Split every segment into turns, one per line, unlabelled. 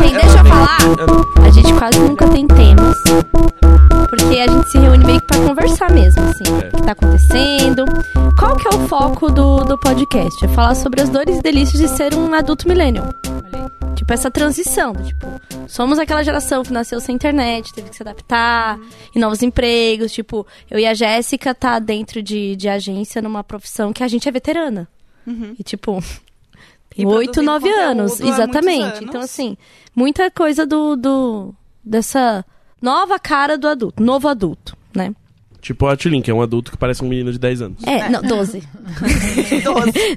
Tem, deixa eu falar.
Eu não-
A gente quase nunca tem temas. Porque a gente se reúne meio que pra conversar mesmo, assim.
É.
O que tá acontecendo. Qual que é o foco do, do podcast? É falar sobre as dores e delícias de ser um adulto millennial. Tipo, essa transição. do Tipo, somos aquela geração que nasceu sem internet, teve que se adaptar, em novos empregos. Tipo, eu e a Jéssica tá dentro de, de agência numa profissão que a gente é veterana. E tipo,
Uhum. E
tem oito,
produzindo
nove anos.
conteúdo há muitos
Exatamente.
anos.
Então, assim, muita coisa do, do. dessa nova cara do adulto, novo adulto, né?
Tipo o Atlin, que é um adulto que parece um menino de 10 anos.
É, não, 12.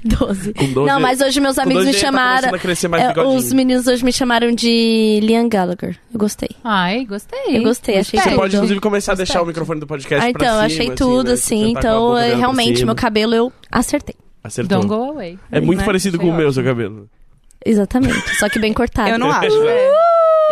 12.
Com 12
Não, mas hoje meus
com
amigos
12
me
ele tá
chamaram.
começando a crescer mais
é,
bigodinho.
os meninos hoje me chamaram de Liam Gallagher. Eu gostei.
Ai, gostei.
Eu gostei, achei
Você
tudo.
pode, inclusive, começar a
Gostei.
deixar o microfone do podcast
Ah,
pra
então,
cima.
eu achei tudo,
né?
assim.
Tentar com a
Então,
boca
é,
virada pra
realmente,
cima.
meu cabelo eu acertei.
Acertou.
Don't go away.
É muito
Né?
parecido com o meu, seu cabelo.
Exatamente. Só que bem cortado.
Eu não acho. é.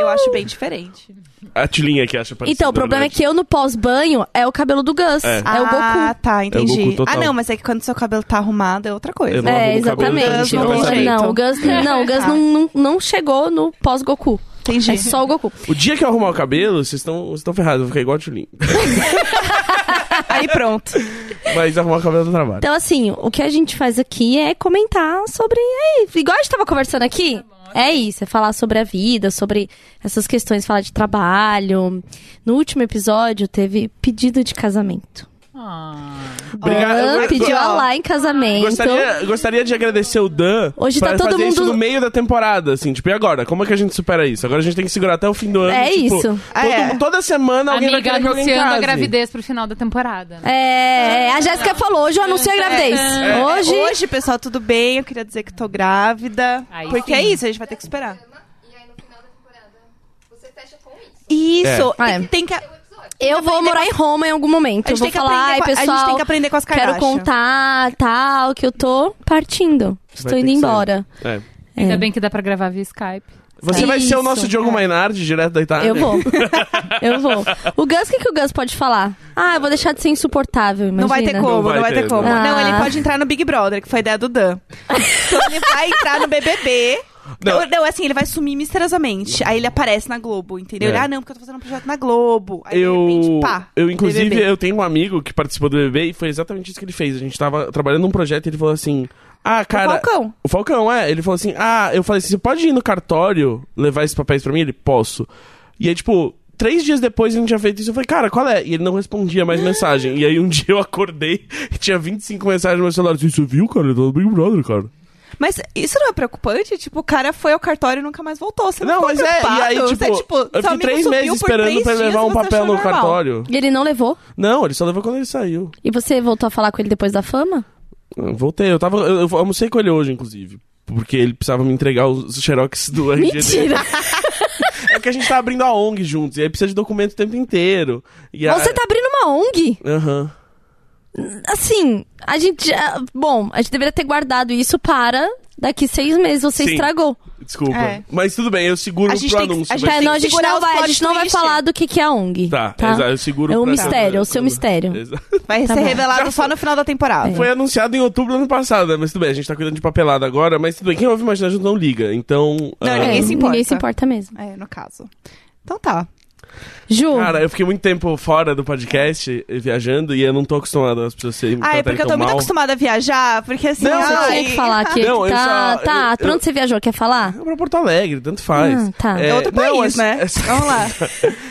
Eu acho bem diferente.
A Tilinha que acha parecido. né?
Então, o problema é que eu no pós-banho é o cabelo do Gus.
É.
É, o Goku.
Ah, tá,
É o
entendi.
Goku total.
ah, não, mas é que quando seu cabelo tá arrumado é outra coisa.
Eu não
É,
arrumo o cabelo,
exatamente.
gente, não
O-
tem jeito.
não, o Gus, não, o Gus
Tá.
não, não, não chegou no pós-Goku.
Entendi.
É só o Goku.
O dia que eu arrumar o cabelo, vocês estão vocês estão ferrados, eu vou ficar igual a Tulin.
Aí pronto.
Mas arrumar o cabelo do trabalho.
Então, assim, o que a gente faz aqui é comentar sobre. é, igual a gente tava conversando aqui. É isso, é falar sobre a vida, sobre essas questões, falar de trabalho. No último episódio teve pedido de casamento.
Ah.
Obrigado.
Dan pediu a lá em casamento.
Gostaria, gostaria de agradecer o Dan
Então, Hoje
pra
tá todo
fazer isso
mundo-
no meio da temporada, assim, tipo, e agora? Como é que a gente supera isso? Agora a gente tem que segurar até o fim do ano.
É
tipo,
isso.
todo-
É.
Toda semana alguém vai
Ah. Amiga
querer que alguém
anunciando a
case.
gravidez pro final da temporada. né?
É, a Jéssica falou, hoje eu anunciei a gravidez.
É.
Hoje.
Hoje, pessoal, tudo bem? Eu queria dizer que tô grávida.
Aí
porque
sim.
é isso, a gente vai ter que esperar.
E aí no final da temporada você fecha com isso.
Isso.
É.
e Tem que...
O episódio.
Eu vou morar em Roma em algum momento.
A gente
Eu vou
tem que
falar, ai,
aprender com a- a gente
pessoal,
tem que aprender com as
quero
Kardashian."
contar, tal, que eu tô partindo. Estou
ter
indo
que ser.
embora.
É.
Ainda
É.
bem que dá pra gravar via Skype.
Você vai ser o
Isso.
nosso Diogo Mainardi, direto da Itália?
Eu vou. eu vou. O Gus, o que, que o Gus pode falar? Ah, eu vou deixar de ser insuportável, imagina.
Não vai ter como, não vai, ter, como.
né?
Não,
Ah.
ele pode entrar no Big Brother, que foi ideia do Dan. então ele vai entrar no BBB.
Não.
Não. não, assim, ele vai sumir misteriosamente. Aí ele aparece na Globo, entendeu?
É.
Ele, ah, não, porque eu tô fazendo um projeto na Globo. Aí
Eu,
de repente, pá.
eu, inclusive,
BBB.
eu tenho um amigo que participou do BBB e foi exatamente isso que ele fez. A gente tava trabalhando num projeto e ele falou assim: Ah, cara.
Falcão.
O Falcão, é. Ele falou assim: Ah, eu falei assim: Você pode ir no cartório levar esses papéis pra mim? Ele, posso. E aí, tipo. Três dias depois a gente tinha feito isso, eu falei, cara, qual é? E ele não respondia mais mensagem. E aí um dia eu acordei e tinha 25 mensagens no meu celular. Eu disse, Você viu, cara? Ele tá no Big Brother, cara.
Mas isso não é preocupante? Tipo, o cara foi ao cartório e nunca mais voltou. Você não,
Não,
ficou
mas é. E
preocupado?
aí, tipo,
Você, tipo,
eu
seu
fiquei
amigo
três
sumiu
meses
por
esperando
três
pra ele levar
dias,
um
você
papel
achou
no
normal.
cartório.
E ele não levou?
Não, ele só levou quando ele saiu.
E você voltou a falar com ele depois da fama?
Eu Voltei, eu tava. Eu, eu almocei com ele hoje, inclusive. Porque ele precisava me entregar os xerox do RG dele.
Mentira!
É porque a gente tá abrindo a ONG juntos, e aí precisa de documento o tempo inteiro. E a-
Você tá abrindo uma ONG?
Aham.
Assim, a gente já... Bom, a gente deveria ter guardado isso para daqui seis meses. Você
Sim.
estragou.
Desculpa.
É.
Mas tudo bem, eu seguro
A
pro
gente tem que-
anúncio.
a gente
mas-
É,
tem
não, a
que
gente
segurar
não
os
vai, a gente
plot
não vai
twist.
falar do que, que é a ONG.
Tá, exa- eu seguro
É um
pra-
mistério, é o seu mistério.
Exa-
Vai
Tá
ser
bom.
revelado só no final da temporada.
Foi anunciado em outubro do ano passado, né? mas tudo bem, a gente tá cuidando de papelada agora, mas tudo bem, quem ouve Imagina Junto não liga, então... ah,
ninguém se importa.
Ninguém se importa mesmo.
É, no caso. Então tá.
Ju,
Cara, eu fiquei muito tempo fora do podcast, eh, viajando, e eu não tô acostumado às pessoas serem me
Ah, é
tratarem
porque eu
tá
tô
tão
muito
mal.
acostumada a viajar, porque assim...
Não,
você
não,
tinha que falar aqui.
Não, eu
tá,
só-
tá.
eu-
pra onde você viajou? Quer falar?
É pra Porto Alegre, tanto faz.
Ah, tá.
É outro
não,
país,
é-
né?
é-
Vamos lá.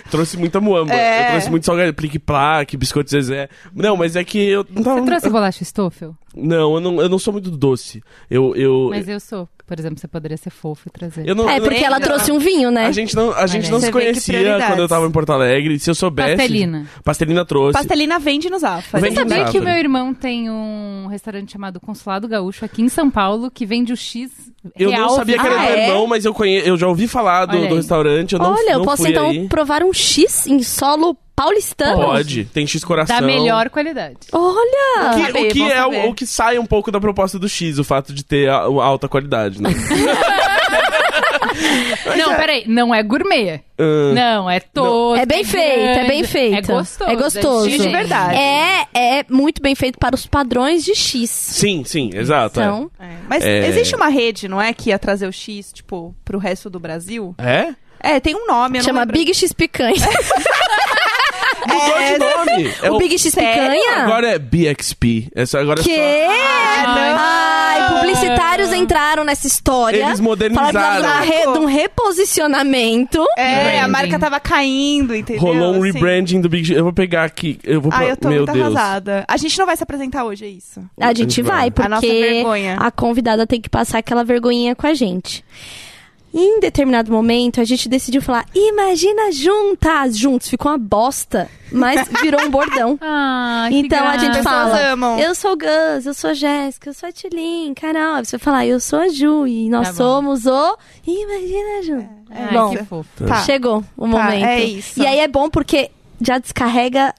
trouxe muita muamba.
É.
Eu trouxe muito salgado, plique plaque, biscoito Zezé. Não, mas é que eu não tava.
Você trouxe bolacha Stoffel?
Não, eu não, eu não sou muito doce. Eu. eu
Mas eu sou. Por exemplo, você poderia ser fofo e trazer.
eu não,
É,
eu-
porque ela
lembro.
trouxe um vinho, né?
A gente não, a gente
Olha
não
aí.
se
Você vê que
conhecia
prioridades.
quando eu tava em Porto Alegre. Se eu soubesse.
Pastelina.
Pastelina trouxe.
Pastelina vende nos afas.
Vende
Você sabia
Exato.
que o meu irmão tem um restaurante chamado Consulado Gaúcho aqui em São Paulo que vende o X
Eu
real?
não sabia que era
Ah,
do
é?
irmão, mas eu, conhe... eu já ouvi falar do,
Olha aí.
do restaurante. Eu não,
Olha, eu
não
posso
fui
então
aí.
provar um X em solo paulistano?
Pode, tem X coração.
da melhor qualidade.
Olha!
Que-
saber,
o que
vamos
é
saber.
o, o que sai um pouco da proposta do X, o fato de ter a- alta qualidade, né?
Não, peraí, não é gourmet.
Ah,
Não, é todo.
É bem feito, é bem feito.
É gostoso.
É gostoso.
X
de verdade.
É, é muito bem feito para os padrões de X.
Sim, sim, exato. é.
Então,
Mas
É.
existe uma rede, não é? Que ia trazer o X, tipo, pro resto do Brasil?
É?
É, tem um nome, eu não
chama
lembro.
Big X Picanha.
Mudou de
né?
nome. É
o Big X
sério?
Picanha?
Agora é BXP. É só, agora é só-
Que?
Ah, não. Ah.
Ai, publicitários entraram nessa história.
Eles
Falaram
tá
que precisava de uma
modernizaram.
re- de um reposicionamento.
É, a
Branding.
marca tava caindo, entendeu?
Rolou um
Assim.
rebranding do Big X. Eu vou pegar aqui. Eu vou
Ah,
pro-
eu tô
Meu
muito
Deus.
arrasada. A gente não vai se apresentar hoje, é isso?
A gente vai,
vai.
porque
A nossa vergonha.
a convidada tem que passar aquela vergonhinha com a gente. E em determinado momento, a gente decidiu falar, imagina juntas, juntos. Ficou uma bosta, mas virou um bordão.
Ah, que
Então a gente
graça.
fala,
Pessoas amam.
eu sou o Gus, eu sou a Jéssica, eu sou a Tilin, Carol. Você vai falar, eu sou a Ju e nós
Tá bom. É.
somos o... Imagina juntas.
Ai,
Bom.
que fofo.
Tá.
Chegou o momento.
é isso.
E aí é bom porque já descarrega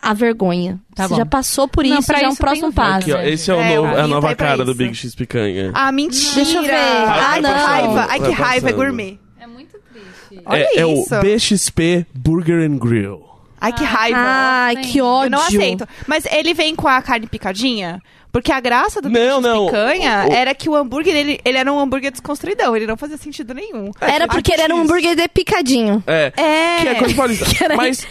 a vergonha.
Tá
Você
bom.
já passou por
Não,
isso,
pra
já é um
isso tem
próximo
o vídeo.
passo.
Aqui, ó. Esse é, o
É,
novo,
o
é a
Vita
nova
é pra
cara do
isso.
Big X Picanha.
Ah, mentira.
Deixa eu ver.
Vai,
Ah,
vai
não.
passando.
Raiva. Ai, que
Vai
raiva, é
tá passando.
gourmet.
É muito triste.
Olha
é, é o
isso.
BXP Burger and Grill.
Ai, que raiva.
Ah, Ai,
Sim.
que
Eu
ódio.
Eu não aceito. Mas ele vem com a carne picadinha? Porque a graça do
Não,
Big X
não.
picanha
O-
era que o hambúrguer, ele, ele era um hambúrguer desconstruidão. Ele não fazia sentido nenhum.
Tá,
Era
tipo,
porque ele era um hambúrguer de picadinho.
É.
É.
Que é coisa paulista. Mas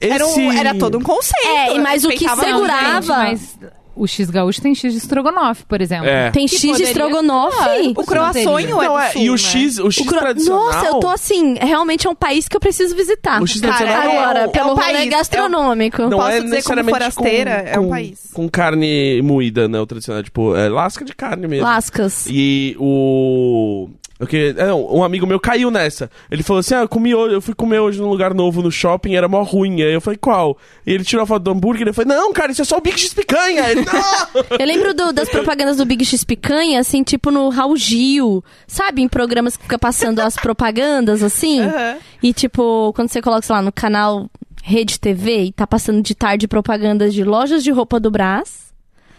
esse...
Era, um- era todo um conceito.
É, e mas o que
Respeitava-
segura- Segurava.
mas o X gaúcho tem X de estrogonofe, por
um
exemplo.
É.
Tem
Que
X de
poderia-
estrogonofe.
Claro.
O croassonho é
Não,
do
é,
sul,
e o
né?
X, o é tipo X
O cro-
tradicional...
Nossa, eu tô assim, realmente é um país que eu preciso visitar.
O X
Cara,
tradicional é um-
Agora,
é um
pelo rolê
país,
gastronômico.
Não
posso
é
dizer como
necessariamente
forasteira,
com,
é um
com-
país.
Com carne moída, né? O tradicional, tipo, é lasca de carne mesmo.
Lascas.
E o. o que- é, não, um amigo meu caiu nessa. Ele falou assim: Ah, eu comi hoje, eu fui comer hoje num lugar novo no shopping, era mó ruim. Aí eu falei, qual? E ele tirou a foto do hambúrguer e falou: Não, cara, isso é só o Big X Picanha. Ele, não!
Eu lembro do- das propagandas do Big X Picanha, assim, tipo no Raul Gil. Sabe, em programas que fica passando as propagandas, assim?
Aham.
E tipo, quando você coloca, sei lá, no canal Rede TV e tá passando de tarde propagandas de lojas de roupa do Brás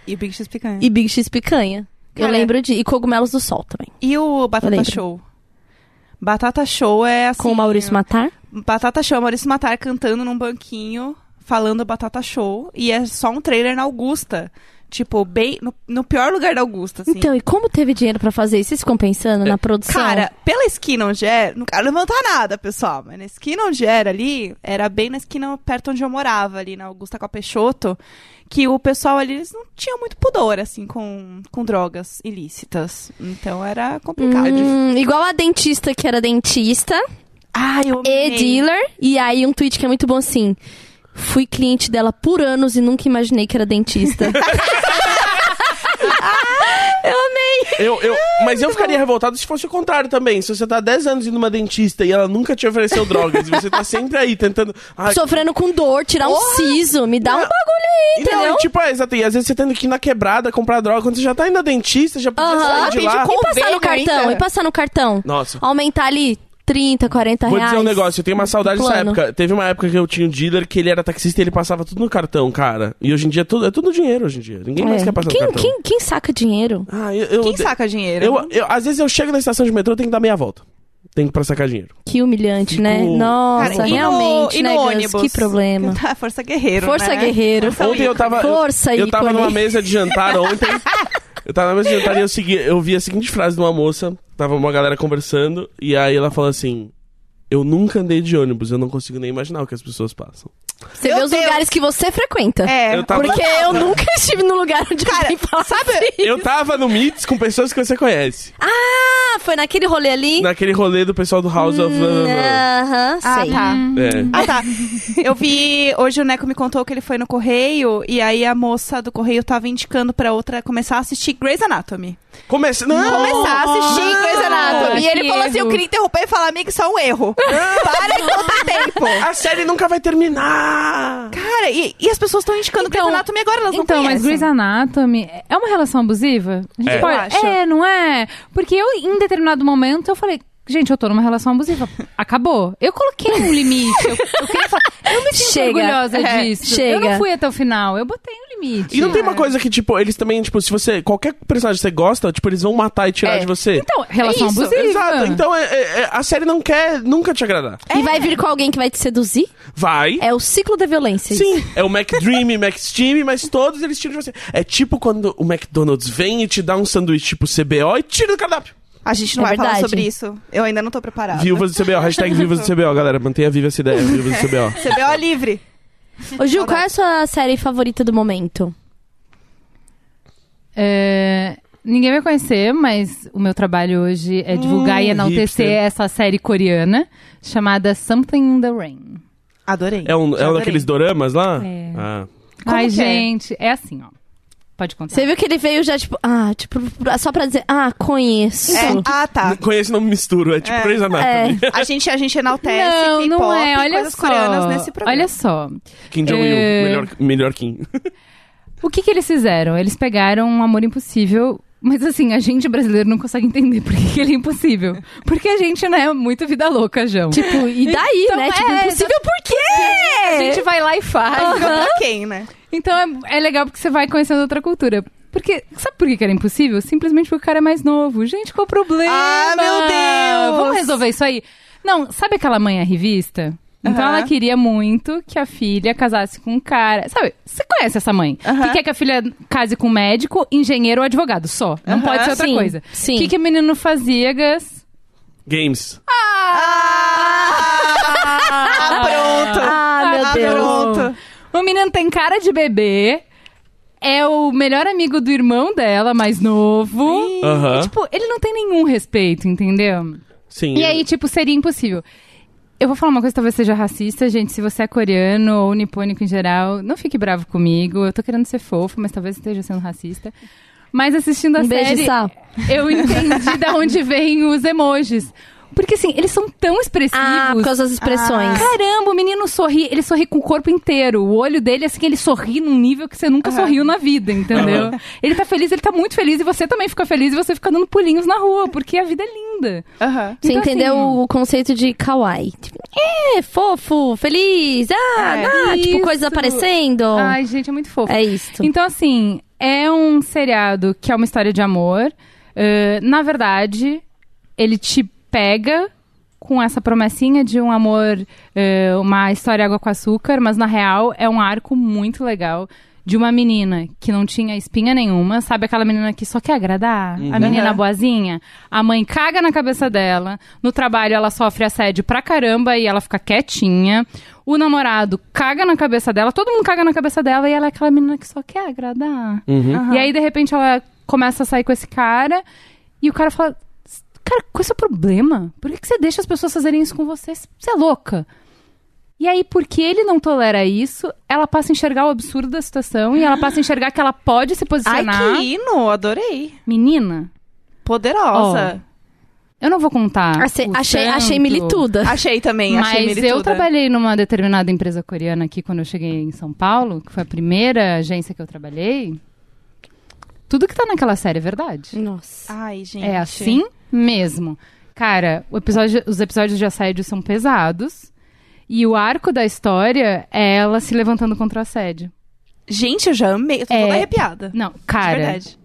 E o Big X picanha. E,
e Big X Picanha. Eu
Cara.
lembro de. E cogumelos do sol também.
o Batata
lembro.
Show? Batata Show é assim...
Com o Maurício Matar.
Batata Show, é Maurício Matar cantando num banquinho, falando Batata Show. E é só um trailer na Augusta. Tipo, bem no, no pior lugar da Augusta, assim.
Então, e como teve dinheiro pra fazer isso? Vocês ficam pensando na produção?
Cara, pela esquina onde é, não quero levantar nada, pessoal, mas na esquina onde era ali, era bem na esquina perto onde eu morava, ali na Augusta com a Peixoto, que o pessoal ali, eles não tinham muito pudor, assim, com, com drogas ilícitas. Então era complicado.
Hum, igual a dentista que era dentista.
Ah, eu
e
amei.
dealer. E aí um tweet que é muito bom assim. Fui cliente dela por anos e nunca imaginei que era dentista. Tá
eu, eu, mas eu ficaria revoltado se fosse o contrário também. Se você tá há 10 anos indo numa dentista e ela nunca te ofereceu drogas, e você tá sempre aí tentando. "Ai,
Sofrendo com dor, tirar um siso, me dá um
Não.
bagulho aí,
E não,
entendeu?
e tipo, é, exato. E às vezes você tendo que ir na quebrada comprar droga, quando você já tá indo na dentista, já podia
Aham. Ah,
sair de lá.
E passar no
convênio
cartão,
ainda.
e passar no cartão.
Nossa.
Aumentar ali 30, 40
Vou
Ah, reais.
dizer um negócio, eu tenho uma saudade dessa
plano.
época. Teve uma época que eu tinha um dealer que ele era taxista e ele passava tudo no cartão, cara. E hoje em dia é tudo, é tudo dinheiro hoje em dia. Ninguém mais
É.
quer passar no
quem,
cartão.
quem, né? quem saca dinheiro?
Ah, eu, eu,
Quem saca dinheiro?
eu- eu- Às vezes eu chego na estação de metrô e tenho que dar meia volta. Tenho que pra sacar dinheiro.
Que humilhante, né?
Fico-
Nossa,
Cara, e no-
realmente,
e no
né, Gus?
ônibus? Ah,
Que problema.
Força guerreiro,
Força
né?
guerreiro.
Ontem eu tava. eu-
Força,
Eu tava
ícone.
numa mesa de jantar ontem. Eu tava na mesa de jantar e eu, segui, eu vi a seguinte frase de uma moça. Tava uma galera conversando. E aí ela falou assim: Eu nunca andei de ônibus, eu não consigo nem imaginar o que as pessoas passam.
Você
Meu
vê os
Deus.
lugares que você frequenta.
É,
Eu tava-
Porque eu nunca estive no lugar onde
Cara,
alguém fala
sabe-
assim.
Eu tava no Meets com pessoas que você conhece.
Ah, foi naquele rolê ali?
Naquele rolê do pessoal do House of.
Aham,
Ah,
sei.
tá.
É.
Ah, tá. Eu vi. Hoje o Neco me contou que ele foi no correio e aí a moça do correio tava indicando pra outra começar a assistir Grey's Anatomy.
Começa. Não!
Começar a assistir Tá, Grey's Anatomy. E
que
ele falou assim: eu
erro.
queria interromper e falar, amigo, isso é um erro. Para que não tem tempo.
A série nunca vai terminar!
Cara, e, e as pessoas estão indicando
Então-
Grey's Anatomy agora, elas não
Então, mas
conhecem.
Grey's Anatomy é uma relação abusiva? A gente
É.
pode-
Eu acho.
É, não é? Porque eu, em determinado momento, eu falei, gente, eu tô numa relação abusiva. Acabou. Eu coloquei um limite. Eu, eu queria falar, eu me sinto
Chega.
orgulhosa
É,
disso.
chega.
Eu não fui até o final. Eu botei um limite.
E não tem
É.
uma coisa que, tipo, eles também, tipo, se você. Qualquer personagem que você gosta, tipo, eles vão matar e tirar
É.
de você.
Então, relação
É isso,
abusiva.
Exato. Então é- é- é- a série não quer nunca te agradar.
É.
E vai vir com alguém que vai te seduzir?
Vai.
É o ciclo da violência.
Sim, é o McDream, McSteam, mas todos eles tiram de você. É tipo quando o McDonald's vem e te dá um sanduíche tipo CBO e tira do cardápio.
A gente não
É
vai falar
verdade.
sobre isso. Eu ainda não tô preparada.
Viúvas do CBO, hashtag viúvas do CBO, galera. Mantenha viva essa ideia, viúvas do CBO.
CBO livre.
Ô, Ju, qual é a sua série favorita do momento?
É, ninguém vai conhecer, mas o meu trabalho hoje é divulgar e enaltecer
hipster.
essa série coreana chamada Something in the Rain.
Adorei.
É um, é um
Adorei.
daqueles doramas lá?
É.
Ah.
Como
Ai,
que é?
gente, é? assim, ó. Pode contar.
Você viu que ele veio já, tipo, ah, tipo, só pra dizer, ah, conheço.
É, Ah, tá.
Não Conheço, não misturo. É tipo Grey's Anatomy.
A gente, a gente enaltece
Não,
K-pop
não é.
e
Olha
coisas
só.
coreanas nesse programa.
Olha só.
Kim Jong-il,
É.
melhor, melhor Kim.
O que que eles fizeram? Eles pegaram um amor impossível, mas assim, a gente brasileiro não consegue entender por que, que ele é impossível. Porque a gente não é muito vida louca, João.
Tipo, e daí,
Então,
né?
é,
tipo, impossível por
a
quê?
gente vai lá e faz.
Fica pra quem, né?
Então é, é legal porque você vai conhecendo outra cultura. Porque, sabe por que que era impossível? Simplesmente porque o cara é mais novo. Gente, qual o problema?
Ah, meu Deus!
Vamos resolver isso aí. Não, sabe aquela mãe à revista? Então
Aham.
ela queria muito que a filha casasse com um cara. Sabe, você conhece essa mãe?
Aham.
Que quer que a filha case com um médico, engenheiro ou advogado, só. Não
Aham.
pode ser outra
Sim,
coisa.
sim.
O que, que o menino fazia, Gus?
Games.
Ah, pronto.
Ah, meu
Ah,
Deus.
pronto.
O menino tem cara de bebê, é o melhor amigo do irmão dela, mais novo.
Aham.
E, tipo, ele não tem nenhum respeito, entendeu?
Sim.
E aí, tipo, seria impossível. Eu vou falar uma coisa que talvez seja racista, gente. Se você é coreano ou nipônico em geral, não fique bravo comigo. Eu tô querendo ser fofo, mas talvez esteja sendo racista. Mas assistindo a
Um beijo,
série,
Sá.
eu entendi da onde vêm os emojis. Porque, assim, eles são tão expressivos.
Ah, Então, por causa das expressões.
Caramba, o menino sorri, ele sorri com o corpo inteiro. O olho dele, assim, ele sorri num nível que você nunca sorriu na vida, entendeu? Ele tá feliz, ele tá muito feliz, e você também fica feliz, e você fica dando pulinhos na rua, porque a vida é linda.
Aham.
Você
Então,
entendeu
assim-
o conceito de kawaii. Tipo, é, fofo, feliz, ah,
É,
ah, tipo,
isso.
coisa aparecendo.
Ai, gente, é muito fofo.
é isso.
Então, assim, é um seriado que é uma história de amor. Eh, na verdade, ele te pega com essa promessinha de um amor, eh, uma história água com açúcar, mas na real é um arco muito legal de uma menina que não tinha espinha nenhuma, sabe aquela menina que só quer agradar, a menina boazinha, a mãe caga na cabeça dela, no trabalho ela sofre assédio pra caramba e ela fica quietinha, o namorado caga na cabeça dela, todo mundo caga na cabeça dela e ela é aquela menina que só quer agradar. E aí de repente ela começa a sair com esse cara e o cara fala: Cara, qual é o seu problema? Por que, que você deixa as pessoas fazerem isso com você? Você é louca. E aí, porque ele não tolera isso, ela passa a enxergar o absurdo da situação e ela passa a enxergar que ela pode se
Ai,
posicionar.
que hino. Adorei.
Menina,
Poderosa.
eu não vou contar.
Achei,
o
achei,
tanto,
Ah, achei milituda.
Achei também. achei
Mas eu
milituda.
trabalhei numa determinada empresa coreana aqui quando eu cheguei em São Paulo, que foi a primeira agência que eu trabalhei. Tudo que tá naquela série é verdade.
Nossa.
Ai, gente.
É assim mesmo. Cara, o episódio- os episódios de assédio são pesados. E o arco da história é ela se levantando contra o assédio.
Gente, eu já amei. Eu tô
É.
toda arrepiada.
Não,
de
cara,
verdade.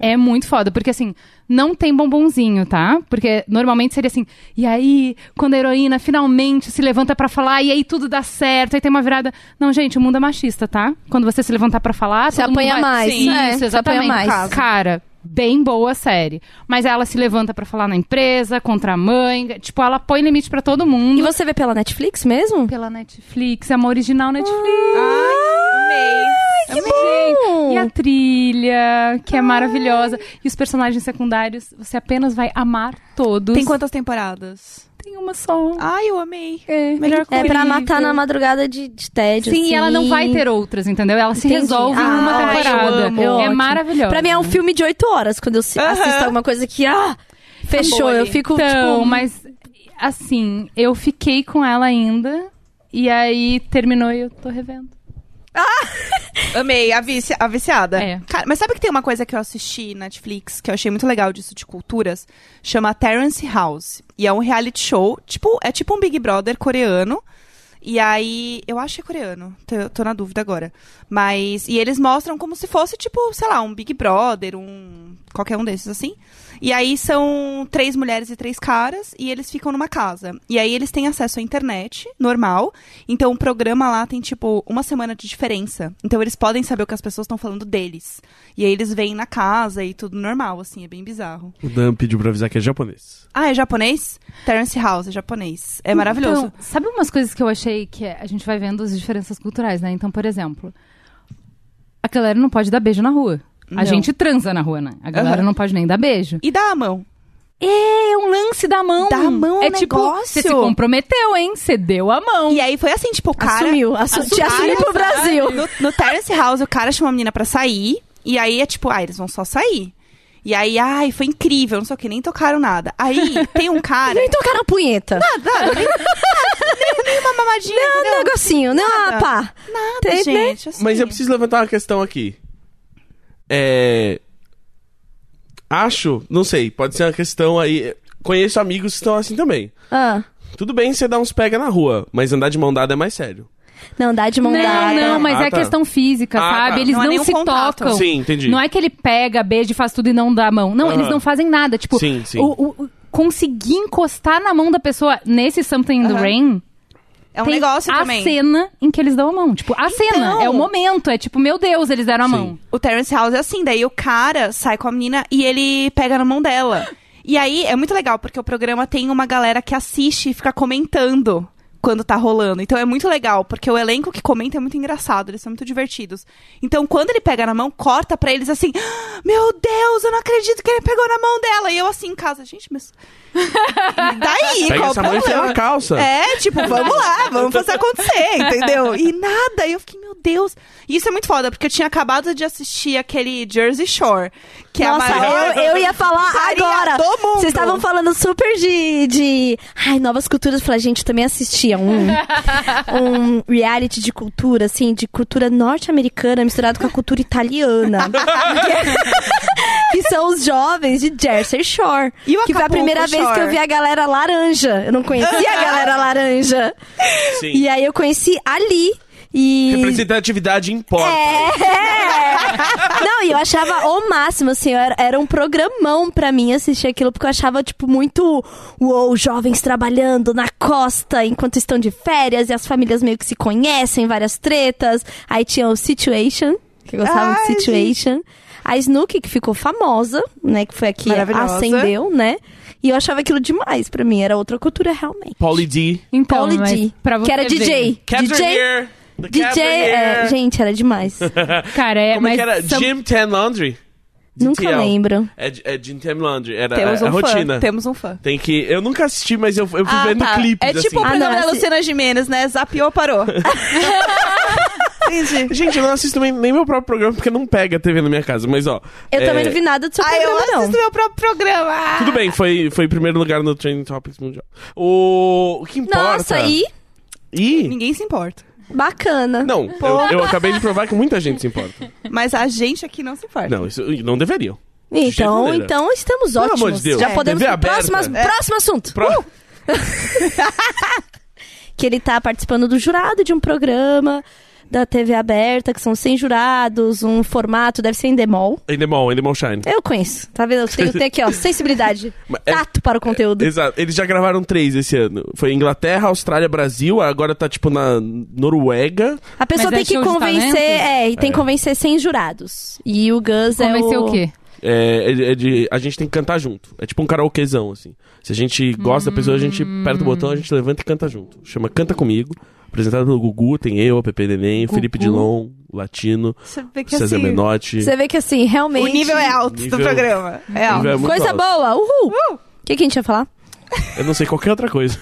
é muito foda. Porque assim, não tem bombonzinho, tá? Porque normalmente seria assim. E aí, quando a heroína finalmente se levanta pra falar, e aí tudo dá certo, aí tem uma virada. Não, gente, o mundo é machista, tá? Quando você se levantar pra falar,
Você
todo mundo
apanha
vai-
mais.
Sim,
né?
Isso,
Você apanha
exatamente.
mais.
Cara, bem boa a série. Mas ela se levanta pra falar na empresa, contra a mãe. Tipo, ela põe limite pra todo
E
mundo.
você vê pela Netflix mesmo?
Pela Netflix, é uma original Netflix.
Ai, amei.
que
Então,
E a trilha, que é maravilhosa. E os personagens secundários, você apenas vai amar todos.
Tem quantas temporadas?
Tem uma só.
Ai, eu amei.
É, melhor
Ah, É pra
coisa.
matar na madrugada de, de tédio.
Sim,
assim.
e ela não vai ter outras, entendeu? Ela se
Entendi.
resolve em uma
Ah,
eu
temporada.
amo.
É
Ótimo.
maravilhosa.
Pra mim é um filme de oito horas, quando eu se-
Aham.
assisto alguma coisa que, ah, fechou.
Acabou
Eu
ali.
fico,
Então,
tipo...
mas assim, eu fiquei com ela ainda. E aí terminou e eu tô revendo.
Amei, a, vici- a viciada.
É.
Cara, mas sabe que tem uma coisa que eu assisti na Netflix, que eu achei muito legal disso de culturas? Chama Terrence House. E é um reality show, tipo, é tipo um Big Brother coreano. E aí, eu acho que é coreano, tô, tô na dúvida agora. Mas, e eles mostram como se fosse, tipo, sei lá, um Big Brother, um. qualquer um desses assim. E aí são três mulheres e três caras, e eles ficam numa casa. E aí eles têm acesso à internet, normal. Então o programa lá tem, tipo, uma semana de diferença. Então eles podem saber o que as pessoas estão falando deles. E aí eles vêm na casa e tudo normal, assim, é bem bizarro.
O Dan pediu pra avisar que é japonês.
Ah, é japonês? Terence House é japonês. É maravilhoso.
Então, sabe umas coisas que eu achei que é- a gente vai vendo as diferenças culturais, né? Então, por exemplo, a galera não pode dar beijo na rua.
Não.
A gente transa na rua, né? A galera
Aham.
não pode nem dar beijo.
E dá a mão.
É um lance da mão.
Dá a mão
é
ao
tipo,
negócio.
você se comprometeu, hein? Você deu a mão.
E aí foi assim, tipo, o cara.
assumiu, assu te
Cara,
assumiu pro Brasil.
No, no Terrace House, o cara chama a menina pra sair. E aí é tipo, ah, eles vão só sair. E aí, ai, foi incrível, não sei o que, nem tocaram nada. Aí tem um cara.
Nem tocaram a punheta.
nada, nem, nem uma mamadinha.
Não, um
entendeu?
negocinho, não,
Nada.
pá.
Nada,
Tem, né?
gente. assim.
Mas eu preciso levantar uma questão aqui. É. Acho, não sei, pode ser uma questão aí. Conheço amigos que estão assim também.
Ah.
Tudo bem você dar uns pega na rua, mas andar de mão dada é mais sério.
Não, dá de mão
Não,
dada.
não, mas
Ah,
é
tá.
questão física,
Ah,
sabe?
tá.
Eles
né? Não é
não,
nenhum
se
contato.
tocam.
Sim, entendi.
Não é que ele pega, beija, faz tudo e não dá a mão. Não,
Aham.
eles não fazem nada. Tipo,
Sim, sim.
o- o- o- conseguir encostar na mão da pessoa nesse Something in the
Aham.
Rain
É um
tem
negócio
a
também. Então.
cena em que eles dão a mão. Tipo, a cena. É o momento. É tipo, meu Deus, eles deram a
Sim.
mão.
O Terence House é assim, daí o cara sai com a menina e ele pega na mão dela. E aí é muito legal, porque o programa tem uma galera que assiste e fica comentando quando tá rolando. Então é muito legal, porque o elenco que comenta é muito engraçado, eles são muito divertidos. Então quando ele pega na mão, corta pra eles assim: "Ah, Meu Deus, eu não acredito que ele pegou na mão dela. E eu assim em casa, gente, mas. E daí,
Pega
qual o
essa mão e enfia
problema?
na calça.
É, tipo, vamos lá, vamos fazer acontecer, entendeu? E nada, e eu fiquei, meu Deus. E isso é muito foda, porque eu tinha acabado de assistir aquele Jersey Shore, que é
Nossa,
a maior...
eu, eu ia falar
pizzaria
agora.
do mundo.
Vocês estavam falando super de, de. Ai, novas culturas. Eu falei, gente, eu também assistia um, um reality de cultura, assim, de cultura norte-americana misturado com a cultura italiana. que são os jovens de Jersey Shore.
E o
que foi a
Acapulco
primeira vez que eu
Shore?
vi a galera laranja. Eu não conhecia a galera laranja.
Sim.
E aí eu conheci ali. E
Representatividade importa.
é! Não, e eu achava o máximo, assim, era, era um programão pra mim assistir aquilo, porque eu achava, tipo, muito. Uou, jovens trabalhando na costa enquanto estão de férias e as famílias meio que se conhecem, várias tretas. Aí tinha o Situation, que eu gostava
Ai,
de Situation. A Snook, que ficou famosa, né, que foi a que
Maravilhosa.
acendeu, né? E eu achava aquilo demais pra mim, era outra cultura realmente.
Polly D.
Então,
Pauly
mas
D,
pra você
que era DJ.
ver.
Cats
DJ.
are here. The cats
DJ,
are
é,
here.
gente, era demais.
Cara, é,
Como é
mas
que era?
são-
Jim Tan Laundry?
Nunca
GTL.
lembro.
É, é Jim Tan Laundry. Era
Temos
a,
um
a É rotina.
fã, temos um fã.
Tem que... Eu nunca assisti, mas eu, eu fui
Ah,
vendo
tá.
clipes,
É tipo o
assim.
Ah, não,
programa da
assim-
Luciana Gimenez, né? Zapiou, parou. Entendi.
Gente, eu não assisto nem, nem meu próprio programa, porque não pega TV na minha casa. Mas, ó...
Eu
é,
também não vi nada do seu
Ah, eu
programa, não.
assisto meu próprio programa. Ah,
Tudo bem, foi, foi primeiro lugar no Trending Topics Mundial. O, o que importa...
Nossa, e
E...
Ninguém se importa.
bacana.
Não, eu, eu acabei de provar que muita gente se importa.
Mas a gente aqui não se importa.
Não, isso não deveriam. de jeito
então,
maneira.
então estamos
Pelo
ótimos.
amor de Deus.
Já
É,
podemos
TV
pro próximo,
aberta. É.
ass- próximo assunto.
Pro-
Que ele tá participando do jurado de um programa da TV aberta, que são 100 jurados, um formato, deve ser em demol.
Endemol, Endemol Shine.
Eu conheço, tá vendo? Eu tenho, tenho aqui, ó, sensibilidade,
Mas é-
tato para o conteúdo.
Exato. Eles já gravaram três esse ano. Foi Inglaterra, Austrália, Brasil. Agora tá, tipo, na Noruega.
A pessoa
Mas é
tem que
show de
convencer,
talentos?
é, e tem que convencer 100 jurados. E o Gus
Convencer
é o...
o quê?
É, é de- é de- a gente tem que cantar junto. É tipo um karaokezão, assim. Se a gente gosta da pessoa, a gente aperta o botão, a gente levanta e canta junto. Chama Canta Comigo. Apresentado pelo Gugu, tem eu, a Pepe Neném, o
Gugu.
Felipe Dilon, o Latino,
Você vê que
César
assim,
Menotti.
Você vê que, assim,
o
realmente...
nível é alto
é Nível-
do programa. É alto.
nível é muito
Coisa
alto. Uhum.
boa, uhul! O
Uh!
que, que a gente ia falar?
Eu não sei qualquer outra coisa.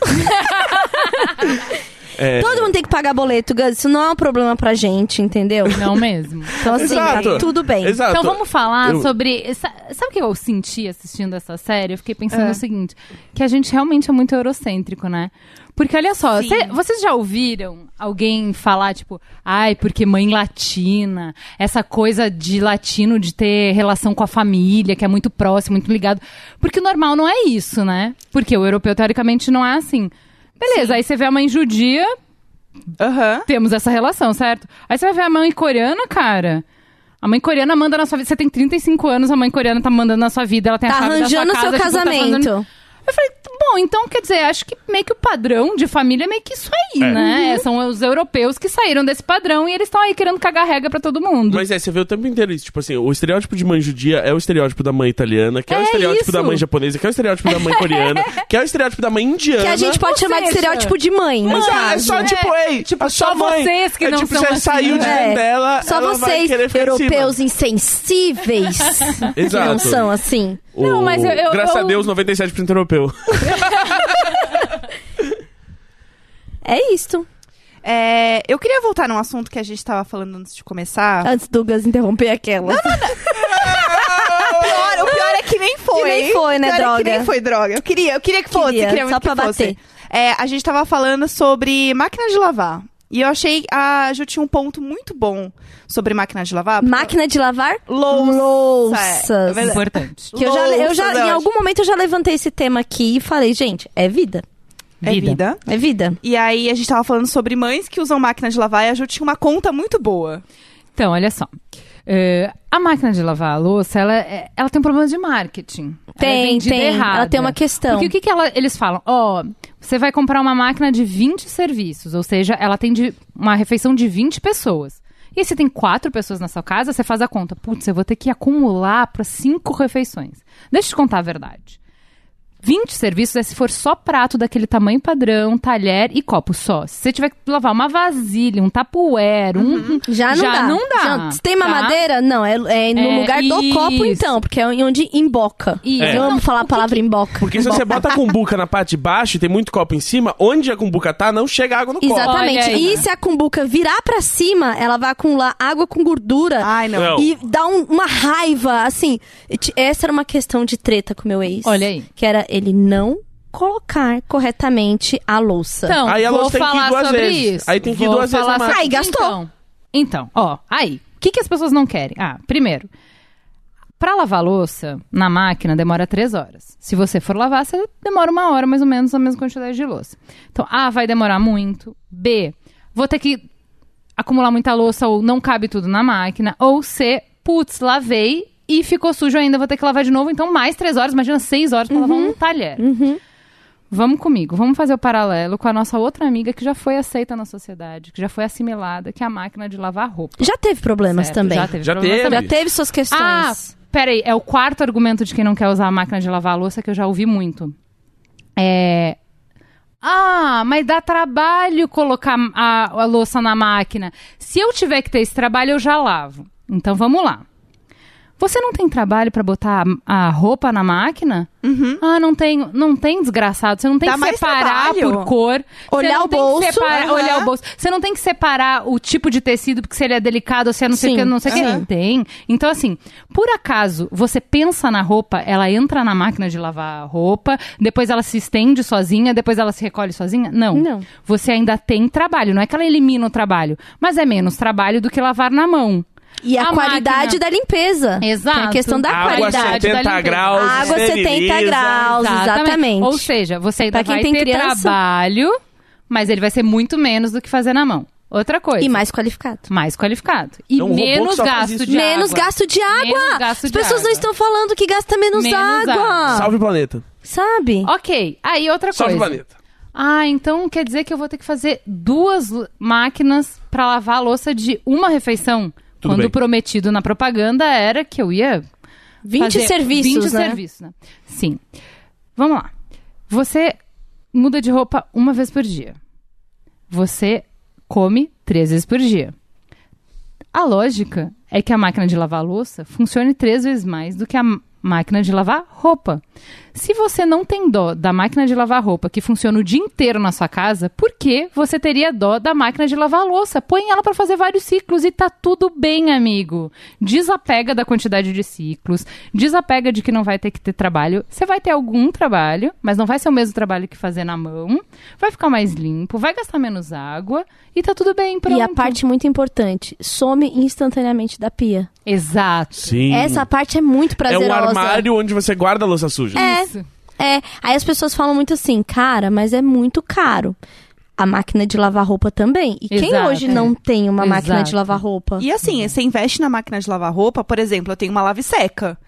É,
Todo mundo tem que pagar boleto, Gus. Isso não é um problema pra gente, entendeu?
Não mesmo.
Então, assim,
Exato.
tá tudo bem.
Exato.
Então vamos falar
Eu-
sobre. sa- Sabe o que eu senti assistindo essa série? Eu fiquei pensando
É.
o seguinte: que a gente realmente é muito eurocêntrico, né? Porque olha só,
Sim.
cê- vocês já ouviram alguém falar, tipo, ai, porque mãe latina, essa coisa de latino de ter relação com a família, que é muito próximo, muito ligado. Porque o normal não é isso, né? Porque o europeu, teoricamente, não é assim. Beleza, aí você vê a mãe judia,
Aham.
temos essa relação, certo? Aí você vai ver a mãe coreana, cara. A mãe coreana manda na sua vida. Você tem 35 anos, a mãe coreana tá mandando na sua vida, ela tem
Tá
a chave da sua
arranjando
casa,
seu
tipo, tá
casamento.
fazendo- Eu falei, bom, então quer dizer, acho que meio que o padrão de família é meio que isso aí,
É.
Uhum.
né? São os europeus que saíram desse padrão e eles estão aí querendo cagar regra pra todo mundo.
Mas é, você vê o tempo inteiro isso. Tipo assim, o estereótipo de mãe judia é o estereótipo da mãe italiana, que é, o
É
estereótipo
isso.
da mãe japonesa, que é o estereótipo da mãe coreana, que é o estereótipo da mãe indiana.
Que a gente pode
Ou
chamar de
seja,
estereótipo de mãe. no
Mas é, é
caso.
só tipo, ei, tipo, a sua
só
mãe.
vocês que
é,
não
tipo,
são
você
assim,
saiu de
né?
dentro dela,
Só
ela vai
vocês,
querer ficar em cima.
europeus insensíveis, que
Exato.
não são assim.
O-
Não, mas eu- eu-
Graças a
eu-
Deus, 97% europeu.
É isto.
É, eu queria voltar num assunto que a gente tava falando antes de começar.
Ah.
Antes do Gus interromper aquela.
O pior, o pior é que nem foi.
Que nem
hein?
foi, né,
O pior é que
droga?
nem foi droga. Eu queria, eu queria que fosse.
Queria,
eu queria muito
só pra
que fosse.
bater.
É, a gente tava falando sobre máquina de lavar. E eu achei a Ju tinha um ponto muito bom sobre máquina de lavar. porque-
Máquina de lavar
Louça.
louças.
É verdade.
Importante.
Que eu já, eu já,
Louças,
em
eu
algum momento eu já levantei esse tema aqui e falei, gente, é vida.
É vida.
É vida.
E aí a gente tava falando sobre mães que usam máquina de lavar e a Ju tinha uma conta muito boa.
Então, olha só. É, a máquina de lavar a louça, ela, é- ela tem um problema de marketing. ela é
Tem,
vendida
tem.
errada.
Ela tem uma questão.
Porque o que, que ela- eles falam? Ó, você vai comprar uma máquina de 20 serviços, ou seja, ela tem de- uma refeição de 20 pessoas. E aí você tem quatro pessoas na sua casa, você faz a conta. Putz, eu vou ter que acumular para cinco refeições. Deixa eu te contar a verdade. 20 serviços é se for só prato daquele tamanho padrão, talher e copo só. Se você tiver que lavar uma vasilha, um tapuero,
Uhum.
um,
Já não
Já
dá.
não dá,
Já- se tem
tá?
mamadeira, não. É, é no
É,
lugar do
isso.
copo, então, porque é onde emboca.
Isso. É.
Eu amo falar a palavra emboca.
Porque se você bota a cumbuca na parte de baixo e tem muito copo em cima, onde a cumbuca tá, não chega água no copo.
Exatamente.
Olha aí. né?
E se a cumbuca virar pra cima, ela vai acumular água com gordura.
Ai, não.
Não.
E dá um- uma raiva, assim. Ti- Essa era uma questão de treta com meu ex.
Olha aí.
Que era ele não colocar corretamente a louça.
Então,
Aí a
vou
louça tem que ir
falar
duas
sobre
vezes.
isso.
Aí tem que ir
Vou
duas vezes na
falar sobre-
máquina. Aí, gastou.
Então, então, ó, aí. O que, que as pessoas não querem? Ah, primeiro, pra lavar a louça na máquina demora três horas. Se você for lavar, você demora uma hora mais ou menos a mesma quantidade de louça. Então, A, vai demorar muito. B, vou ter que acumular muita louça ou não cabe tudo na máquina. Ou C, putz, lavei e ficou sujo ainda, vou ter que lavar de novo. Então, mais três horas, imagina seis horas pra lavar um talher. Vamos comigo, vamos fazer o paralelo com a nossa outra amiga que já foi aceita na sociedade, que já foi assimilada, que é a máquina de lavar roupa.
Já teve problemas
certo?
também.
Já teve.
Já
problemas
teve.
também.
Já teve suas questões.
Ah, peraí, é o quarto argumento de quem não quer usar a máquina de lavar a louça que eu já ouvi muito. É. Ah, mas dá trabalho colocar a, a louça na máquina. Se eu tiver que ter esse trabalho, eu já lavo. Então vamos lá. Você não tem trabalho pra botar a, a roupa na máquina?
Uhum.
Ah, não tenho. Não tem, desgraçado. Você não tem
Dá
que
mais
separar
trabalho.
por cor. Você
Olhar
não
o
tem que
bolso,
separar-
aham.
Olhar o bolso. Você não tem que separar o tipo de tecido, porque se ele é delicado ou se é não sei o
Sim,
que, não sei o
aham.
que. Tem. Então, assim, por acaso você pensa na roupa, ela entra na máquina de lavar a roupa, depois ela se estende sozinha, depois ela se recolhe sozinha? Não.
Não.
Você ainda tem trabalho. Não é que ela elimina o trabalho, mas é menos trabalho do que lavar na mão.
e a,
a
qualidade
máquina.
da limpeza.
Exato.
Tem a questão da
Água
qualidade.
70
da limpeza.
graus.
A água 70
esteriliza.
graus, exatamente. É
Ou seja, você ainda
Pra quem
vai
tem
ter
criança.
trabalho, mas ele vai ser muito menos do que fazer na mão. Outra coisa.
E mais qualificado.
Mais qualificado. E
É um robô que
menos
só faz
gasto
isso.
de
menos
água.
gasto de água.
Menos gasto
As
de
pessoas não
água.
estão falando que gasta menos,
Menos
água.
água.
Salve o planeta.
Sabe?
Ok, aí outra
Salve o
coisa.
planeta.
Ah, então quer dizer que eu vou ter que fazer duas l- máquinas pra lavar a louça de uma refeição?
Tudo
quando
bem.
prometido na propaganda era que eu ia
20
fazer
serviços,
20
né?
serviços, né? Sim. Vamos lá. Você muda de roupa uma vez por dia. Você come três vezes por dia. A lógica é que a máquina de lavar louça funcione três vezes mais do que a m- máquina de lavar roupa. Se você não tem dó da máquina de lavar roupa que funciona o dia inteiro na sua casa, por que você teria dó da máquina de lavar louça? Põe ela para fazer vários ciclos e tá tudo bem, amigo. Desapega da quantidade de ciclos, desapega de que não vai ter que ter trabalho. Você vai ter algum trabalho, mas não vai ser o mesmo trabalho que fazer na mão. Vai ficar mais limpo, vai gastar menos água e tá tudo bem, pronto.
E a parte muito importante, some instantaneamente da pia.
Exato.
Sim.
Essa parte é muito
é
prazerosa.
um armário onde você guarda a louça suja.
É,
Isso.
é. Aí as pessoas falam muito assim, cara, mas é muito caro. a máquina de lavar roupa também. E quem
Exato,
hoje
é.
não tem uma máquina de
Exato.
lavar roupa?
E assim,
Uhum.
você investe na máquina de lavar roupa, por exemplo, eu tenho uma lave seca,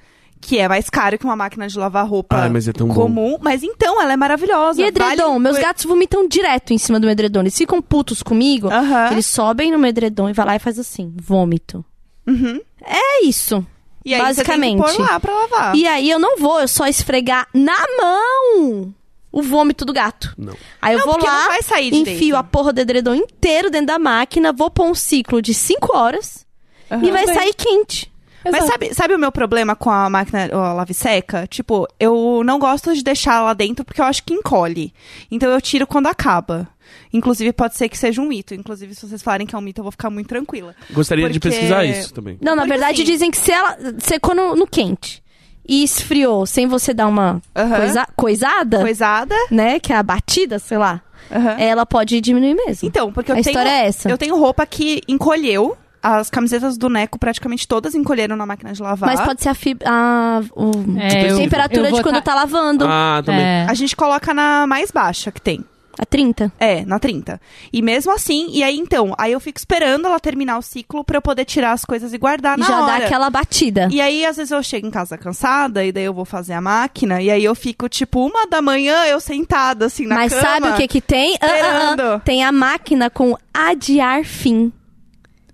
que é mais caro que uma máquina de lavar roupa
Ai, mas é tão bom.
comum, mas então ela é maravilhosa.
E edredom,
vale-
meus gatos vomitam direto em cima do meu edredom. Eles ficam putos comigo,
Aham.
eles sobem no meu edredom e vai lá e faz assim, vômito.
Uhum.
É isso.
E aí
basicamente.
você tem que pôr lá pra lavar.
E aí eu não vou, eu só esfregar na mão o vômito do gato.
Não.
Aí eu
Não,
vou
porque
lá,
não vai sair
enfio
direito.
a porra do edredom inteiro dentro da máquina, vou pôr um ciclo de 5 horas
Aham.
e vai
Bem.
sair quente.
Mas sabe, sabe o meu problema com a máquina, ó, a lave seca? Tipo, eu não gosto de deixar lá dentro porque eu acho que encolhe. Então eu tiro quando acaba. Inclusive, pode ser que seja um mito. Inclusive, se vocês falarem que é um mito, eu vou ficar muito tranquila.
Gostaria de
Porque-
pesquisar isso também.
Não, na
Porque
verdade
assim-
dizem que se ela secou no, no quente e esfriou sem você dar uma
Aham.
coisa- coisada,
Coisada.
né, que é a batida, sei lá,
Aham.
ela pode diminuir mesmo.
Então, porque eu
A
tenho.
história é essa.
Eu tenho roupa que encolheu. As camisetas do Neco praticamente todas encolheram na máquina de lavar.
Mas pode ser a, fib... a, o-
É,
a
eu-
temperatura
eu vou
de quando
tá-
tá lavando.
Ah, também.
É.
A gente coloca na mais baixa que tem.
A 30.
É, na 30. E mesmo assim, e aí então, aí eu fico esperando ela terminar o ciclo pra eu poder tirar as coisas e guardar
E
Tá na
já
hora.
dá aquela batida.
E aí, às vezes, eu chego em casa cansada, e daí eu vou fazer a máquina, e aí eu fico, tipo, uma da manhã, eu sentada, assim, na
Mas
cama.
sabe o que que tem? Ah, ah, ah.
esperando.
Tem a máquina com adiar fim.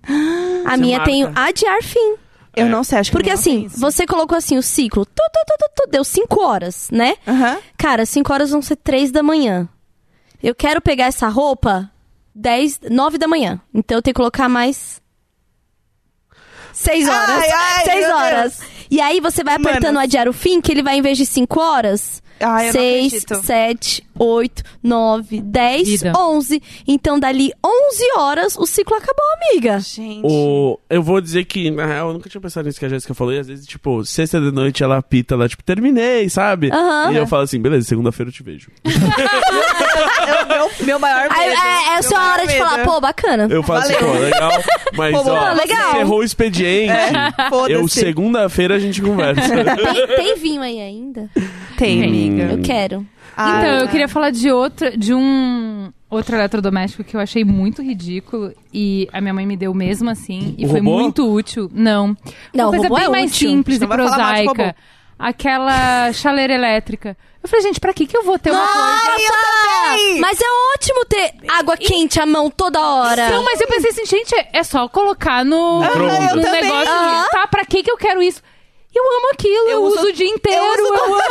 Ah.
A
é
Você
minha tem o
marca.
adiar fim.
Eu
É.
não sei, acho que
Porque
não tem
assim,
isso.
você colocou assim o ciclo. Tu, tu, tu, tu, tu, deu 5 horas, né?
Aham.
Cara, 5 horas vão ser 3 da manhã. Eu quero pegar essa roupa 10, 9 da manhã. Então eu tenho que colocar mais 6 horas.
Ai, ai,
6
meu
horas. E aí você vai
Humanas.
apertando o adiar o fim, que ele vai em vez de 5 horas,
Ai, Ah, eu não
6,
acredito.
7, 8, 9, 10,
Vida.
11. Então dali 11 horas o ciclo acabou, amiga.
Gente.
O, eu vou dizer que, na real, eu nunca tinha pensado nisso que a Jéssica falou. E às vezes, tipo, sexta de noite ela apita, ela, tipo, terminei, sabe?
Aham.
E eu falo assim, beleza, segunda-feira eu te vejo.
É o meu, meu maior medo.
Aí, é, é a
Meu
sua
maior
hora de
medo.
falar, pô, bacana.
Eu falo assim, pô,
Valeu.
legal, mas
Pô,
ó,
pô, Ah, legal. É,
encerrou o expediente.
Foda-se.
Eu, segunda-feira a gente conversa.
Tem, tem vinho aí ainda?
Tem,
Eu quero.
Ah,
Então, eu queria falar de outro, de um outro eletrodoméstico que eu achei muito ridículo e a minha mãe me deu mesmo assim e
O
foi
robô?
muito útil. Não.
Não,
Uma coisa
robô
bem
é
mais
útil.
simples
Você
e
não vai falar mal de
prosaica.
robô.
Aquela chaleira elétrica. Eu falei, gente, pra que que eu vou ter uma coisa?
também!
Mas é ótimo ter água quente à mão toda hora.
Não, mas eu pensei assim, gente, é- é só colocar no,
Aham, eu
no
também.
negócio.
Aham.
Tá, pra que que eu quero isso? Eu amo aquilo, eu,
Eu
uso,
uso-
o dia inteiro, eu,
uso todo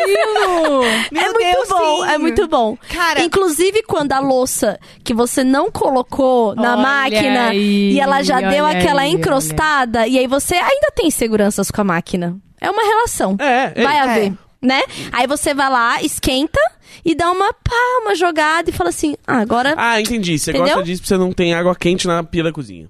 amo aquilo.
Meu
é muito
Deus,
bom,
sim.
é muito bom.
Cara-
Inclusive, quando a louça que você não colocou na
Olha
máquina
aí,
e ela já deu
olha
aquela
aí,
encrostada, e aí você ainda tem seguranças com a máquina. É uma relação.
É, é.
Vai
é.
haver, né? Aí você vai lá, esquenta e dá uma pá, uma jogada e fala assim: ah, agora.
Ah, entendi. Você
Entendeu?
gosta disso porque você não tem água quente na pia da cozinha.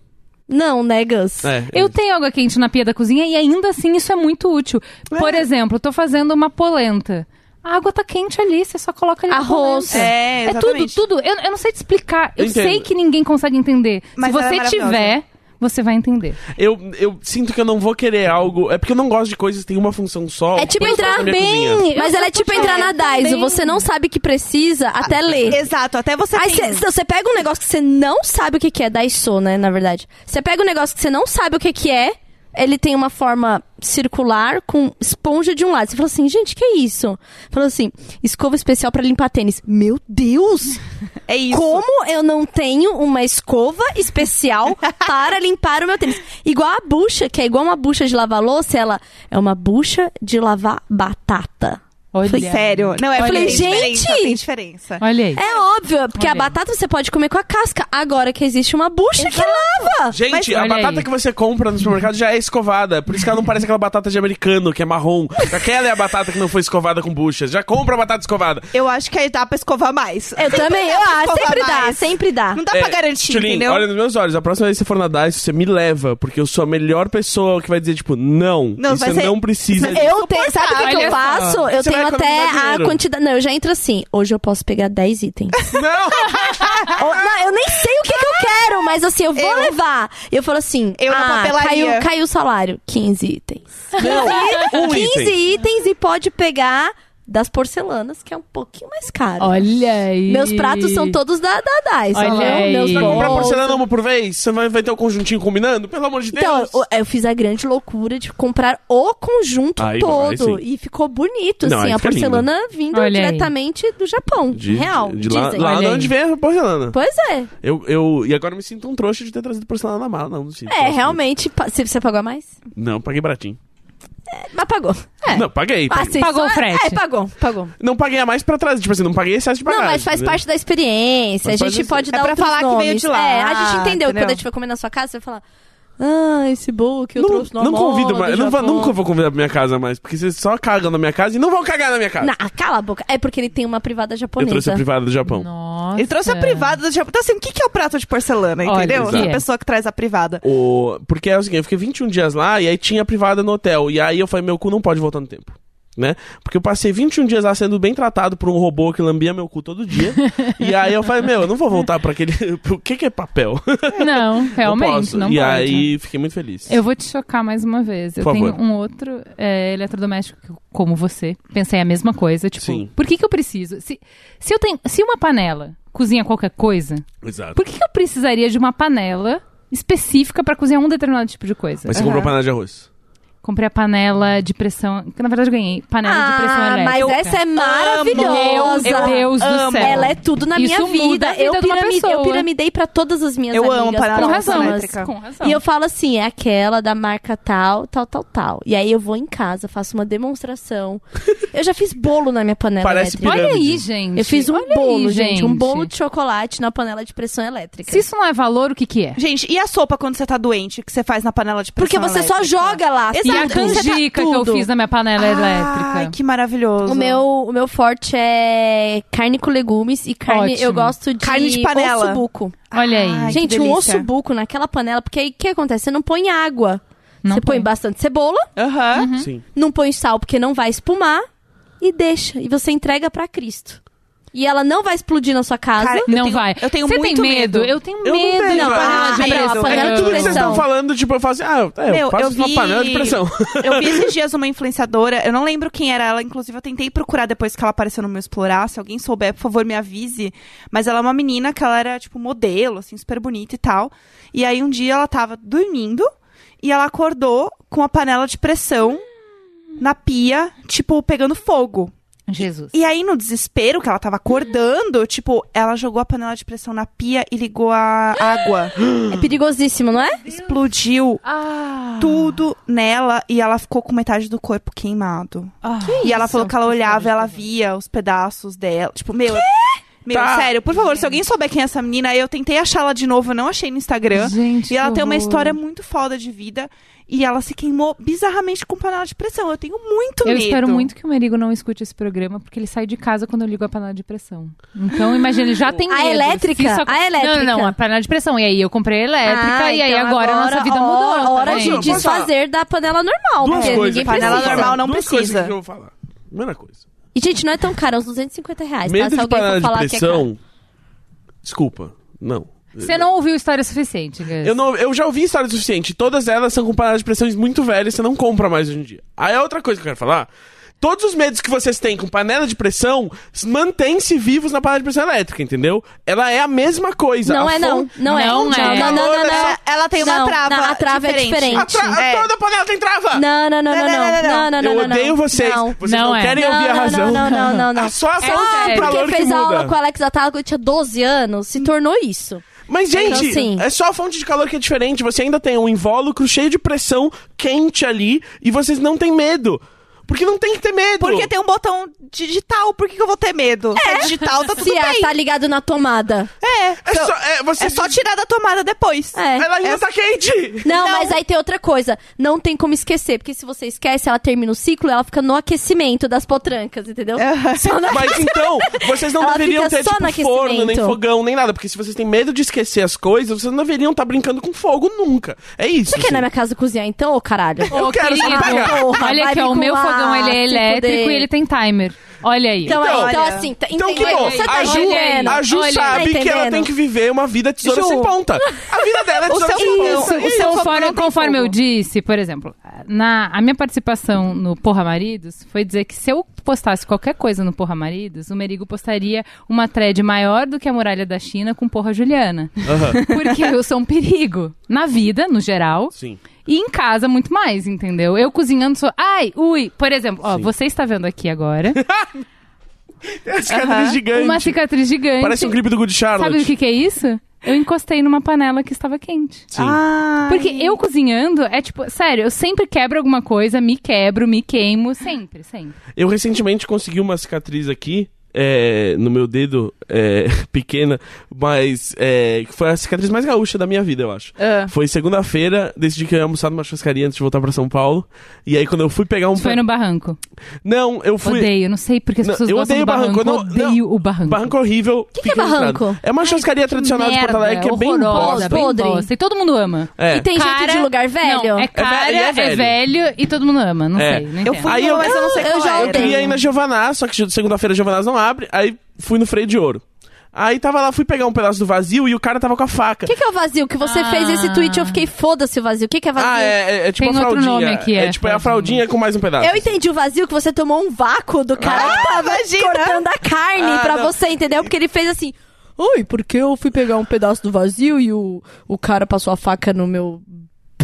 Não, né, Gus?
É.
Eu tenho água quente na pia da cozinha e ainda assim isso é muito útil. Por
É.
exemplo, eu tô fazendo uma polenta. A água tá quente ali, você só coloca ali na
Arroz.
polenta.
É,
É tudo,
exatamente.
tudo. Eu, eu não sei te explicar. Eu
Eu entendo.
sei que ninguém consegue entender.
Mas
Se
ela é
você
maravilhosa.
tiver, você vai entender.
Eu, eu sinto que eu não vou querer algo. É porque eu não gosto de coisas que tem uma função só.
É tipo
Eu gosto
entrar
da minha
bem,
cozinha.
mas
Eu
ela é
tô
tipo entrar na
também. Ah,
DAISO. Você não sabe o que precisa até ler.
Exato, até você
Aí
tem...
você pega um negócio que você não sabe o que, que é, Daiso, né, na verdade. Você pega um negócio que você não sabe o que, que é, ele tem uma forma circular com esponja de um lado. Você fala assim, gente, que é isso? Falou assim, escova especial pra limpar tênis. Meu Deus!
É isso.
Como eu não tenho uma escova especial para limpar o meu tênis? Igual a bucha, que é igual uma bucha de lavar louça, ela é uma bucha de lavar batata.
Olha.
Sério. Não, é
Olha
tem
aí.
diferença,
Gente!
Tem diferença.
Olha aí.
É óbvio, porque
Olha
a
aí.
batata você pode comer com a casca. Agora que existe uma bucha que lava.
Gente,
Mas
a
olha
batata
aí.
que você compra no supermercado já é escovada. Por isso que ela não parece aquela batata de americano, que é marrom. Aquela é a batata que não foi escovada com bucha. Já compra a batata escovada.
Eu acho que aí dá pra escovar mais.
Eu também, eu
Dá pra
acho.
escovar
Sempre dá,
mais.
sempre dá.
Não dá pra garantir,
É, Tchulin,
entendeu?
olha nos meus olhos. A próxima vez que você for na DICE, você me leva. Porque eu sou a melhor pessoa que vai dizer, tipo, não.
Não,
você
vai ser-
não precisa. disso.
Eu tenho, sabe o que, que
Olha
eu
só.
faço? Eu
Você
tenho
vai
até
economizar
a
dinheiro.
quantidade. Não, eu já entro assim. Hoje eu posso pegar 10 itens.
Não!
Ou- não, eu nem sei o que, que eu quero, mas assim, eu vou
Eu-
levar. Eu falo assim:
Eu na
ah,
papelaria.
caiu, caiu o salário. 15 itens.
Não! Um
15
item.
itens e pode pegar das porcelanas, que é um pouquinho mais caro.
Olha aí.
Meus pratos são todos da Dadá,
Olha aí.
Meus
Vai
Vai comprar
bolsas.
porcelana uma por vez? Você vai, vai ter o conjuntinho combinando? Pelo amor de Deus.
Então, eu, eu fiz a grande loucura de comprar o conjunto
Aí,
todo.
aí
e ficou bonito,
Não,
assim.
aí
A
fica
porcelana vindo
Olha aí.
diretamente do Japão.
De-
real,
de lá,
dizem.
lá de
Olha
onde
aí.
vem a porcelana.
Pois é.
Eu, eu, e agora eu me sinto um trouxa de ter trazido porcelana na mala. Não, não sinto.
É, realmente, pa- se você pagou a mais?
Não, paguei baratinho.
Mas pagou. É.
Não, paguei.
Ah,
paguei.
sim,
Pagou
só-
o frete.
É, pagou, pagou.
Não paguei a mais pra trás. Tipo assim, não paguei excesso de bagagem.
não, mas faz
né?
parte da experiência.
Mas
a
faz
gente
isso.
pode
É
dar
pra
outros
falar que veio
nomes.
de lá,
É, a gente entendeu. que
entendeu?
Quando a gente vai comer na sua casa, você vai falar... Ah, esse bolo que eu
Não,
trouxe na
não
moda
convido
do
mais. Não, vou-
Japão."
nunca vou convidar pra minha casa mais. Porque vocês só cagam na minha casa e não vão cagar na minha casa.
Não, cala a boca. É porque ele tem uma privada
eu
japonesa.
trouxe a privada do Japão.
Nossa.
Ele trouxe a
É.
privada do Japão. Então, assim, o que que é o prato de porcelana,
Olha,
entendeu?
exato.
Essa pessoa que traz a privada.
O... Porque é o seguinte, eu fiquei 21 dias lá e aí tinha privada no hotel. E aí eu falei, meu cu não pode voltar no tempo. Né? Porque eu passei 21 dias lá sendo bem tratado por um robô que lambia meu cu todo dia. e aí eu falei, meu, eu não vou voltar pra aquele. O que, que é papel?
Não, realmente,
não posso.
não
e
pode.
aí fiquei muito feliz.
Eu vou te chocar mais uma vez. Eu
Por
tenho
favor.
um outro é, eletrodoméstico que eu- como você. Pensei a mesma coisa. Tipo,
Sim.
por que, que eu preciso? Se, se eu tenho. Se uma panela cozinha qualquer coisa,
Exato.
por que, que eu precisaria de uma panela específica pra cozinhar um determinado tipo de coisa?
Mas você comprou panela de arroz.
Comprei a panela de pressão. Que na verdade eu ganhei. Panela de pressão
Ah,
elétrica.
mas essa é maravilhosa.
Meu Deus do
Amo.
céu.
Ela é tudo na
Isso
minha
muda
vida.
a vida
eu,
de uma
piramide- eu
pessoa.
piramidei pra todas as minhas
Eu amo
amigas.
panela
Com
próximas.
razão.
elétrica.
Com razão.
E eu falo assim, é aquela da marca tal, tal, tal, tal. E aí eu vou em casa, faço uma demonstração. eu já fiz bolo na minha panela
Parece
elétrica.
Olha aí,
pirâmide.
gente.
Eu fiz um
Olha aí,
bolo, gente. Um bolo de chocolate na panela de pressão elétrica.
Se isso não é valor, o que que é?
Gente, e a sopa quando você tá doente, que você faz na panela de
Porque
pressão
você só
elétrica?
joga lá.
E a
assim, você tá
canjica que eu
tudo.
fiz na minha panela elétrica.
Ai, que maravilhoso.
O meu, o meu forte é carne com legumes e carne.
Ótimo.
Eu gosto de.
Carne de panela.
ossobuco.
Olha aí.
Ai,
Gente,
que
um
delícia.
ossobuco naquela panela, porque aí o que acontece? Você não põe água.
Não
você põe.
põe.
bastante cebola,
Aham.
Uhum. Hum?
Sim.
não põe sal porque não vai espumar e deixa. E você entrega pra Cristo. E ela não vai explodir na sua casa.
Cara, eu
não
tenho-
vai.
eu tenho
Você
muito
tem medo?
medo.
Eu tenho
Eu não
medo
tenho, tipo,
de
não.
panela de
Ah, não, a
pressão.
panela
É
de
tudo que vocês
pressão.
estão falando, tipo, eu falo assim, ah, é, eu
Meu,
faço
eu
uma
vi-
panela de pressão.
Eu vi esses dias uma influenciadora, eu não lembro quem era ela, inclusive eu tentei procurar depois que ela apareceu no meu explorar, se alguém souber, por favor, me avise. Mas ela é uma menina que ela era tipo modelo, assim, super bonita e tal. E aí um dia ela tava dormindo e ela acordou com a panela de pressão na pia, tipo pegando fogo.
Jesus.
E aí no desespero que ela tava acordando, tipo, ela jogou a panela de pressão na pia e ligou a água.
É perigosíssimo, não é?
Explodiu
Ah,
tudo nela e ela ficou com metade do corpo queimado.
ah,
e ela falou que ela olhava, ela via os pedaços dela. Tipo, meu. Meu,
Tá.
sério, por favor, se alguém souber quem é essa menina, eu tentei achar ela de novo, eu não achei no Instagram.
Gente,
e ela
que
tem uma
horror.
história muito foda de vida. E ela se queimou bizarramente com um panela de pressão. Eu tenho muito
Eu
medo.
espero muito que o Merigo não escute esse programa, porque ele sai de casa quando eu ligo a panela de pressão. Então, imagina, ele já tem
A
medo.
elétrica?
Se isso ac-
A elétrica?
Não, não, a panela de pressão. E aí eu comprei a elétrica,
Ah,
e aí
então
agora, a nossa vida
hora-
mudou. tá
Hora de
Não,
também.
posso falar?
desfazer da panela normal.
Duas
porque
coisas.
ninguém
que eu
panela
vou
precisa.
falar.
normal não
Duas
precisa.
Coisas que eu vou falar. Primeira coisa.
E, gente, não é tão caro, é uns 250 reais. tá?
Medo
Se
de
alguém
panela
for
de
falar que é caro.
pressão. Desculpa, não.
Você não ouviu história suficiente, Gus.
Eu, não, eu já ouvi história o suficiente. Todas elas são com panelas de pressões muito velhas, você não compra mais hoje em dia. Aí é outra coisa que eu quero falar. Todos os medos que vocês têm com panela de pressão s- mantêm-se vivos na panela de pressão elétrica, entendeu? Ela é a mesma coisa.
Não
A
é,
fon-
não. Não é.
Não é.
Não, não, não, não.
Ela, ela tem uma
Não,
trava.
não, a trava é
A tra- a-
É.
Toda panela tem trava!
Não, não, não, não, não, não, não, não,
eu
não,
odeio
não.
vocês.
Não.
Vocês
Não
não,
é.
querem
não,
ouvir
não,
a razão.
Não, não, não, não.
Ah, só a
Só
falta de
sério.
calor
porque
que
fez
muda.
aula com o Alex Atala quando tinha 12 anos, se tornou isso.
Mas, gente,
Então, assim-
é só a fonte de calor que é diferente. Você ainda tem um invólucro cheio de pressão quente ali e vocês não têm medo. Porque não tem que ter medo.
Porque tem um botão digital, por que, que eu vou ter medo? Se é digital, tá tudo
Se a
bem.
tá ligado na tomada.
É,
É
Então,
só, é, você
é só tirar da tomada depois.
É.
Ela ainda
É-
tá quente.
Não,
Não.
mas aí tem outra coisa. Não tem como esquecer, porque se você esquece, ela termina o ciclo, ela fica no aquecimento das potrancas, entendeu?
É.
Só na-
Mas então, vocês não
Ela
deveriam
fica
ter
só no
tipo,
aquecimento.
forno, nem fogão, nem nada. Porque se vocês têm medo de esquecer as coisas, vocês não deveriam estar brincando com fogo nunca. É isso.
Você quer ir
assim.
na minha casa cozinhar então, ô caralho?
Eu
Ô,
quero
querido,
apagar.
Porra,
Olha
vai
aqui,
me
ó, o meu
colar,
fogão ele
se
é elétrico
fuder.
e ele tem timer. Olha aí.
Então,
Então,
então, então
olha.
assim, tá-
Então que
entendeu?
bom,
Você tá
a Ju,
entendendo?
a Ju
Olha aí.
sabe
Tá
que ela
entendendo?
tem que viver uma vida tesoura
Ju.
sem ponta. A vida dela é
O
tesoura
seu
sem
fogão-
Então,
ponta.
o seu
Conforme,
fogão não tem
conforme eu
fogo.
disse, por exemplo, na, a minha participação no Porra Maridos foi dizer que se eu postasse qualquer coisa no Porra Maridos, o Merigo postaria uma thread maior do que a muralha da China com Porra Juliana.
Aham,
Porque eu sou um perigo. Na vida, no geral,
sim.
e em casa, muito mais, entendeu? Eu cozinhando sou. Ai, ui! Por exemplo, ó,
Sim.
você está vendo aqui agora
As cicatriz gigante.
uma cicatriz gigante.
Parece um clipe do Good Charlotte.
Sabe o que, que é isso? Eu encostei numa panela que estava quente.
Sim.
Ah.
Porque eu cozinhando é tipo, sério, eu sempre quebro alguma coisa, me quebro, me queimo, sempre, sempre.
Eu recentemente consegui uma cicatriz aqui. é, no meu dedo é, pequena, mas é, que foi a cicatriz mais gaúcha da minha vida, eu acho.
Ah.
Foi segunda-feira, decidi que eu ia almoçar numa churrascaria antes de voltar pra São Paulo. E aí, quando eu fui pegar um.
Foi no barranco.
Não, eu fui.
Odeio, não sei porque as
Não,
pessoas
eu
gostam
odeio
do barranco.
barranco,
Eu
não,
odeio
não.
o barranco.
Barranco horrível.
que é
fica registrado.
barranco?
É uma churrascaria tradicional de Porto Alegre, que é bem
horrorosa,
bosta.
bosta.
bem
Podre.
bosta. E todo mundo ama.
É.
E tem gente de lugar velho?
Não, é cara,
velho e é
é velho.
velho.
e todo mundo ama. Não
É.
sei, não
Eu
entendo.
fui
Aí
numa,
eu-
mas eu não sei
eu
qual
já
era.
Eu queria ir
Entendo.
na Giovanás, só que segunda-feira a Giovanás não abre. Aí fui no freio de ouro. Aí tava lá, fui pegar um pedaço do vazio e o cara tava com a faca.
O que, que é o vazio? Que você
Ah.
fez esse tweet eu fiquei foda-se o vazio. O que, que é vazio?
Ah, é, é- é tipo
Tem
a
outro
fraldinha.
nome aqui,
é,
é,
tipo, é a
fraldinha.
fraldinha com mais um pedaço.
Eu entendi o vazio que você tomou um vácuo do cara que tava
imagina.
cortando a carne
Ah,
pra
não.
você, entendeu? Porque ele fez assim. Oi, porque eu fui pegar um pedaço do vazio e o, o cara passou a faca no meu,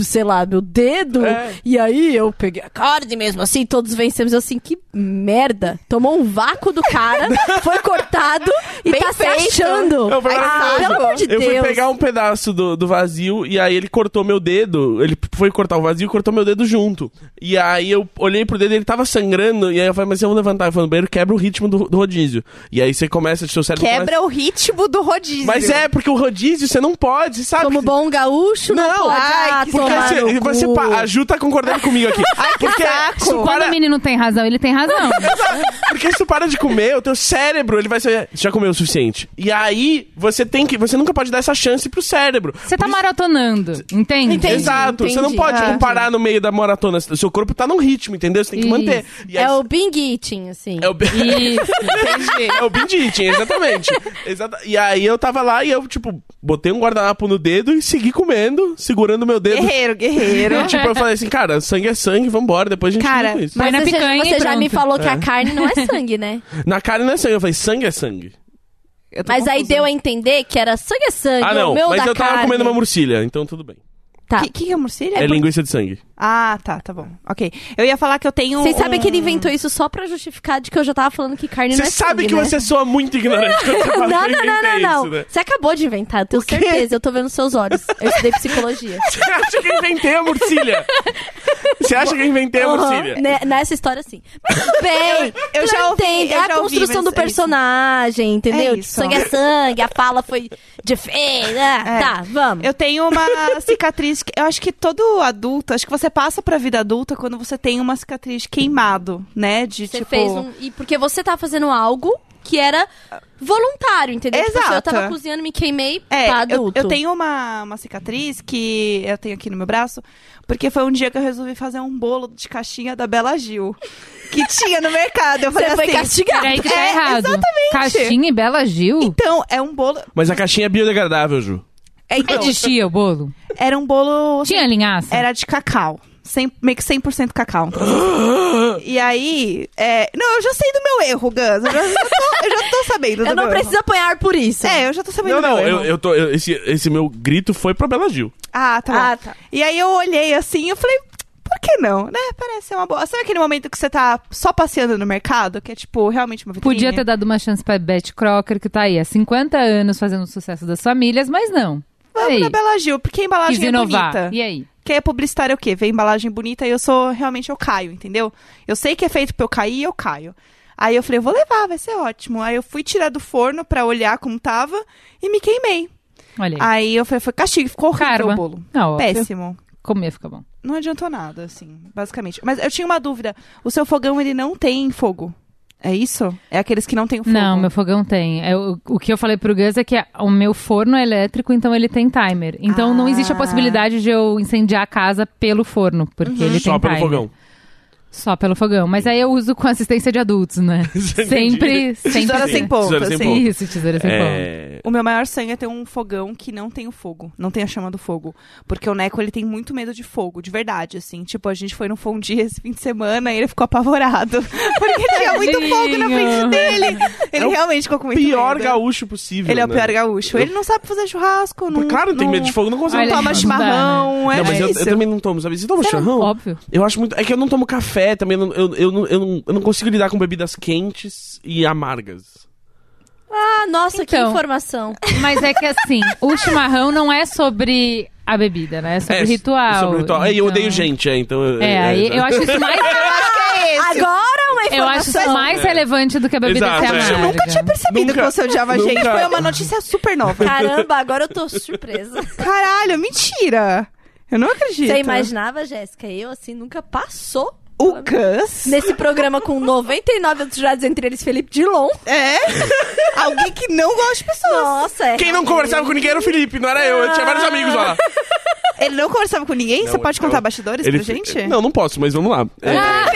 sei lá, meu dedo.
É.
E aí eu peguei a carne mesmo assim, todos vencemos. Eu assim, que merda. Tomou um vácuo do cara, foi cortado e
Bem
tá
feito.
se achando.
Eu, fui lá na
Ah,
casa,
pelo amor de
eu fui
Deus.
pegar um pedaço do, do vazio e aí ele cortou meu dedo. Ele foi cortar o vazio e cortou meu dedo junto. E aí eu olhei pro dedo e ele tava sangrando. E aí eu falei, mas se eu vou levantar e for no banheiro, quebra o ritmo do, do rodízio. E aí você começa, seu cérebro
Quebra o ritmo do rodízio.
começa- Mas é, porque o rodízio você não pode, sabe?
Como bom gaúcho, não,
Não,
pode.
ai,
ah,
que
Porque
tomar
você,
no
assim, você
cu.
pa- a Ju tá concordando comigo aqui. porque, se
Quando
tu
o
para,
menino tem razão, ele tem razão.
porque se tu para de comer, o teu cérebro, ele vai ser. Já comeu o suficiente. E aí, você tem que. Você nunca pode dar essa chance pro cérebro.
Você tá
Por isso-
maratonando, entende?
Entendi.
Exato. Você não
entendi.
pode tipo,
Ah.
parar no meio da maratona. O seu corpo tá num ritmo, entendeu? Você tem que
Isso.
manter. E aí-
É o Bing Eating, assim.
É o...
E
É o Bindit, exatamente. Exata- E aí eu tava lá e eu, tipo, botei um guardanapo no dedo e segui comendo, segurando meu dedo.
Guerreiro, guerreiro.
Tipo, eu falei assim, cara, sangue é sangue, vambora, depois a gente
Cara,
lida com isso.
Põe na
você, já-
picanha e
você já
pronto.
me falou que a carne não é sangue, né?
Na cara não é sangue, eu falei, sangue é sangue.
Eu tô
Mas aí
confusa.
deu a entender que era sangue é sangue,
Ah,
o
não,
meu
mas
da
eu tava
carne.
comendo uma murcilha, então tudo bem.
Tá.
Que, que é morcilha?
É, linguiça de sangue.
Ah, tá, tá bom. Ok. Eu ia falar que eu tenho.
Vocês sabem
um-
que ele inventou isso só pra justificar de que eu já tava falando que carne
Você
não é
sabe
sangue,
que
né?
você soa muito ignorante quando você
Não,
fala
não,
que eu
não,
inventei
não, não.
isso, né?
Você acabou de inventar, eu tenho
quê?
certeza. Eu tô vendo nos seus olhos. Eu estudei psicologia.
Você acha que eu inventei a murcilha? Você acha que eu inventei a
Aham,
murcilha?
né- Nessa história, sim. Mas tudo bem.
Eu- eu
tu
já
não
ouvi,
entende.
eu
é a
já ouvi,
construção
mas
do
é isso.
personagem, entendeu?
É isso.
Sangue é sangue, a fala foi de feira.
É.
Tá, vamos.
Eu tenho uma cicatriz. que- Eu acho que todo adulto, acho que você passa pra vida adulta quando você tem uma cicatriz queimado, né? De
Você
tipo.
fez um. E porque você tá fazendo algo que era voluntário, entendeu? Tipo assim, eu
Exato.
tava cozinhando, me queimei
É,
tá
eu,
adulto.
eu tenho uma, uma cicatriz que eu tenho aqui no meu braço, porque foi um dia que eu resolvi fazer um bolo de caixinha da Bela Gil, que tinha no mercado. Eu falei
Você foi
assim,
castigado.
peraí que tá
É,
errado.
exatamente.
Caixinha e Bela Gil?
Então, é um bolo.
Mas a caixinha é biodegradável, Ju.
é,
É
então,
de chia o bolo?
era um bolo.
Tinha linhaça?
Era de cacau. Cem- meio que 100% cacau. e aí. é, não, eu já sei do meu erro, Gans. Eu já, eu já tô, eu já tô sabendo do
Eu não
meu
preciso
erro.
apanhar por isso.
É, eu já tô sabendo
Não,
do
não,
meu
eu,
erro.
eu tô. eu- esse, esse meu grito foi pra Bela Gil.
Ah, tá bom.
Ah, tá.
E aí eu olhei assim eu falei, por que não? Né? Parece ser uma boa. Sabe aquele momento que você tá só passeando no mercado? Que é tipo, realmente uma vitrine?
Podia ter dado uma chance pra Beth Crocker, que tá aí há 50 anos fazendo sucesso das famílias, mas não.
Vamos
Aí,
na Bela Gil, porque a
quis
embalagem é
inovar.
bonita.
E aí?
Que é publicitário é o quê? Vem embalagem bonita e eu sou realmente eu caio, entendeu? Eu sei que é feito pra eu cair e eu caio. Aí eu falei, eu vou levar, vai ser ótimo. Aí eu fui tirar do forno pra olhar como tava e me queimei.
Olha aí.
Aí Ah, eu falei, foi castigo, ficou horrível
Karma.
o bolo.
Ah, óbvio.
Péssimo.
Comer fica bom.
Não adiantou nada, assim, basicamente. Mas eu tinha uma dúvida. O seu fogão, ele não tem fogo? É isso? É aqueles que não tem fogo?
Não, meu fogão tem. É, o, o que eu falei pro Gus é que a- o meu forno é elétrico, então ele tem timer. Então não existe a
Ah. Uhum.
possibilidade de eu incendiar a casa pelo forno, porque ele
Só
tem
pelo
timer.
fogão.
Só pelo fogão. Mas aí eu uso com assistência de adultos, né? sempre, sempre.
Tesoura sem ponta,
Tesoura sem
assim.
ponta.
Isso, tesoura sem ponta.
É...
O meu maior sonho é ter um fogão que não tem o fogo, não tem a chama do fogo. Porque o Neco, ele tem muito medo de fogo, de verdade, assim. Tipo, a gente foi num fondue esse fim de semana e ele ficou apavorado. Porque tinha muito fogo na frente
Tadinho.
dele. Ele
É o
realmente ficou com muito
Pior
medo.
gaúcho possível.
Ele é o
né?
pior gaúcho. Ele não sabe fazer churrasco, não...
Claro, tem medo de fogo, não
Não
consegue.
Olha,
toma
não dá, né?
chimarrão, é
não, mas eu, eu
difícil.
também não tomo, sabe? Você toma
Será?
chimarrão?
Óbvio.
Eu acho muito. É que eu não tomo café também. Eu, não- eu, eu, não- eu, não, eu não consigo lidar com bebidas quentes e amargas.
Ah, nossa, que
Então.
informação.
Mas é que assim, o chimarrão não é sobre a bebida, né? É sobre o ritual.
Sobre ritual. É, e eu
Então-
odeio gente, é, então.
É, aí eu acho isso mais,
é
Agora uma
eu acho isso
informação.
mais relevante do que a bebida
É. Exato, é.
ser amarga.
Eu
Nunca tinha percebido
Nunca-
que você odiava
nunca-
gente. Foi uma notícia super nova.
Caramba, agora eu tô surpresa.
Caralho, mentira. Eu não acredito.
Você imaginava, Jéssica? Eu, assim, nunca passou
O Gus?
nesse programa com 99 outros jurados, entre eles Felipe Dilon.
É? Alguém que não gosta de pessoas.
Nossa, é.
Quem não conversava com ninguém era o Felipe, não era eu. Eu tinha vários amigos lá.
Ele não conversava com ninguém? Você
Não,
pode
então,
contar bastidores
Ele-
é
pra gente?
Não, não posso, mas vamos lá. É,
Ah!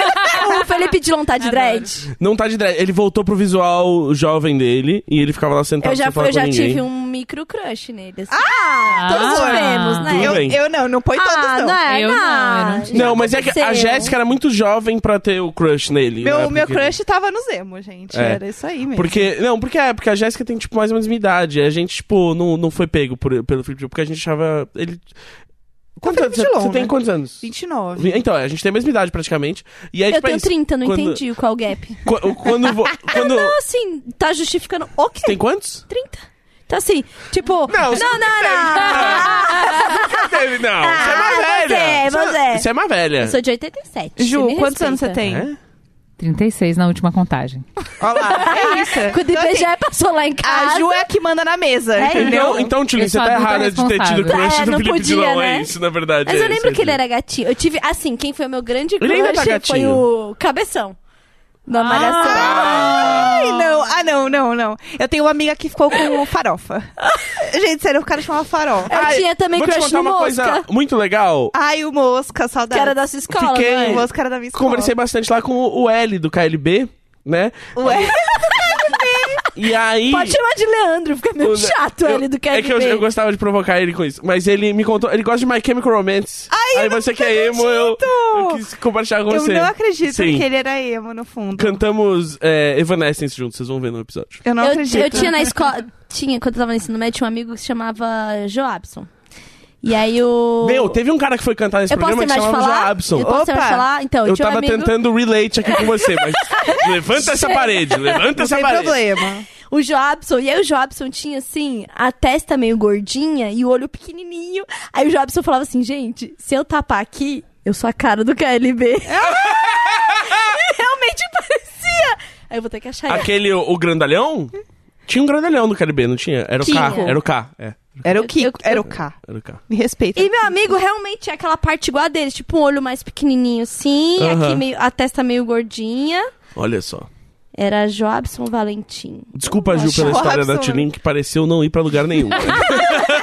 O Felipe Dilon tá de dread.
Não tá de dread. Ele voltou pro visual jovem dele e ele ficava lá sentado
Eu já,
sem
fui-
falar
eu já
com ninguém.
tive um micro crush nele. assim. Ah, todos
ah,
tivemos, né?
tudo
Eu,
bem.
eu não, não põe todos,
ah,
não.
é,
Eu não, eu não tive.
então. Não, mas é que a
aconteceu.
Jéssica era muito jovem pra ter o crush nele. né?
Meu, meu
Porque-
crush tava no Zemo, gente.
É.
Era isso aí mesmo.
Porque, não, porque é, porque a Jéssica tem, tipo, mais ou menos minha idade. A gente, tipo, não, não foi pego por- pelo Felipe, porque a gente achava. Ele.
Tá
Quantos anos?
Felipe Dilon,
Você tem
né?
quantos anos?
29.
Vi- Então, é, a gente tem a mesma idade praticamente. E aí,
Eu
tipo, é
tenho
isso.
30, não
Quando-
entendi qual o gap.
Qu- Quando. vo- quando...
Então, assim, tá justificando o quê?
Tem quantos?
30. Então, assim, tipo...
Não,
não,
você
não, não.
Teve, não. Você é
Ah,
mais
você
velha.
é, você é.
Você é mais
Eu
velha.
sou de 87.
Ju,
me
quantos
respeita.
anos você tem?
É?
36 na última contagem.
Olha lá, é isso.
Quando o
Então, assim,
IBGE passou lá em casa...
a Ju é a que manda na mesa,
É,
entendeu?
Então, então Tilly,
Eu
você
sou
tá
adulta
errada de ter tido
responsável.
crush
É,
do
não
Felipe
podia,
Dilon. É
né?
isso, na verdade.
Mas
é
eu
isso,
lembro
é
que ele
isso.
era gatinho. Eu tive, assim, quem foi meu grande
Ele ainda tá
crush foi
gatinho.
o Cabeção. Da
Ah!
Malhação.
Ai, não. Ah, não, não, não. Eu tenho uma amiga que ficou com farofa. gente, sério, o cara chamava farofa.
Eu tinha também
Vou te
crush
contar
no
uma coisa
Mosca,
muito legal.
Ai, o Mosca,
que
saudade.
era da sua escola,
Fiquei-
não é?
O Mosca era da minha escola.
Conversei bastante lá com o L do KLB, né?
Ué,
E aí.
Pode chamar de Leandro, fica meio
o-
chato
eu-
ele do
É que eu, eu gostava de provocar ele com isso. Mas ele me contou. Ele gosta de My Chemical Romance.
Ai,
aí
eu não
você que é emo, eu, eu quis compartilhar com
eu
você.
não acredito
Sim.
que ele era emo, no fundo.
Cantamos é, Evanescence juntos, vocês vão ver no episódio.
Eu não
Eu,
acredito.
eu tinha na escola. Tinha, quando eu tava no ensino médio, tinha um amigo que se chamava Joabson. E aí o.
Meu, teve um cara que foi cantar nesse
eu posso ter
programa que
mais de
chamava
falar?
Jabson.
Eu posso ter mais de
Opa!
falar? Então,
Eu
tinha um
tava
amigo,
tentando relate aqui com você, mas levanta essa parede, levanta
Não
essa
tem
parede.
problema.
o Joabson. E aí o Joabson tinha, assim, a testa meio gordinha e o olho pequenininho. Aí o Joabson falava assim, gente, se eu tapar aqui, eu sou a cara do KLB. Realmente parecia. Aí eu vou ter que achar ele.
Aquele, o, o grandalhão? Tinha um grandalhão no Caribe, não tinha? Era o
Tinha.
K, era o K, é,
Era
Eu-
o Kiko,
eu-
era o K.
era o K.
Me respeita.
E meu amigo realmente tinha aquela parte igual a dele, tipo um olho mais pequenininho assim,
Aham.
aqui meio, a testa meio gordinha.
Olha só.
Era Joabson Valentim.
Desculpa, Ju, pela
Nossa,
história da
absurdo.
Tilin, que pareceu não ir pra lugar nenhum.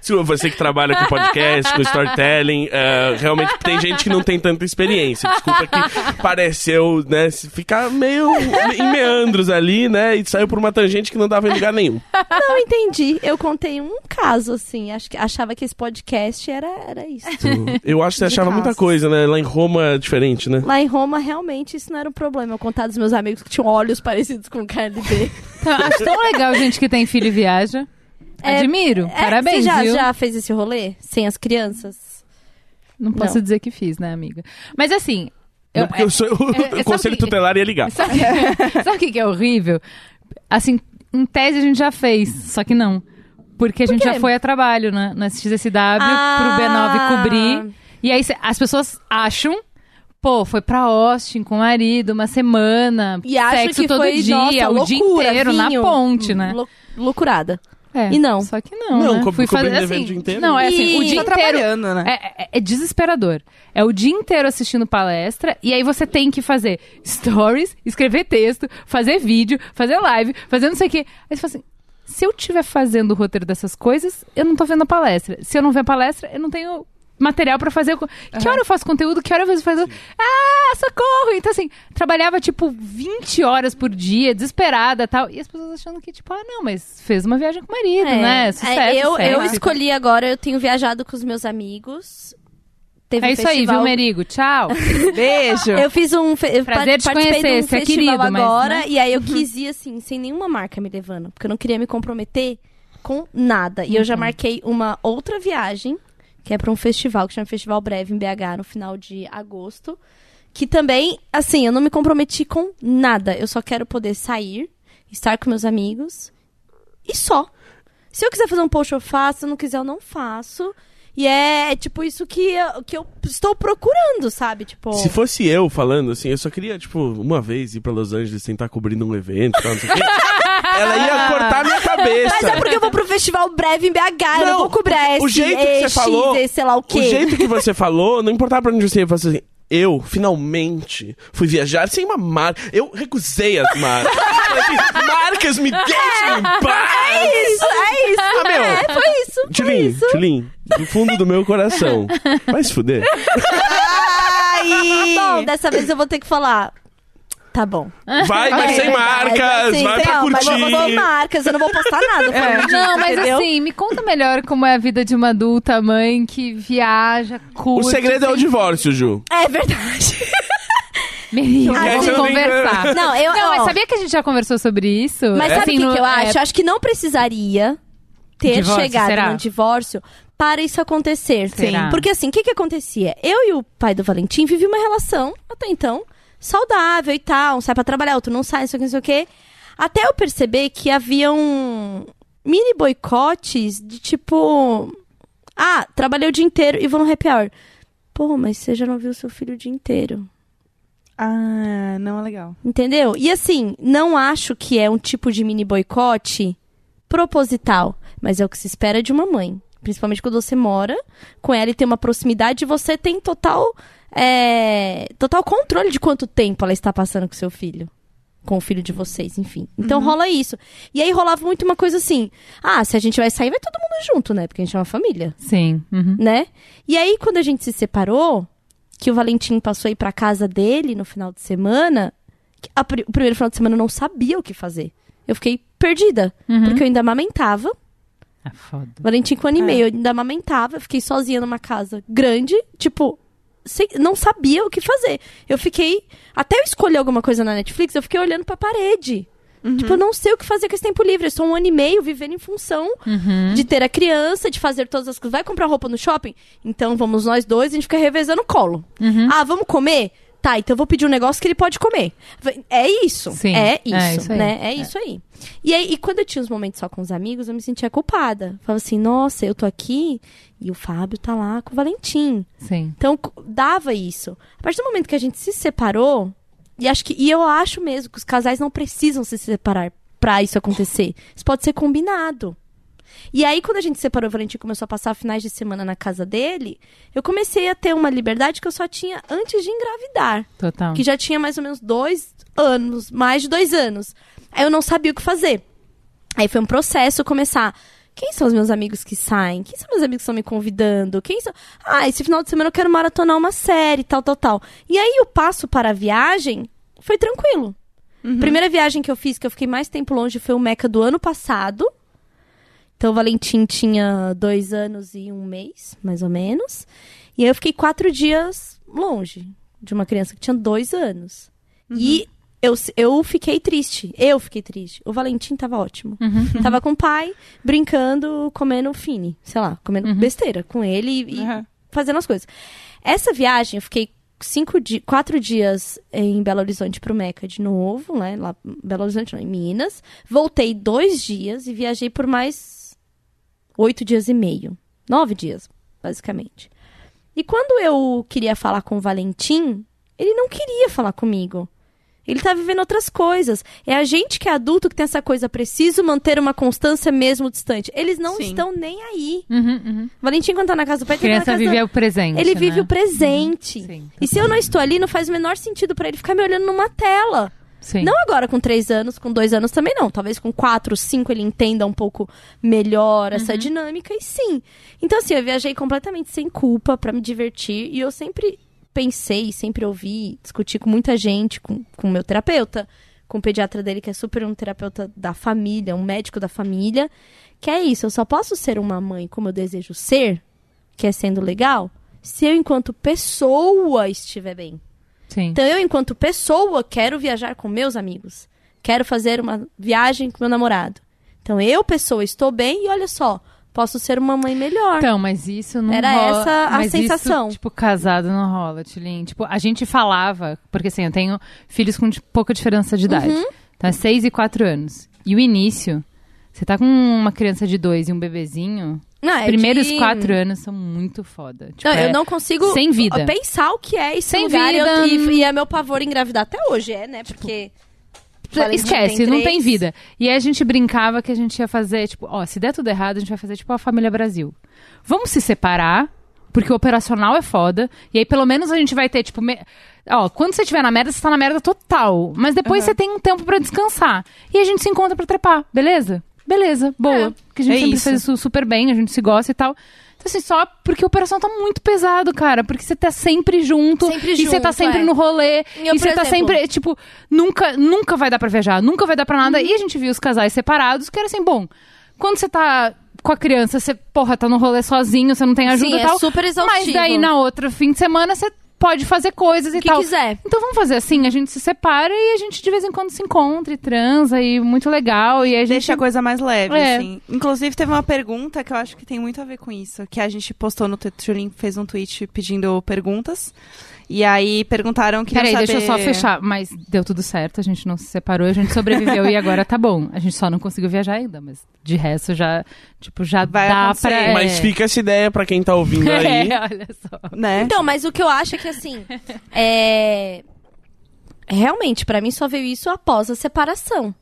Desculpa, você que trabalha com podcast, com storytelling, é, realmente tem gente que não tem tanta experiência. Desculpa que pareceu, né, se ficar meio em meandros ali, né, e saiu por uma tangente que não dava em lugar nenhum.
Não entendi. Eu contei um caso, assim. Acho que, achava que esse podcast era, era isso.
Eu acho que você
De
achava muita
calças.
coisa, né, lá em Roma é diferente, né?
Lá em Roma, realmente, isso não era um problema. Eu contava dos meus amigos que tinham olhos parecidos com o KLB.
Então, acho tão legal gente que tem filho e viaja.
Tá. É,
Admiro.
É,
Parabéns,
Você já,
viu?
já fez esse rolê? Sem as crianças?
Não posso
Não.
dizer que fiz, né, amiga? Mas assim.
não porque eu sou
é,
o
sabe
conselho
que-
tutelar ia ligar.
Sabe, sabe o que, que é horrível? Assim, em tese a gente já fez, só que não. Porque a gente
quê?
já foi a trabalho na, na SXSW
Ah.
pro B9 cobrir. E aí cê- as pessoas acham, pô, foi pra Austin com o marido, uma semana,
E acho
sexo
que
todo
foi,
dia,
nossa,
o
loucura,
dia inteiro,
vinho.
na ponte, né?
Hum, Lou- loucurada.
É,
E não.
Só que não,
Não,
né?
co-
Fui
cobrindo
fazer
evento
assim,
o dia inteiro.
Não, é assim,
E-
o dia
Tá
inteiro
trabalhando, né?
é, é- é desesperador. É o dia inteiro assistindo palestra e aí você tem que fazer stories, escrever texto, fazer vídeo, fazer live, fazer não sei o quê. Aí você fala assim, se eu estiver fazendo o roteiro dessas coisas, eu não tô vendo a palestra. Se eu não ver a palestra, eu não tenho material pra fazer. co- Que hora eu faço conteúdo? Que hora eu faço conteúdo? Ah, socorro! Então, assim, trabalhava, tipo, 20 horas por dia, desesperada e tal. E as pessoas achando que, tipo, ah, não, mas fez uma viagem com o marido,
É.
né? Sucesso,
É, eu,
sucesso.
eu escolhi agora, eu tenho viajado com os meus amigos. Teve
É
um
isso aí,
festival-
viu, Merigo? Tchau.
Beijo.
Eu fiz um. Fe... eu
Prazer te
participei
conhecer,
de um
você é
festival
querido, mas,
agora.
né?
E aí eu quis ir assim, sem nenhuma marca me levando. Porque eu não queria me comprometer com nada. E eu
Uhum.
já marquei uma outra viagem, que é pra um festival, que chama Festival Breve em BH, no final de agosto. Que também, assim, eu não me comprometi com nada. Eu só quero poder sair, estar com meus amigos. E só. Se eu quiser fazer um post, eu faço. Se eu não quiser, eu não faço. E é, tipo, isso que eu, que eu estou procurando, sabe? Tipo.
Se fosse eu falando assim, eu só queria, tipo, uma vez ir pra Los Angeles tentar cobrindo um evento, tal, não sei o quê. Ela ia cortar a minha cabeça.
Mas é porque eu vou pro festival breve em BH, eu não
Não,
vou cobrar esse,
o jeito que você
esse,
falou-
esse, sei lá o quê.
O jeito que você falou, não importava pra onde você ia, você assim, eu, finalmente, fui viajar sem uma marca. Eu recusei as marcas. Falei assim, marcas me deixem em paz!
É Isso, é isso.
Ah, meu.
É, foi isso, foi
Tilin,
isso.
Tilin, do fundo do meu coração. Vai se fuder.
Ai!
Tá Bom, dessa vez eu vou ter que falar. Tá bom.
Vai, mas
É
sem
verdade,
marcas,
assim,
vai pra
não, Mas eu
curtir. É.
vou pôr marcas, eu não vou postar nada. falando disso,
Não, mas
É, entendeu?
assim, me conta melhor como é a vida de uma adulta mãe que viaja,
O
curte.
segredo é o divórcio, Ju.
É verdade.
Merigo,
Ah,
vamos
eu não-
conversar.
Não, eu.
Não, mas
ó,
sabia que a gente já conversou sobre isso?
Mas
É.
sabe o
Assim,
que,
no-
que eu
é,
acho? Eu acho que não precisaria ter
Divórcio,
chegado
será?
num divórcio para isso acontecer.
Será?
Porque assim, o que, que acontecia? Eu e o pai do Valentim vivi uma relação, até então, saudável e tal. Um sai pra trabalhar, outro não sai, não sei o que, não sei o que. Até eu perceber que haviam mini boicotes de tipo... Ah, trabalhei o dia inteiro e vou no happy hour. Pô, mas você já não viu seu filho o dia inteiro.
Ah, não é legal.
Entendeu? E assim, não acho que é um tipo de mini boicote proposital, mas é o que se espera de uma mãe. Principalmente quando você mora com ela e tem uma proximidade, você tem total, é, total controle de quanto tempo ela está passando com seu filho. Com o filho de vocês, enfim. Então rola isso. E aí rolava muito uma coisa assim: ah, se a gente vai sair, vai todo mundo junto, né? Porque a gente é uma família
Sim. uhum.
né? E aí, quando a gente se separou, que o Valentim passou a ir pra casa dele no final de semana, que a pri- o primeiro final de semana eu não sabia o que fazer. Eu fiquei perdida, porque eu ainda amamentava.
Ah, foda.
Valentim com um ano e meio, eu ainda amamentava, eu fiquei sozinha numa casa grande, tipo, sem- não sabia o que fazer. Eu fiquei, até eu escolher alguma coisa na Netflix, eu fiquei olhando pra parede. Tipo, eu não sei o que fazer com esse tempo livre. Eu estou um ano e meio vivendo em função
Uhum.
de ter a criança, de fazer todas as coisas. Vai comprar roupa no shopping? Então vamos nós dois, a gente fica revezando o colo.
Uhum.
Ah, vamos comer? Tá, então eu vou pedir um negócio que ele pode comer. Vai- É isso.
Sim,
é
é
isso,
isso aí.
né? É isso aí. E aí, e quando eu tinha os momentos só com os amigos, eu me sentia culpada. Falava assim, nossa, eu tô aqui e o Fábio tá lá com o Valentim.
Sim.
Então, c- dava isso. A partir do momento que a gente se separou, e, acho que, e eu acho mesmo que os casais não precisam se separar pra isso acontecer. Isso pode ser combinado. E aí, quando a gente se separou, o Valentim começou a passar finais de semana na casa dele, eu comecei a ter uma liberdade que eu só tinha antes de engravidar
Total.
que já tinha mais ou menos dois anos, mais de dois anos. Aí eu não sabia o que fazer. Aí foi um processo começar. Quem são os meus amigos que saem? Quem são meus amigos que estão me convidando? Quem são... Ah, esse final de semana eu quero maratonar uma série, tal, tal, tal. E aí o passo para a viagem foi tranquilo. Primeira viagem que eu fiz, que eu fiquei mais tempo longe, foi o Meca do ano passado. Então o Valentim tinha dois anos e um mês, mais ou menos. E aí eu fiquei quatro dias longe de uma criança que tinha dois anos. E eu, eu fiquei triste. Eu fiquei triste. O Valentim tava ótimo. Tava com o pai, brincando, comendo fine, sei lá, comendo besteira com ele e, e
Uhum.
fazendo as coisas. Essa viagem, eu fiquei cinco di quatro dias em Belo Horizonte pro Meca de novo, né? Lá, Belo Horizonte, não, em Minas. Voltei dois dias e viajei por mais oito dias e meio. Nove dias, basicamente. E quando eu queria falar com o Valentim, ele não queria falar comigo. Ele tá vivendo outras coisas. É a gente que é adulto que tem essa coisa, preciso manter uma constância mesmo distante. Eles não
Sim.
estão nem aí.
Uhum, uhum.
Valentim, quando tá na casa do pai,
A
tá na
criança
casa
vive
do...
o presente.
Ele
né?
vive o presente.
Sim.
E se eu não estou ali, não faz o menor sentido pra ele ficar me olhando numa tela.
Sim.
Não agora com três anos, com dois anos também não. Talvez com quatro, cinco ele entenda um pouco melhor essa dinâmica e sim. Então assim, eu viajei completamente sem culpa pra me divertir e eu sempre pensei, sempre ouvi, discuti com muita gente, com com o meu terapeuta, com o pediatra dele que é super um terapeuta da família, um médico da família, que é isso, eu só posso ser uma mãe como eu desejo ser, que é sendo legal, se eu enquanto pessoa estiver bem.
Sim.
Então eu, enquanto pessoa, quero viajar com meus amigos. Quero fazer uma viagem com meu namorado. Então eu, pessoa, estou bem e olha só, posso ser uma mãe melhor.
Então, mas isso não
Era
rola.
essa a
mas isso,
sensação.
tipo, casado não rola, Tilin. Tipo, a gente falava, porque assim, eu tenho filhos com de- pouca diferença de idade.
Uhum.
Tá? Seis e quatro anos. E o início, você tá com uma criança de dois e um bebezinho,
Não,
os
é
primeiros
de-
quatro anos são muito foda. Tipo,
Não,
é
eu não consigo
sem vida.
pensar o que é esse
Sem
lugar e eu-
vida. Tipo,
E, e é meu pavor engravidar até hoje, é, né? Porque. Valentim
Esquece, não tem
três.
vida. E aí a gente brincava que a gente ia fazer, tipo, ó, se der tudo errado, a gente vai fazer tipo a família Brasil. Vamos se separar, porque o operacional é foda. E aí pelo menos a gente vai ter, tipo, me- ó, quando você tiver na merda, você tá na merda total. Mas depois você tem um tempo pra descansar. E a gente se encontra pra trepar, beleza? Beleza, boa. Porque a gente
é
sempre
isso.
fez isso super bem, a gente se gosta e tal. Então, assim, só porque o operação tá muito pesado, cara. Porque você tá sempre junto.
Sempre
e você tá
junto,
sempre
é.
no rolê.
E eu,
e você
por
tá
exemplo-
sempre é, tipo, nunca, nunca vai dar pra viajar, nunca vai dar pra
Uhum.
nada. E a gente viu os casais separados, que era assim, bom, quando você tá com a criança, você, porra, tá no rolê sozinho, você não tem ajuda
Sim,
e
é
tal.
super exaustivo.
mas daí na outra fim de semana você pode fazer coisas e
O que
tal.
quiser.
Então vamos fazer assim, a gente se separa e a gente de vez em quando se encontra e transa e muito legal e a gente
Deixa a coisa mais leve,
É.
assim. Inclusive, teve uma pergunta que eu acho que tem muito a ver com isso. Que a gente postou no Twitter, Tulin fez um tweet pedindo perguntas. E aí perguntaram que
Peraí,
saber...
deixa eu só fechar. Mas deu tudo certo, a gente não se separou, a gente sobreviveu e agora tá bom. A gente só não conseguiu viajar ainda, mas de resto já, tipo, já
Vai
dá
acontecer.
pra.
Mas
é.
fica essa ideia pra quem tá ouvindo aí.
É, olha só.
Né?
Então, mas o que eu acho é que assim, é. Realmente, pra mim só veio isso após a separação.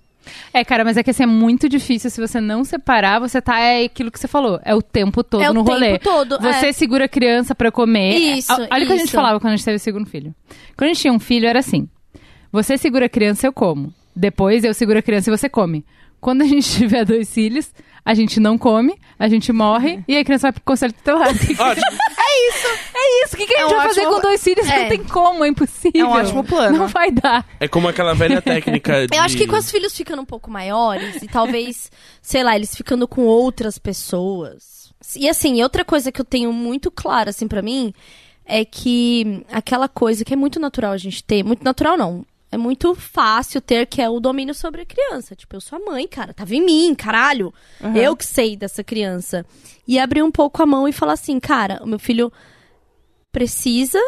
É, cara, mas é que assim, é muito difícil se você não separar, você tá, é aquilo que você falou, é o tempo todo
É o
no
tempo
rolê.
todo,
Você
é.
segura a criança pra comer.
Isso,
É, Olha o que a gente
isso.
falava quando a gente teve o segundo filho. Quando a gente tinha um filho, era assim, você segura a criança, eu como. Depois eu seguro a criança e você come. Quando a gente tiver dois filhos, a gente não come, a gente morre
É.
e a criança vai pro conselho tutelar.
Ótimo.
É isso, o que, que a
É
gente
um
vai fazer
ótimo-
com dois filhos?
É.
Não tem como, é impossível.
É um ótimo plano.
Não vai dar.
É como aquela velha técnica de...
Eu acho que com os filhos ficando um pouco maiores e talvez, sei lá, eles ficando com outras pessoas. E assim, outra coisa que eu tenho muito clara assim pra mim é que aquela coisa que é muito natural a gente ter, muito natural não, é muito fácil ter que é o domínio sobre a criança. Tipo, eu sou a mãe, cara, tava em mim, caralho. Eu que sei dessa criança. E abrir um pouco a mão e falar assim, cara, o meu filho precisa,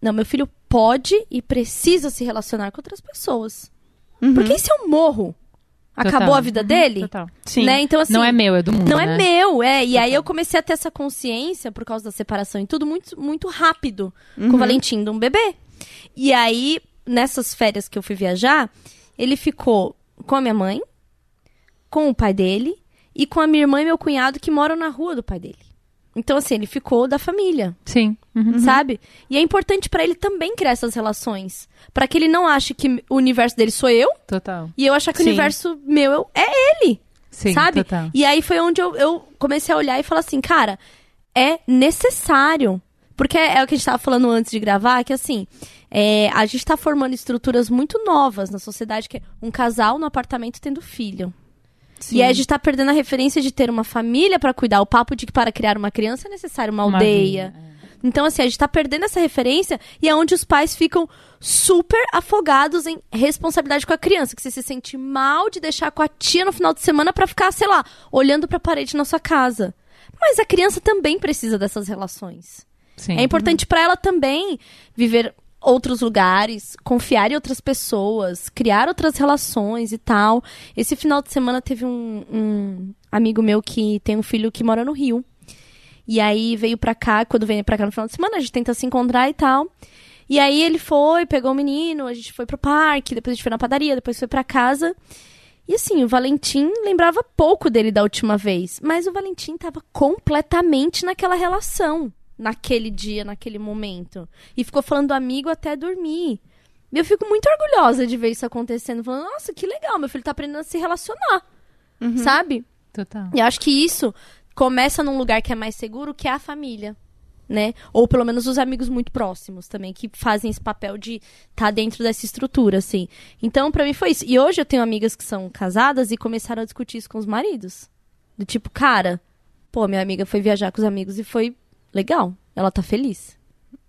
não, meu filho pode e precisa se relacionar com outras pessoas. Porque e se eu morro? Acabou
Uhum. Total. Uhum.
a vida dele?
Total.
Sim.
Né? Então, assim,
não é meu, é do mundo.
não é
né?
meu, é. E aí eu comecei a ter essa consciência, por causa da separação e tudo, muito, muito rápido,
Uhum.
com o Valentim de um bebê. E aí, nessas férias que eu fui viajar, ele ficou com a minha mãe, com o pai dele e com a minha irmã e meu cunhado que moram na rua do pai dele. Então, assim, ele ficou da família
Sim. Uhum.
sabe? E é importante pra ele também criar essas relações, Pra que ele não ache que o universo dele sou eu
Total.
e eu achar que
Sim.
o universo meu eu- é ele,
Sim,
sabe?
total.
E aí foi onde eu, eu comecei a olhar e falar assim, cara, é necessário. Porque é, é o que a gente tava falando antes de gravar, que assim, é, a gente tá formando estruturas muito novas na sociedade, que é um casal no apartamento tendo filho. E aí a gente tá perdendo a referência de ter uma família pra cuidar. O papo de que para criar uma criança é necessário uma
Uma
aldeia.
vila,
Então, assim, a gente tá perdendo essa referência e é onde os pais ficam super afogados em responsabilidade com a criança. Que você se sente mal de deixar com a tia no final de semana pra ficar, sei lá, olhando pra parede na sua casa. Mas a criança também precisa dessas relações.
Sim.
É importante pra ela também viver outros lugares, confiar em outras pessoas, criar outras relações e tal. Esse final de semana teve um, um amigo meu que tem um filho que mora no Rio. E aí veio pra cá, quando vem pra cá no final de semana, a gente tenta se encontrar e tal. E aí ele foi, pegou o menino, a gente foi pro parque, depois a gente foi na padaria, depois foi pra casa. E assim, o Valentim lembrava pouco dele da última vez, mas o Valentim tava completamente naquela relação, naquele dia, naquele momento. E ficou falando amigo até dormir. E eu fico muito orgulhosa de ver isso acontecendo. Falando, nossa, que legal, meu filho tá aprendendo a se relacionar. Sabe?
Total.
E eu acho que isso começa num lugar que é mais seguro, que é a família, né? Ou pelo menos os amigos muito próximos também, que fazem esse papel de estar dentro dessa estrutura, assim. Então, pra mim foi isso. E hoje eu tenho amigas que são casadas e começaram a discutir isso com os maridos. Do tipo, cara, pô, minha amiga foi viajar com os amigos e foi legal. Ela tá feliz.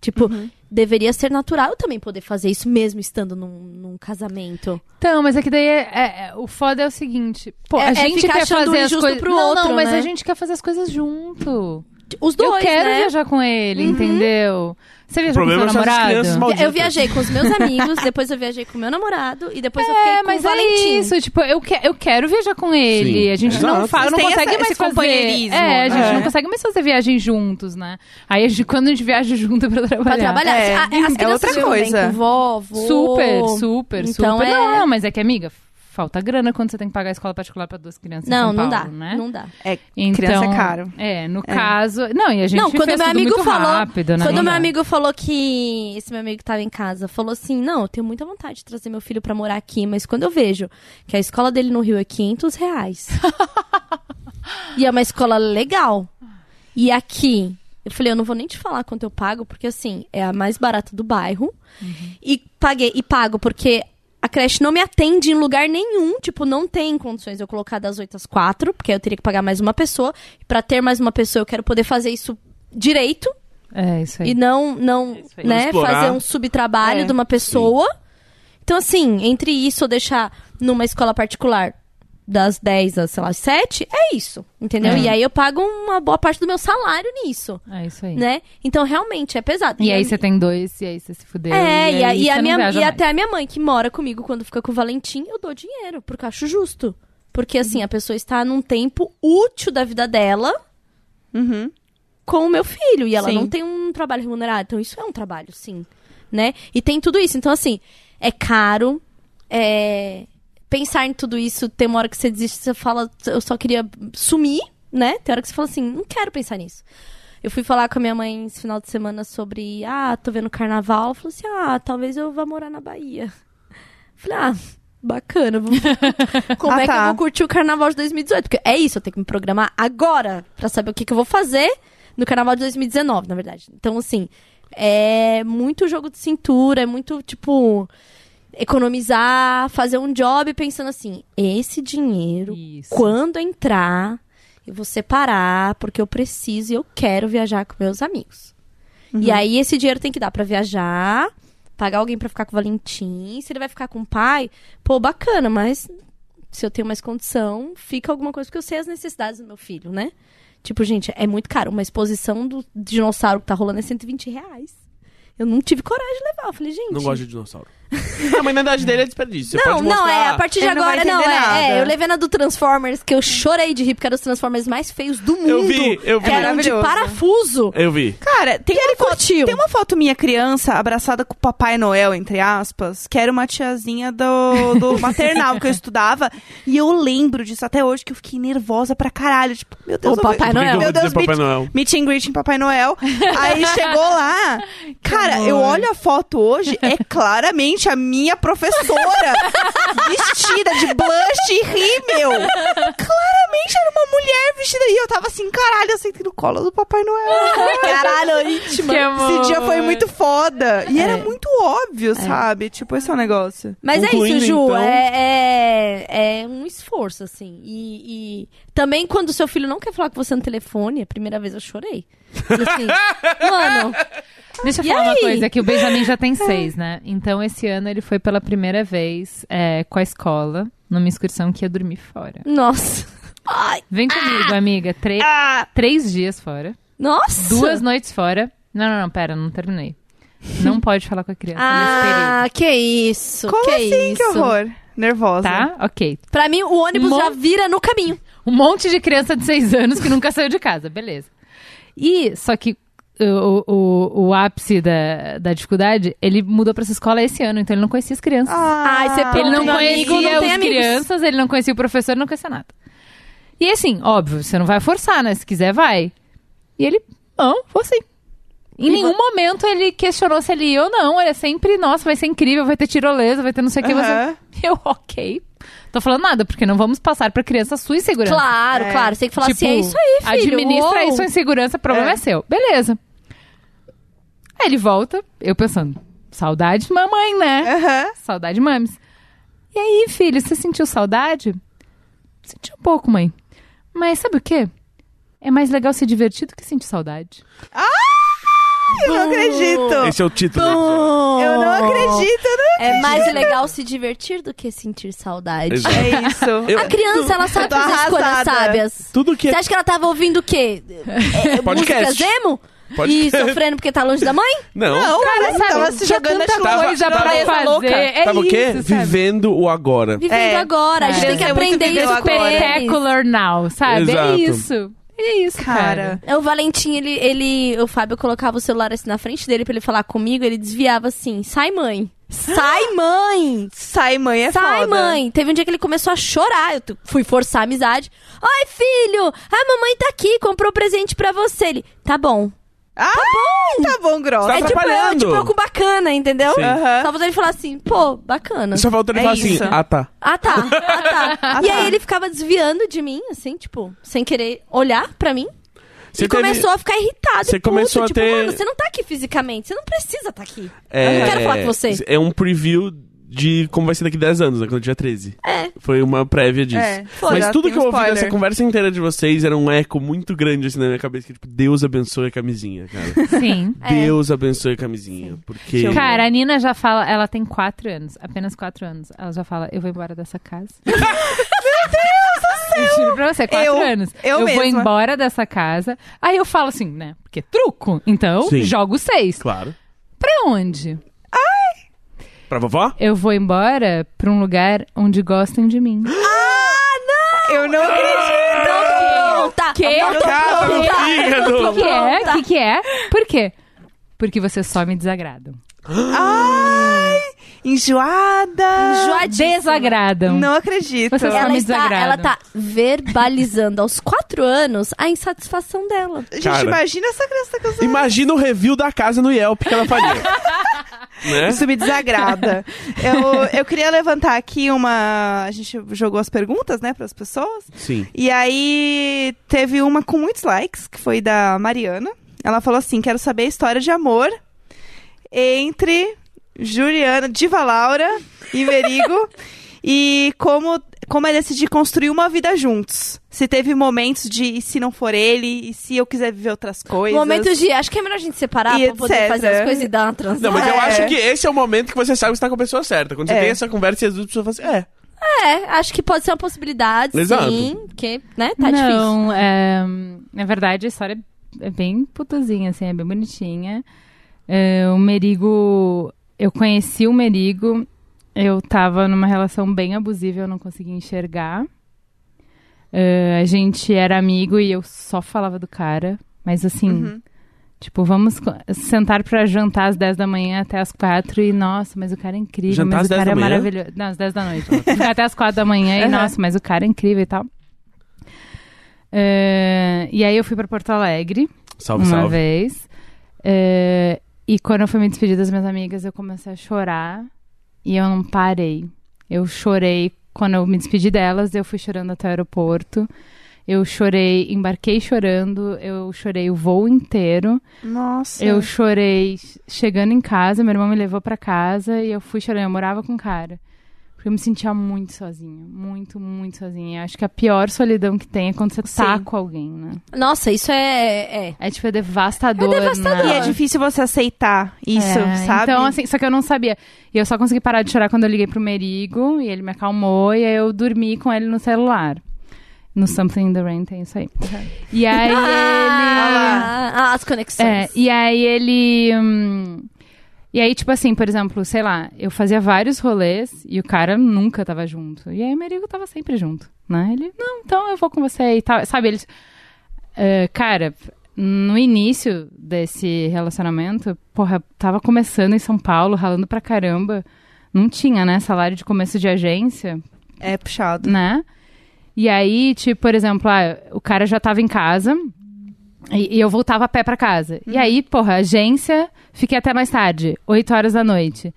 Tipo, deveria ser natural eu também poder fazer isso mesmo estando num, num casamento.
Então, mas é que daí é- é- é- o foda é o seguinte. Pô,
É-
a
é
gente
ficar
quer
achando
fazer as
injusto
coisas.
pro
não,
outro,
não, mas
né?
a gente quer fazer as coisas junto.
Os dois,
eu quero
né?
viajar com ele, entendeu? Você viaja com
problema
seu
são essas crianças
namorado?
mal- Maldita.
Eu viajei com os meus amigos, depois eu viajei com o meu namorado e depois eu fiquei
É,
com
mas
o Valentim.
é isso, tipo, eu, que, eu quero viajar com ele.
Sim.
A gente
Exato.
não fala, então não
Tem
consegue
essa-
mais
esse
fazer.
companheirismo,
É, a gente
né?
não consegue mais fazer viagem juntos, né? Aí a gente- quando a gente viaja junto pra trabalhar.
Pra trabalhar.
É.
A- as
É
crianças
outra
vivem
coisa.
bem com vó, vô.
Super, super,
Então
super.
é-
Não, não, mas é que, amiga, falta grana quando você tem que pagar a escola particular pra duas crianças. em
Não,
São
não dá.
Paulo, Né?
Não dá.
É,
Então,
criança é caro.
É, no caso. Não, e a gente
não, quando
fez
meu
tudo
amigo
muito
falou,
rápido, né?
quando
Não
meu
dá.
amigo falou que esse meu amigo que tava em casa falou assim: "Não, eu tenho muita vontade de trazer meu filho pra morar aqui, mas quando eu vejo que a escola dele no Rio é 500 reais e é uma escola legal e aqui eu falei, eu não vou nem te falar quanto eu pago, porque assim, é a mais barata do bairro. E paguei e pago porque a creche não me atende em lugar nenhum, tipo, não tem condições de eu colocar das 8 às 4, porque aí eu teria que pagar mais uma pessoa. E Pra ter mais uma pessoa, eu quero poder fazer isso direito
É, isso aí.
e não não,
aí.
É Não
né,
explorar.
fazer um subtrabalho
É,
de uma pessoa. Então assim, entre isso ou deixar numa escola particular das 10 às, sei lá, 7, é isso, entendeu?
É.
E aí eu pago uma boa parte do meu salário nisso,
É isso aí.
né? Então realmente é pesado.
E aí
a-
você tem dois, e aí você se fudeu.
é, e, a, e,
aí
a
você não
minha, e
viaja mais.
até a minha mãe, que mora comigo quando fica com o Valentim, eu dou dinheiro, porque eu acho justo. Porque, assim, a pessoa está num tempo útil da vida dela
Uhum.
com o meu filho. E ela
Sim.
não tem um trabalho remunerado. Então, isso é um trabalho, sim. Né? E tem tudo isso. Então, assim, é caro. é- Pensar em tudo isso, tem uma hora que você desiste, você fala, eu só queria sumir, né? Tem hora que você fala assim, não quero pensar nisso. Eu fui falar com a minha mãe esse final de semana sobre, ah, tô vendo carnaval. Ela falou assim, ah, talvez eu vá morar na Bahia. Eu Falei, ah, bacana. vou- Como
Ah,
é que eu
tá.
vou curtir o carnaval de 2018? Porque é isso, eu tenho que me programar agora pra saber o que, que eu vou fazer no carnaval de 2019, na verdade. Então, assim, é muito jogo de cintura, é muito, tipo, economizar, fazer um job pensando assim, esse dinheiro,
Isso.
quando entrar, eu vou separar, porque eu preciso e eu quero viajar com meus amigos. E aí esse dinheiro tem que dar pra viajar, pagar alguém pra ficar com o Valentim, se ele vai ficar com o pai, pô, bacana, mas se eu tenho mais condição, fica alguma coisa, porque eu sei as necessidades do meu filho, né? Tipo, gente, é muito caro. Uma exposição do dinossauro que tá rolando é 120 reais. Eu não tive coragem de levar. Eu falei, gente.
Não gosto de dinossauro. não, mas na idade dele é desperdício. Você
Não,
pode
não, é,
mostrar-
a partir de
Ele não vai
agora, não,
entender
é,
nada.
é, Eu levei na do Transformers, que eu chorei de rir, porque era os Transformers mais feios do mundo.
Eu vi, eu vi.
Que eram de
Maravilhoso.
parafuso.
Eu vi.
Cara, tem uma, foto,
curtiu.
um
tem uma foto minha criança abraçada com o Papai Noel, entre aspas, que era uma tiazinha do, do maternal que eu estudava. E eu lembro disso até hoje, que eu fiquei nervosa pra caralho. Tipo, meu Deus,
O
eu vou-
Papai
Por que que
Noel.
eu vou
Meu
dizer
Deus,
Papai
Beat-
Noel.
Meet and greet em Papai Noel. Aí chegou lá. Cara, eu
amor.
olho a foto hoje, é claramente a minha professora vestida de blush e rímel. Claramente era uma mulher vestida. E eu tava assim, caralho, eu sentei no colo do Papai Noel. Caralho, íntima.
Que amor.
Esse dia foi muito foda. E era muito óbvio, sabe? Tipo, esse é o negócio.
Mas é
Concluindo,
isso, Ju.
então-
É, é- é um esforço, assim. E, e também quando seu filho não quer falar com você no telefone, a primeira vez eu chorei. E assim, mano,
Deixa eu
E
falar uma
aí? É.
coisa, é que o Benjamin já tem seis, né? Então, esse ano ele foi pela primeira vez é, com a escola, numa excursão que ia dormir fora.
nossa. Ai,
Vem comigo, amiga. Tre-
Ah!
Três dias fora.
nossa.
Duas noites fora. Não, não, não, pera, não terminei. Não pode falar com a criança nesse período.
Ah, que isso.
Como
que
assim?
isso.
Que horror. Nervosa.
Tá? Ok.
Pra mim, o ônibus
Mon-
já vira no caminho.
Um monte de criança de seis anos que nunca saiu de casa, beleza. E, só que o, o, o ápice da, da dificuldade, ele mudou pra essa escola esse ano, então ele não conhecia as crianças.
Ai, você
Ah.
perdeu.
Ele não
tem amigo,
conhecia
não tem
as
amigos.
crianças, ele não conhecia o professor, não conhecia nada. E assim, óbvio, você não vai forçar, né? Se quiser, vai. E ele, não, vou sim.
E
Em nenhum
vo-
momento ele questionou se ele ia ou não. Ele é sempre, nossa, vai ser incrível, vai ter tirolesa, vai ter não sei o que.
Aham.
Você... Eu, ok. Tô falando nada, porque não vamos passar pra criança a sua insegurança.
Claro,
É.
claro. Você tem que falar
Tipo,
assim, é isso aí, filho.
Administra
uou.
aí sua insegurança, o problema é.
É.
seu. Beleza. Aí ele volta, eu pensando, saudade de mamãe, né?
Aham.
Saudade mames. E aí, filho, você sentiu saudade? Senti um pouco, mãe. Mas sabe o quê? É mais legal ser divertido que sentir saudade.
Eu não acredito.
Esse um- é o título. Oh.
Eu não acredito. eu
É mais legal se divertir do que sentir saudade.
Exato.
Não... É isso.
Eu-
Ah,
A criança, ela sabe
tô
fazer escolhas
tá arrasada.
sábias.
Tudo que
Você
é
acha que ela tava ouvindo o quê? É, é,
Podcast.
Músicas emo? E
podcast-
sofrendo porque tá longe da mãe?
Não.
Não,
Cara,
cara,
sabe,
tava se
tinha
jogando
tanta
na
coisa
tirolesa
pra fazer.
louca.
É
Sabe o quê?
isso, sabe?
Vivendo o agora.
Vivendo
É.
agora. A gente
É.
tem que
Isso é muito
aprender
viver
isso com
agora.
eles.
Spectacular now, sabe? É
Exato.
isso. É isso, cara.
Cara,
É, O Valentim, ele, ele. O Fábio colocava o celular assim na frente dele pra ele falar comigo, ele desviava assim: sai, mãe! Sai, mãe!
sai mãe é
Sai,
foda.
mãe! Teve um dia que ele começou a chorar. Eu t- fui forçar a amizade. Oi, filho! A mamãe tá aqui, comprou presente pra você. Ele, tá bom.
Ah, tá bom. Tá bom, grossa.
Tá
é tipo eu,
atrapalhando.
tipo eu com bacana, entendeu?
Sim.
Aham.
Só falta ele falar assim, pô, bacana.
Só falta ele
É
falar
isso.
assim, ah tá.
Ah, tá, ah, tá.
Ah,
e
tá.
aí ele ficava desviando de mim, assim, tipo, sem querer olhar pra mim.
Você
e começou a ficar irritado.
Você
e puto,
começou a
tipo,
ter-
mano, você não tá aqui fisicamente, você não precisa tá aqui.
É,
Eu não quero falar com você.
É um preview de como vai ser daqui 10 anos, né? Quando eu tinha 13.
É.
Foi uma prévia disso.
É, foi,
Mas
já
tudo
tem
que eu
um
ouvi
spoiler.
dessa conversa inteira de vocês era um eco muito grande assim na minha cabeça, que tipo, Deus abençoe a camisinha, cara.
Sim.
É.
Deus abençoe a camisinha. Porque.
Cara, a Nina já fala, ela tem quatro anos, apenas quatro anos. Ela já fala, eu vou embora dessa casa. Meu Deus do céu! Eu juro pra você, quatro
Eu-
anos.
eu
vou
mesma.
embora dessa casa. Aí eu falo assim, né? Porque é truco. Então,
Sim.
jogo seis.
Claro.
Pra onde?
Pra vovó?
Eu vou embora pra um lugar onde gostem de mim.
Eu não acredito.
Não tô pronta.
Que?
Não tô
Casa no
pronta.
O que
fígado!
é? O que, que é? Por quê? Porque vocês só me desagradam.
Ai, enjoada.
Enjoadíssima.
Desagradam.
Não acredito.
Você Ela
Ela
me
está,
desagrada.
ela tá verbalizando aos quatro anos a insatisfação dela.
Gente,
Cara.
imagina essa criança com
Imagina o review da casa no Yelp que ela faria. né?
Isso me desagrada. eu, eu queria levantar aqui uma. A gente jogou as perguntas, né, para as pessoas.
Sim.
E aí teve uma com muitos likes, que foi da Mariana. Ela falou assim: quero saber a história de amor entre Juliana, Diva Laura e Verigo. e como, como é decidir construir uma vida juntos. Se teve momentos de e se não for ele, e se eu quiser viver outras coisas.
Momentos de. Acho que é melhor a gente separar
E
pra poder
etc.
fazer as coisas e dar uma transição.
Não, mas eu
É.
acho que esse é o momento que você sabe que você tá com a pessoa certa. Quando você
É.
tem essa conversa e as duas pessoas falam assim, é.
É, acho que pode ser uma possibilidade,
Exato.
sim. Porque, né, tá difícil.
não, é, na verdade a história é bem putozinha, assim, é bem bonitinha. É, o Merigo, eu conheci o Merigo, eu tava numa relação bem abusiva, eu não conseguia enxergar. É, a gente era amigo e eu só falava do cara, mas assim, tipo, vamos co- sentar pra jantar às 10 da manhã até às 4 e nossa, mas o cara é incrível,
Jantar
mas
às
o
10
cara
da
é
manhã?
maravilhoso. Não, às 10 da noite. Ficar até às 4 da manhã e
Aham.
nossa, mas o cara é incrível e tal. É, e aí eu fui pra Porto Alegre
Salve,
uma
salve.
vez. É, e quando eu fui me despedir das minhas amigas, eu comecei a chorar e eu não parei. Eu chorei quando eu me despedi delas, eu fui chorando até o aeroporto. Eu chorei, embarquei chorando, eu chorei o voo inteiro.
Nossa.
Eu chorei chegando em casa, meu irmão me levou pra casa e eu fui chorando, eu morava com o cara. Porque eu me sentia muito sozinha, muito, muito sozinha. Eu acho que a pior solidão que tem é quando você tá
Sim.
com alguém, né?
Nossa, isso é. é.
É tipo, é devastador.
É devastador.
né?
E é difícil você aceitar isso,
É,
sabe?
Então, assim, só que eu não sabia. E eu só consegui parar de chorar quando eu liguei pro Merigo, e ele me acalmou, e aí eu dormi com ele no celular. No Something in the Rain tem isso aí.
Uhum.
E
É
aí ele.
Ah, ah, as
É,
conexões.
e aí ele. hum, e aí, tipo assim, por exemplo, sei lá, eu fazia vários rolês e o cara nunca tava junto. E aí o Merigo tava sempre junto, né? Ele, não, então eu vou com você e tal. Sabe, eles. eh, cara, no início desse relacionamento, porra, tava começando em São Paulo, ralando pra caramba. Não tinha, né? Salário de começo de agência
É puxado.
né? E aí, tipo, por exemplo, ah, o cara já tava em casa, E, e eu voltava a pé pra casa. E aí, porra, agência, fiquei até mais tarde, 8 horas da noite.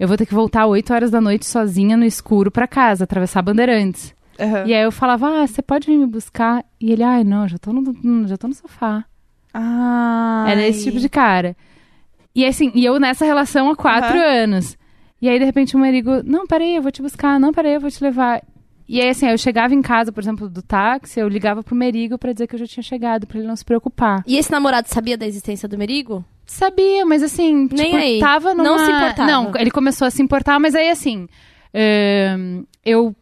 Eu vou ter que voltar 8 horas da noite sozinha no escuro pra casa, atravessar Bandeirantes.
Aham.
E aí eu falava, ah, você pode vir me buscar? E ele, ai, não, já tô no, hum, já tô no sofá.
Ah.
Era esse tipo de cara. E assim, e eu nessa relação há quatro
Aham.
anos. E aí, de repente, o marido, não, peraí, eu vou te buscar, não, peraí, eu vou te levar. E aí, assim, eu chegava em casa, por exemplo, do táxi, eu ligava pro Merigo pra dizer que eu já tinha chegado, pra ele não se preocupar.
E esse namorado sabia da existência do Merigo?
Sabia, mas assim,
Nem
tipo,
aí.
tava numa...
Não se importava.
Não, ele começou a se importar, mas aí assim, ahn, eu...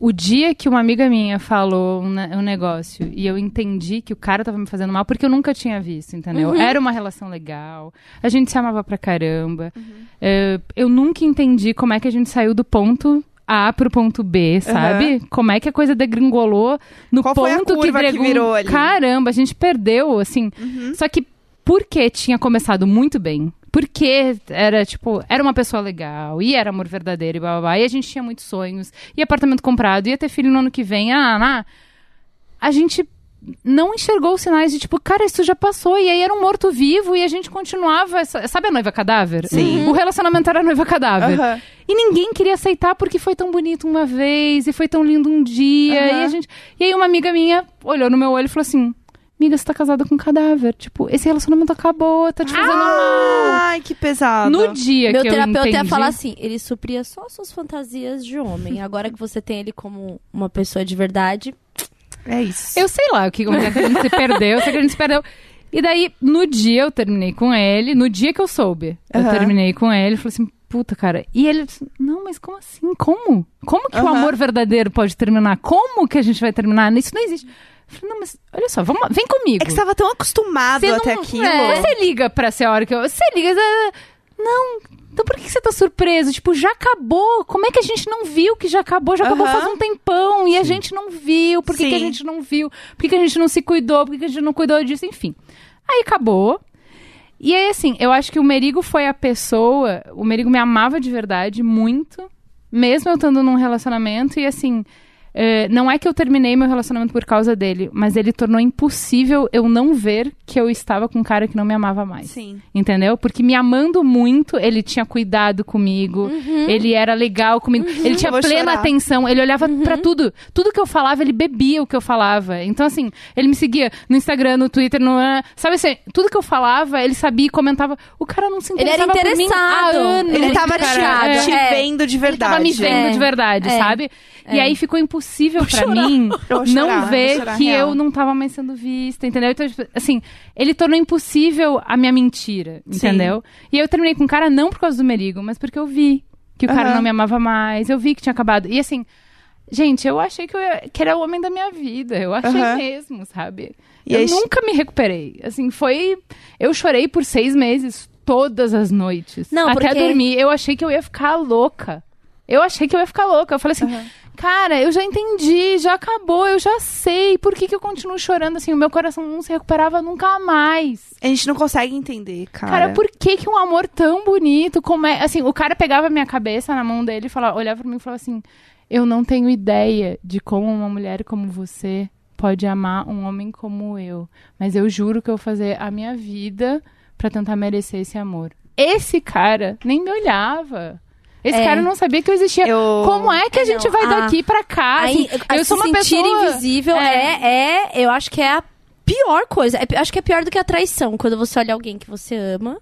O dia que uma amiga minha falou um, ne- um negócio e eu entendi que o cara tava me fazendo mal, porque eu nunca tinha visto, entendeu?
Uhum.
Era uma relação legal, a gente se amava pra caramba.
Uhum.
Eh, eu nunca entendi como é que a gente saiu do ponto A pro ponto B, sabe? Como é que a coisa degringolou no
Qual
ponto
foi a
que,
curva que
dregou-
virou ali? Uhum.
Caramba, a gente perdeu, assim. Só que porque tinha começado muito bem. Porque era, tipo, era uma pessoa legal, e era amor verdadeiro, e blá, blá, blá. E a gente tinha muitos sonhos, e apartamento comprado, ia ter filho no ano que vem, ah, ah. A gente não enxergou os sinais de, tipo, cara, isso já passou. E aí era um morto-vivo, e a gente continuava... essa- Sabe a noiva cadáver? Sim. O relacionamento era a noiva cadáver.
Aham.
E ninguém queria aceitar porque foi tão bonito uma vez e foi tão lindo um dia.
Aham.
E, a gente... e aí uma amiga minha olhou no meu olho e falou assim: Amiga, você tá casada com um cadáver. Tipo, esse relacionamento acabou, tá te fazendo mal.
Ai, que pesado.
No dia
Ah! Meu
que eu
terapeuta
entendi...
ia falar assim: ele supria só suas fantasias de homem. Agora que você tem ele como uma pessoa de verdade.
É isso.
Eu sei lá o que, como é que a gente se perdeu, eu sei que a gente se perdeu. E daí, no dia eu terminei com ele, no dia que eu soube, eu
Aham.
terminei com ele, falei assim, puta, cara. E ele disse, não, mas como assim? Como? Como que o
Aham.
amor verdadeiro pode terminar? Como que a gente vai terminar? Isso não existe. Eu falei, não, mas olha só, vamos, lá, vem comigo.
É que você tava tão acostumado
Você
até
não-
aquilo.
é, Você liga pra ser a hora que eu. Você liga. você- Não. Então por que você tá surpreso? Tipo, já acabou. Como é que a gente não viu que já acabou? Já acabou
Aham.
faz um tempão e a gente não viu. Por que, que a
Sim.
gente não viu? Por que, que a gente não se cuidou? Por que, que a gente não cuidou disso? Enfim. Aí acabou. E aí, assim, eu acho que o Merigo foi a pessoa. O Merigo me amava de verdade muito. Mesmo eu estando num relacionamento. E assim. eh, não é que eu terminei meu relacionamento por causa dele, mas ele tornou impossível eu não ver que eu estava com um cara que não me amava mais.
Sim.
Entendeu? Porque me amando muito, ele tinha cuidado comigo,
Uhum.
ele era legal comigo, ele tinha
Vou
plena
chorar.
atenção, ele olhava pra
Uhum.
tudo. Tudo que eu falava, ele bebia o que eu falava. Então, assim, ele me seguia no Instagram, no Twitter, no. Sabe assim, tudo que eu falava, ele sabia e comentava. O cara não se
Ele era
interessava por mim há
interessado.
anos.
Ele
Ele tava
Cara,
te,
é.
te
É.
vendo de
Ele tava
verdade.
me vendo
É.
de verdade,
É.
sabe? E aí ficou impossível pra mim
Eu vou chorar,
não
eu
ver
vou chorar,
que
real.
eu não tava mais sendo vista, entendeu? Então, tipo, assim, ele tornou impossível a minha mentira, entendeu? E eu terminei com o cara não por causa do merigo, mas porque eu vi que o cara
Aham.
não me amava mais, eu vi que tinha acabado. E assim, gente, eu achei que, eu ia- que era o homem da minha vida, eu achei
Aham.
mesmo, sabe?
E
eu
aí-
nunca me recuperei. Assim, foi. Eu chorei por seis meses, todas as noites.
Não,
até
porque-
dormir. Eu achei que eu ia ficar louca. Eu achei que eu ia ficar louca. Eu falei assim, cara, eu já entendi, já acabou, eu já sei. Por que, que eu continuo chorando assim? O meu coração não se recuperava nunca mais.
A gente não consegue entender, cara.
Cara, por que, que um amor tão bonito? Como é. Assim, o cara pegava a minha cabeça na mão dele e falava, olhava pra mim e falava assim: Eu não tenho ideia de como uma mulher como você pode amar um homem como eu. Mas eu juro que eu vou fazer a minha vida pra tentar merecer esse amor. Esse cara nem me olhava. Esse
É.
cara não sabia que eu existia.
Eu-
Como é que a gente
não,
vai
a-
daqui pra cá?
Aí,
Assim,
a
eu
se
sou uma
sentir
pessoa
invisível é. é, eu acho que é a pior coisa. É pi- acho que é pior do que a traição, quando você olha alguém que você ama,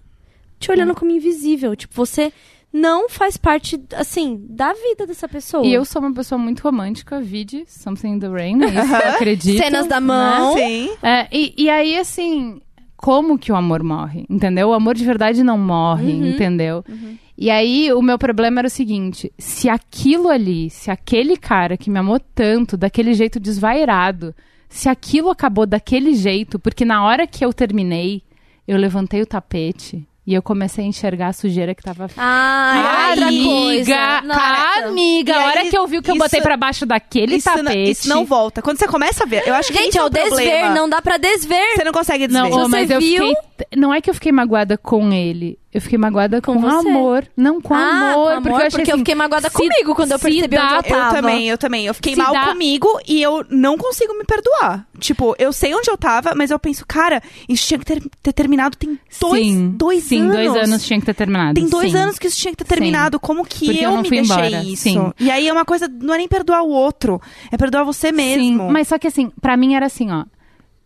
te
Hum.
olhando como invisível. Tipo, você não faz parte, assim, da vida dessa pessoa.
E eu sou uma pessoa muito romântica, vide Something in the Rain, é isso que eu acredito.
Cenas da mão.
Sim.
É, e, e aí, assim, como que o amor morre? Entendeu? O amor de verdade não morre,
Uhum.
entendeu? E aí, o meu problema era o seguinte: se aquilo ali, se aquele cara que me amou tanto, daquele jeito desvairado, se aquilo acabou daquele jeito, porque na hora que eu terminei, eu levantei o tapete e eu comecei a enxergar a sujeira que tava
Ah, é outra coisa. Não,
Amiga, amiga,
E
a hora
aí,
que eu vi o que eu
isso-
botei pra baixo daquele
Isso,
tapete.
não, isso não volta. Quando você começa a ver, eu acho que
Gente,
esse
é o
problema.
desver, não dá pra desver.
Você não consegue
Não,
desver.
ô, mas eu
viu-
fiquei t- Não é que eu fiquei magoada com ele. Eu fiquei magoada com,
Com você.
amor. Não, com
Ah,
amor.
com
porque eu, achei, assim,
fiquei magoada
se-
comigo quando eu
se
percebi
dá-
onde eu
Eu
tava.
também, eu também. Eu fiquei
Se
mal
dá-
comigo e eu não consigo me perdoar. Tipo, eu sei onde eu tava, mas eu penso, cara, isso tinha que ter, ter terminado tem dois,
sim,
dois
sim,
anos.
dois anos tinha que ter terminado.
Tem dois
sim.
anos que isso tinha que ter
Sim.
terminado. Como que
Porque eu
eu,
não
me
fui
deixei
embora,
isso?
sim.
E aí é uma coisa, não é nem perdoar o outro, é perdoar você mesmo.
Sim, mas só que assim, pra mim era assim, ó.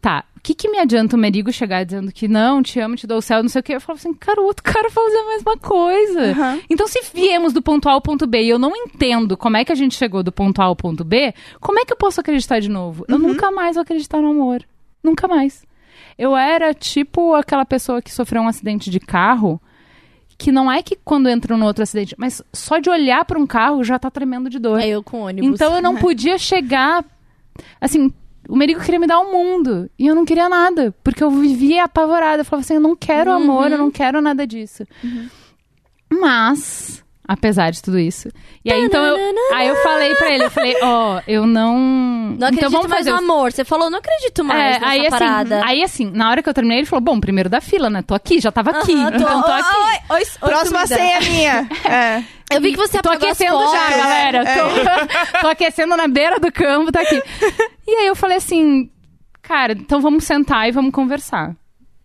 Tá, o que, que me adianta o Merigo chegar dizendo que não, te amo, te dou o céu, não sei o quê? Eu falava assim, cara, o outro cara faz a mesma coisa.
Aham.
Então, se viemos do ponto A ao ponto B e eu não entendo como é que a gente chegou do ponto A ao ponto B, como é que eu posso acreditar de novo?
Uhum.
Eu nunca mais vou acreditar no amor. Nunca mais. Eu era tipo aquela pessoa que sofreu um acidente de carro, que não é que quando entra no outro acidente, mas só de olhar pra um carro já tá tremendo de dor.
É eu com ônibus.
Então eu não podia chegar. Assim, o Merigo queria me dar o mundo. E eu não queria nada. Porque eu vivia apavorada. Eu falava assim: eu não
Uhum.
quero amor, eu não quero nada disso. Mas. Apesar de tudo isso. E aí, então, eu, aí eu falei pra ele, eu falei, ó, eu não...
Não
então
acredito
vamos
mais
fazer
no
o É,
amor. Você falou, não acredito mais nessa
aí,
parada.
Assim, aí assim, na hora que eu terminei, ele falou, bom, primeiro da fila, né? Tô aqui, já tava aqui.
Aham, Ah, tô-
então tô
ó,
aqui.
ó, ó, oi, oi,
Próxima
comida.
ceia minha. é.
Eu vi que você
Tô
apagou as
aquecendo já,
fotos.
galera. Tô, tô aquecendo na beira do campo, tá aqui. E aí eu falei assim, cara, então vamos sentar e vamos conversar.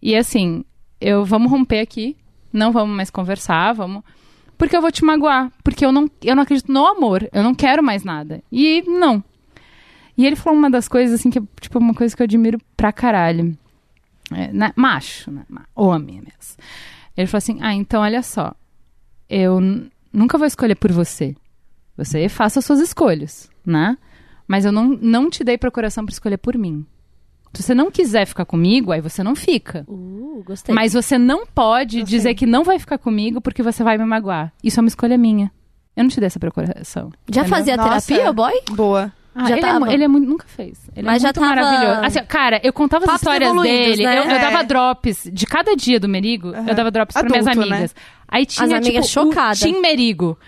E assim, eu vamos romper aqui, não vamos mais conversar, vamos. Porque eu vou te magoar, porque eu não, eu não acredito no amor, eu não quero mais nada. E não. E ele falou uma das coisas, assim, que é, tipo, uma coisa que eu admiro pra caralho. É, né, Macho, né? ma- Homem mesmo. Ele falou assim: ah, então olha só, eu n- nunca vou escolher por você. Você faça as suas escolhas, né? Mas eu não, não te dei procuração pra escolher por mim. Se você não quiser ficar comigo, aí você não fica.
Uh, gostei.
Mas você não pode dizer que não vai ficar comigo porque você vai me magoar. Isso é uma escolha minha. Eu não te dei essa procuração.
já fazia
Nossa.
terapia, o boy?
Boa.
Ah,
Já
ele,
tava?
É, mu- ele é muito. Nunca fez. Ele
Mas
é
já
muito
tava-
maravilhoso. Assim, cara, eu contava as
Papos
histórias
evoluídos,
dele.
né?
Eu, eu
É.
dava drops de cada dia do Merigo. Eu dava drops para minhas
Adulto, né?
amigas. Aí tinha
amigas
tipo,
chocadas.
o Tim Merigo.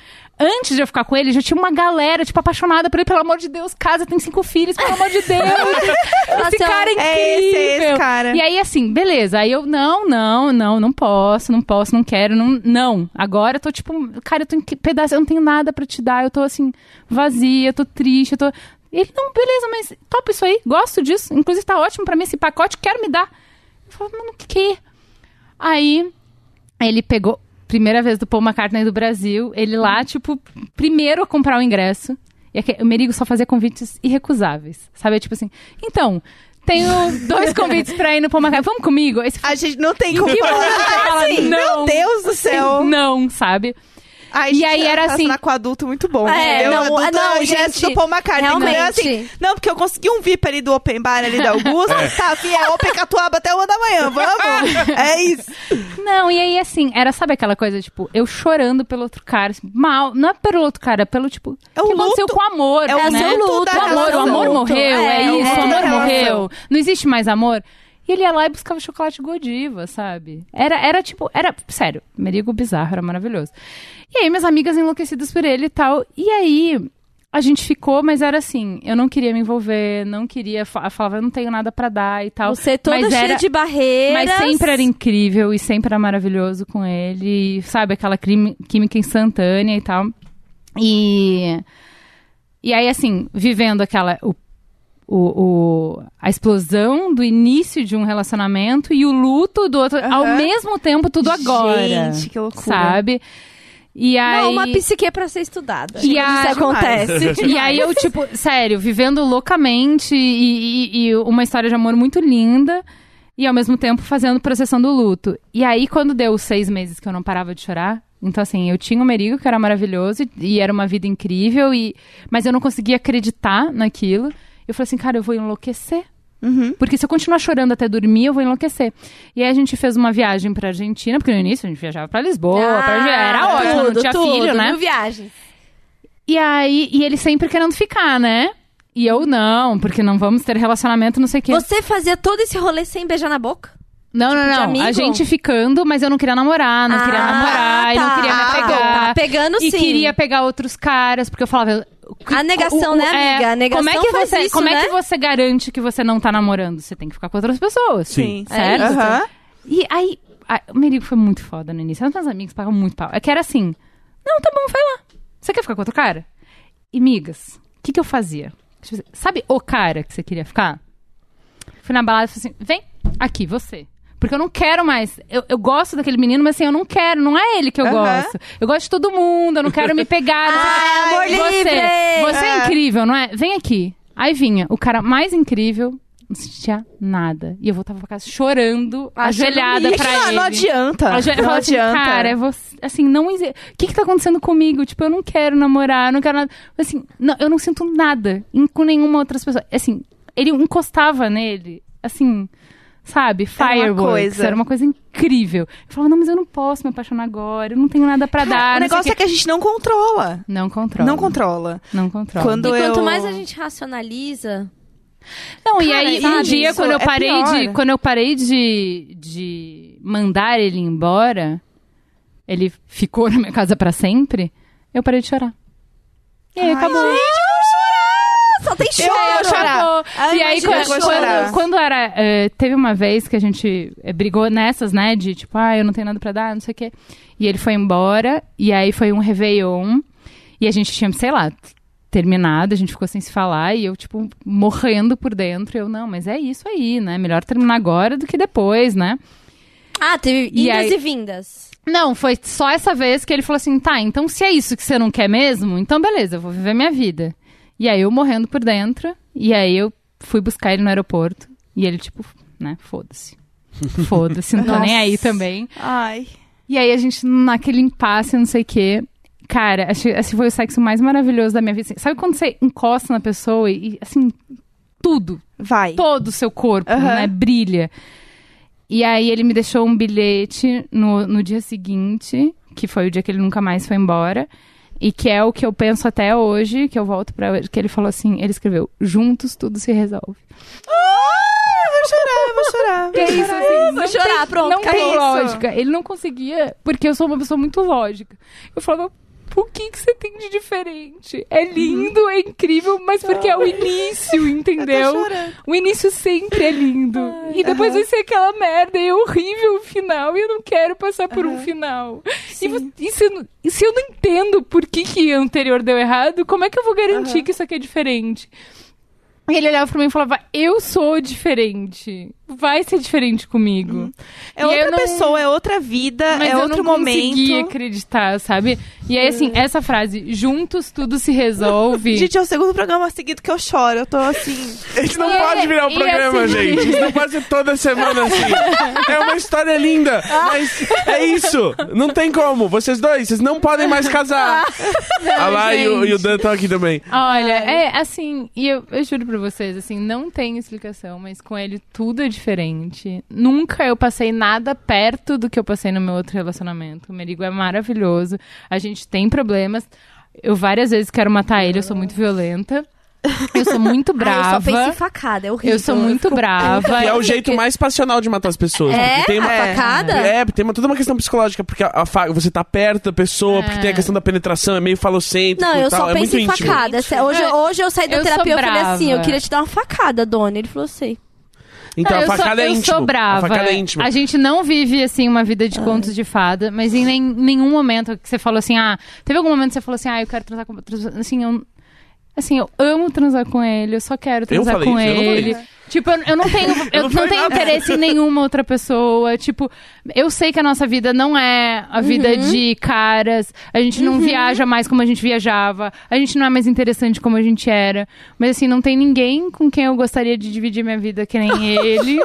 Antes de eu ficar com ele, já tinha uma galera, tipo, apaixonada por ele. Pelo amor de Deus, casa, tem cinco filhos, pelo amor de Deus. esse
Nossa,
cara é incrível.
É esse, é esse cara.
E aí, assim, beleza. Aí eu, não, não, não, não posso, não posso, não quero, não. não. Agora eu tô tipo, cara, eu tô em que pedaço, eu não tenho nada pra te dar, eu tô assim, vazia, eu tô triste, eu tô. Ele, não, beleza, mas top isso aí, gosto disso. Inclusive tá ótimo pra mim esse pacote, quero me dar. Eu falo, mano, o que? Aí ele pegou, primeira vez do Paul McCartney do Brasil, ele lá, tipo, primeiro a comprar o ingresso. E aque- o Merigo só fazia convites irrecusáveis. Sabe? É Tipo assim, então, tenho dois convites pra ir no Paul McCartney, vamos comigo? Aí você fala,
A gente não tem
"Em
como.
que momento você fala, não,
Meu Deus do céu.
não, sabe?
Ai,
E
gente,
aí era
tá
assim-
com adulto muito bom.
É,
entendeu?
não,
adulto,
ah, não,
é o gesto
gente,
do Paul McCartney. Não, é
realmente.
assim, não, porque eu consegui um VIP ali do Open Bar ali da Augusta. Tá, via Open Catuaba até uma da manhã, vamos? é isso.
Não, e aí assim, era, sabe aquela coisa, tipo, eu chorando pelo outro cara, assim, mal, não é pelo outro cara, é pelo, tipo,
É
o
o
que aconteceu
luto-
com o amor,
é o
né?
luto da
o amor, o
relação.
amor morreu, é,
É, é.
isso, o amor
Toda
morreu,
relação.
não existe mais amor. E ele ia lá e buscava chocolate Godiva, sabe? Era, era tipo, era, sério, merigo bizarro, era maravilhoso. E aí minhas amigas enlouquecidas por ele e tal, e aí... A gente ficou, mas era assim, eu não queria me envolver, não queria, fa- falava, eu não tenho nada pra dar e tal.
Você é toda
mas
cheia
era,
de barreiras.
mas sempre era incrível e sempre era maravilhoso com ele. e, sabe, aquela crime- química instantânea e tal. E. E aí, assim, vivendo aquela. O, o, o- a explosão do início de um relacionamento e o luto do outro. Ao mesmo tempo, tudo agora.
Gente, que loucura.
Sabe? E aí.
Não, uma psique é pra ser estudada.
E
Quando
a-
Isso acontece.
E aí eu, tipo, sério, vivendo loucamente e, e- e uma história de amor muito linda e ao mesmo tempo fazendo processão do luto. E aí, quando deu os seis meses que eu não parava de chorar, então assim, eu tinha o Merigo, que era maravilhoso, e, e era uma vida incrível, e mas eu não conseguia acreditar naquilo. Eu falei assim, cara, eu vou enlouquecer.
Uhum.
Porque se eu continuar chorando até dormir, eu vou enlouquecer. E aí a gente fez uma viagem pra Argentina, porque no início a gente viajava pra Lisboa, pra... era ótimo,
Ah, tudo,
não tinha
tudo,
filho, né?
mil viagens.
E aí, e ele sempre querendo ficar, né? E eu não, porque não vamos ter relacionamento, não sei o quê.
Você fazia todo esse rolê sem beijar na boca?
não, não,
de
não.
amigo?
A gente ficando, mas eu não queria namorar, não queria
Ah,
namorar, e não
tá.
queria me
Ah,
pegar.
tá pegando
e
sim.
queria pegar outros caras, porque eu falava.
A negação, né,
é,
amiga? A negação
como é que
faz
você,
isso,
como é
né?
que você garante que você não tá namorando? Você tem que ficar com outras pessoas.
Sim.
É
Certo?
isso.
Aham.
E aí, a- o Merigo foi muito foda no início. Os meus amigos pagavam muito pau. É que era assim: não, tá bom, vai lá. Você quer ficar com outro cara? E, migas, o que, que eu fazia? Deixa eu ver. Sabe o cara que você queria ficar? Fui na balada e falei assim: vem aqui, você. Porque eu não quero mais. Eu, eu gosto daquele menino, mas assim, eu não quero. Não é ele que eu
Aham.
gosto. Eu gosto de todo mundo, eu não quero me pegar. não sei o quê.
Ah, amor
você,
livre!
Você é
Ah.
incrível, não é? Vem aqui. Aí vinha o cara mais incrível, não sentia nada. E eu voltava pra casa chorando,
Achando
ajoelhada
É que
pra
não,
ele.
não adianta.
Ajo- Eu
não
falava assim,
adianta.
cara, é você, assim, não... exi- O que que tá acontecendo comigo? Tipo, eu não quero namorar, eu não quero nada. Assim, não, eu não sinto nada em- com nenhuma outra pessoa. Assim, ele encostava nele, assim... Sabe?
uma
Fireworks. Era uma
coisa.
coisa, incrível. Eu falava, não, mas eu não posso me apaixonar agora. Eu não tenho nada pra dar.
o
não sei
negócio
o
é que a gente não controla.
quê. Não controla.
Não controla.
Não controla.
Quando
e quanto
eu-
mais a gente racionaliza,
Não, e
Cara,
aí um
sabe,
dia
isso
quando eu
é
parei
pior.
de quando eu parei de, de mandar ele embora, ele ficou na minha casa pra sempre, eu parei de chorar. E aí acabou.
Ah, só tem
Eu vou chorar.
Acabou.
Ah,
e aí,
imagina,
quando,
eu vou
quando-
chorar.
quando era. eh, teve uma vez que a gente eh, brigou nessas, né? De tipo, ah, eu não tenho nada pra dar, não sei o quê. E ele foi embora, e aí foi um Réveillon, e a gente tinha, sei lá, t- terminado, a gente ficou sem se falar, e eu, tipo, morrendo por dentro. E eu, não, mas é isso aí, né? Melhor terminar agora do que depois, né?
Ah, teve
E
indas
aí-
e vindas.
Não, foi só essa vez que ele falou assim: tá, então se é isso que você não quer mesmo, então beleza, eu vou viver minha vida. E aí eu morrendo por dentro, e aí eu fui buscar ele no aeroporto, e ele, tipo, né, foda-se. Foda-se, não tô nem aí também.
Ai.
E aí a gente naquele impasse, não sei o quê. Cara, achei, esse foi o sexo mais maravilhoso da minha vida. assim. Sabe quando você encosta na pessoa e, e, assim, tudo,
Vai.
todo o seu corpo,
Aham.
né? Brilha. E aí ele me deixou um bilhete no, no dia seguinte, que foi o dia que ele nunca mais foi embora. E que é o que eu penso até hoje, que eu volto pra hoje, que ele falou assim, ele escreveu, juntos tudo se resolve.
Ai, Ah, eu vou chorar, eu vou chorar.
Que é isso, assim,
Vou chorar, pronto.
não
acabou.
tem
isso.
lógica. Ele não conseguia, porque eu sou uma pessoa muito lógica. Eu falava, o que, que você tem de diferente? É lindo, é incrível, mas porque é o início,
Eu tô
entendeu?
chorando.
O início sempre é lindo. e depois vai ser aquela merda, e é horrível o final, e eu não quero passar por um final. E, vo- e se eu, não- e se eu não entendo por que, que o anterior deu errado, como é que eu vou garantir que isso aqui é diferente? E ele olhava pra mim e falava, eu sou diferente. Vai ser diferente comigo.
É
E
outra
eu não-
pessoa, é outra vida,
Mas
é
eu
outro
não conseguia
momento. É.
acreditar, sabe? E aí, assim, essa frase, juntos tudo se resolve.
Gente, é o segundo programa seguido que eu choro. Eu tô assim.
A gente não
E
pode
é-
virar o
e
programa,
assim-
gente. Isso não pode ser toda semana assim. É uma história linda, mas é isso. Não tem como. Vocês dois, vocês não podem mais casar. a Lá e o, e o Dan estão aqui também.
Olha, é assim, e eu, eu juro pra vocês, assim, não tem explicação, mas com ele tudo é diferente. Nunca eu passei nada perto do que eu passei no meu outro relacionamento. O Merigo é maravilhoso, a gente tem problemas. Eu várias vezes quero matar ele, eu sou muito violenta. Eu sou muito
Ah, eu só penso em
brava.
facada, é horrível.
Eu sou muito brava.
E é
eu
o
sei
jeito
que-
mais passional de matar as pessoas.
É?
porque Tem uma,
A facada?
É, tem uma, toda uma questão psicológica, porque a, a fa- você tá perto da pessoa, porque tem a questão da penetração, é meio falocêntrico
Não, eu
e tal,
só
é
penso
muito
em
íntimo.
facada. Se- Hoje,
É.
hoje eu saí da
Eu sou
terapia e falei
brava.
assim: eu queria te dar uma facada, dona. Ele falou assim. sei.
Então
Ah,
a
eu sou-
facada é
eu
íntima.
sou brava.
A facada é íntima.
A gente não vive, assim, uma vida de contos de fada, mas em nem- nenhum momento que você falou assim, ah, teve algum momento que você falou assim, ah, eu quero transar com. transar- Assim, eu. Assim, eu amo transar com ele, eu só quero transar
falei
com
isso, eu não falei
ele.
isso.
Tipo, eu, eu não tenho, eu
não
não,
falei
tenho
nada.
interesse em nenhuma outra pessoa. Tipo, eu sei que a nossa vida não é a vida
Uhum.
de caras. A gente não viaja mais como a gente viajava. A gente não é mais interessante como a gente era. Mas assim, não tem ninguém com quem eu gostaria de dividir minha vida que nem ele.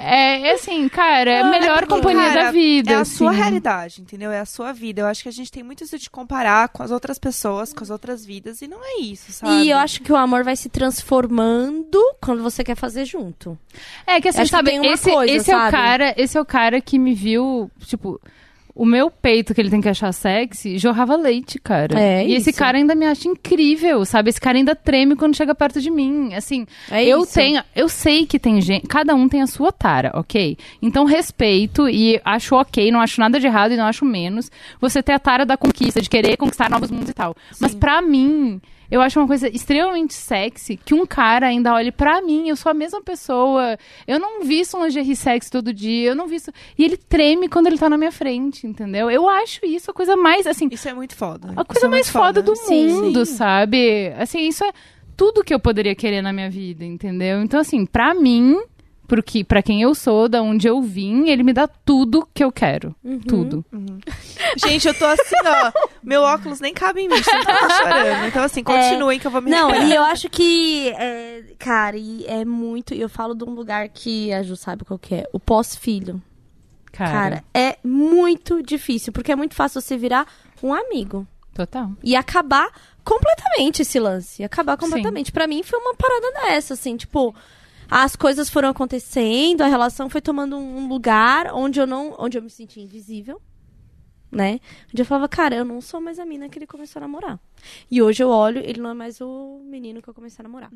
É, é assim, cara, é a melhor companhia
Ah, Cara,
da vida.
É a
assim.
sua realidade, entendeu? É a sua vida. Eu acho que a gente tem muito isso de comparar com as outras pessoas, com as outras vidas, e não é isso,
Tá,
sabe?
E
né?
eu acho que o amor vai se transformando quando você quer fazer junto.
É que assim,
Acho que
sabe,
tem uma
esse,
coisa,
esse é
sabe?
o cara, esse é o cara que me viu, tipo, o meu peito que ele tem que achar sexy jorrava leite, cara.
É
e esse
isso.
cara ainda me acha incrível, sabe? Esse cara ainda treme quando chega perto de mim. Assim,
É
eu
isso.
tenho, eu sei que tem gente, cada um tem a sua tara, OK? Então respeito e acho OK, não acho nada de errado e não acho menos você ter a tara da conquista, de querer conquistar novos mundos e tal. Mas pra mim, eu Eu acho uma coisa extremamente sexy que um cara ainda olhe pra mim, eu sou a mesma pessoa. Eu não visto um lingerie sexy todo dia, eu não visto. E ele treme quando ele tá na minha frente, entendeu? Eu acho isso a coisa mais, assim,
Isso é muito foda.
a
Isso
coisa
é muito
mais foda, do
Sim,
mundo,
sim.
sabe? Assim, isso é tudo que eu poderia querer na minha vida, entendeu? Então, assim, pra mim, porque, pra quem eu sou, da onde eu vim, ele me dá tudo que eu quero.
Uhum.
Tudo.
Gente, eu tô assim, ó. Meu óculos nem cabe em mim, tanto que eu tô chorando. Então,
É.
assim, continuem que eu vou me
Não, e eu acho que, é, cara, e é muito. E eu falo de um lugar que a Ju sabe qual que é: o pós-filho.
Cara,
Cara, é muito difícil, porque é muito fácil você virar um amigo
total.
e acabar completamente esse lance. e Acabar completamente. Pra mim foi uma parada dessa, assim, tipo, as coisas foram acontecendo, a relação foi tomando um lugar onde eu não, onde eu me senti invisível, né? Onde eu falava, cara, eu não sou mais a mina que ele começou a namorar. E hoje eu olho, ele não é mais o menino que eu comecei a namorar.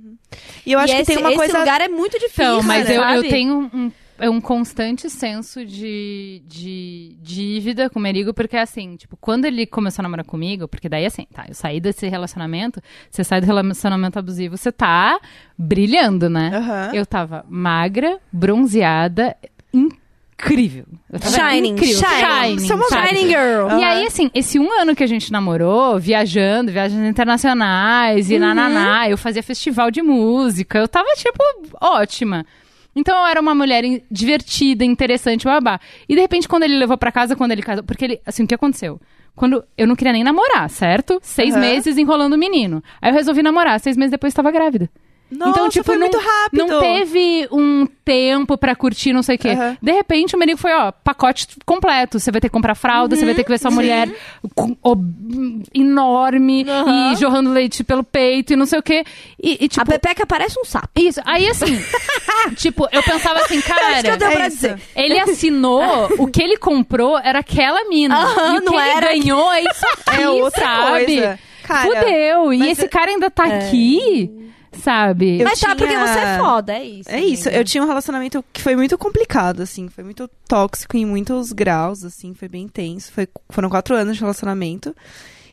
E eu acho
E
que
esse,
tem uma
esse
coisa.
lugar é muito difícil,
Então, mas eu, eu
sabe?
tenho um, é um constante senso de, de dívida com o Merigo, porque assim, tipo, quando ele começou a namorar comigo, porque daí assim, tá, eu saí desse relacionamento, você sai do relacionamento abusivo, você tá brilhando, né?
Aham.
Eu tava magra, bronzeada, incrível. Eu tava
Shining,
incrível.
shining.
shining,
Somos
é
sabe?
Shining Girl.
E aí, assim, esse um ano que a gente namorou, viajando, viagens internacionais e
Uhum.
nananá, eu fazia festival de música, eu tava, tipo, ótima. Então eu era uma mulher in- divertida, interessante, babá. E de repente, quando ele levou pra casa, quando ele casou. Porque ele. Assim, o que aconteceu? Quando eu não queria nem namorar, certo? Seis
Aham.
meses enrolando o menino. Aí eu resolvi namorar, seis meses depois estava grávida.
Nossa,
então, tipo,
foi
não,
muito rápido.
não teve um tempo pra curtir, não sei o quê.
Aham.
De repente, o menino foi, ó, pacote completo. Você vai ter que comprar fralda, você vai ter que
Uhum.
ver sua mulher com- ob- enorme
Aham.
e jorrando leite pelo peito e não sei o quê. E, e,
A
tipo,
Pepeca parece um sapo.
isso. Aí, assim, tipo, eu pensava assim,
Acho que eu
cara...
tenho
é
pra
isso.
dizer.
Ele assinou, o que ele comprou era aquela mina.
Aham,
e o que
não
ele
era-
ganhou é isso aqui,
É outra
sabe?
coisa. Cara,
Fudeu. E
mas é
esse
eu-
cara ainda tá aqui, sabe?
Eu
Mas tá, porque
tinha-
você é foda, é isso.
É isso,
amiga.
eu tinha um relacionamento que foi muito complicado, assim, foi muito tóxico em muitos graus, assim, foi bem intenso. Foi, foram quatro anos de relacionamento.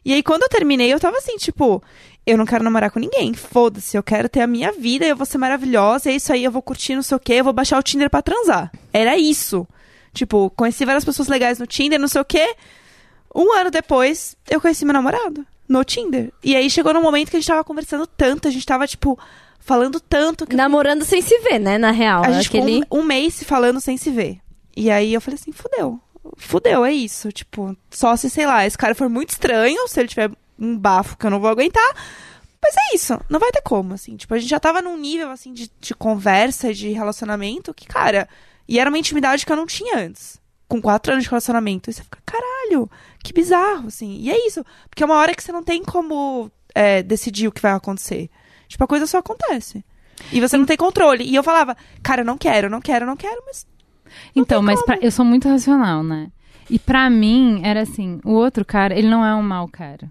E aí, quando eu terminei, eu tava assim, tipo, eu não quero namorar com ninguém, foda-se, eu quero ter a minha vida, eu vou ser maravilhosa, é isso aí, eu vou curtir não sei o quê, eu vou baixar o Tinder pra transar. Era isso. Tipo, conheci várias pessoas legais no Tinder, não sei o quê. Um ano depois, eu conheci meu namorado no Tinder. E aí chegou num momento que a gente tava conversando tanto, a gente tava, tipo, falando tanto que eu
Namorando sem se ver, né? Na real.
a gente
aquele...
ficou um, um mês se falando sem se ver. E aí eu falei assim, fudeu. Fudeu, é isso. Tipo, só se, sei lá, esse cara for muito estranho, se ele tiver um bafo que eu não vou aguentar. Mas é isso, não vai ter como, assim. Tipo, a gente já tava num nível, assim, de, de conversa, de relacionamento, que, cara... E era uma intimidade que eu não tinha antes. Com quatro anos de relacionamento. E você fica, caralho, que bizarro, assim. E é isso. Porque é uma hora que você não tem como é, decidir o que vai acontecer. Tipo, a coisa só acontece. E você não tem controle. E eu falava, cara, eu não quero, eu não quero, eu não quero, mas.
Então, mas pra- eu sou muito racional, né? E pra mim, era assim, o outro cara, ele não é um mau cara.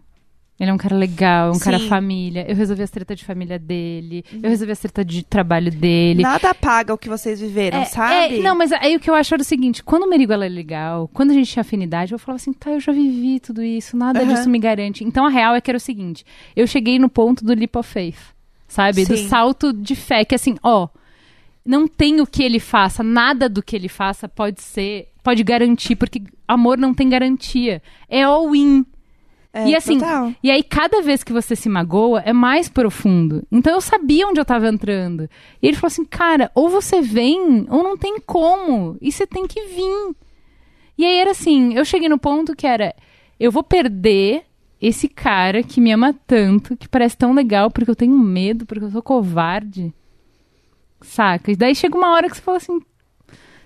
Ele é um cara legal, é um cara
Sim.
família. Eu resolvi as treta de família dele, eu resolvi as treta de trabalho dele.
Nada apaga o que vocês viveram,
É,
sabe?
é, não, mas aí o que eu acho era o seguinte: quando o Merigo ela é legal, quando a gente tinha afinidade, eu falava assim, tá, eu já vivi tudo isso, nada
Aham.
disso me garante. Então a real é que era o seguinte: eu cheguei no ponto do leap of faith, sabe? Do
Sim.
salto de fé, que assim, ó, não tem o que ele faça, nada do que ele faça pode ser, pode garantir, porque amor não tem garantia. É all-in.
É,
e assim,
total.
E aí, cada vez que você se magoa, é mais profundo. Então, eu sabia onde eu tava entrando. E ele falou assim, cara, ou você vem, ou não tem como. E você tem que vir. E aí, era assim, eu cheguei no ponto que era... Eu vou perder esse cara que me ama tanto, que parece tão legal, porque eu tenho medo, porque eu sou covarde. Saca? E daí chega uma hora que você fala assim...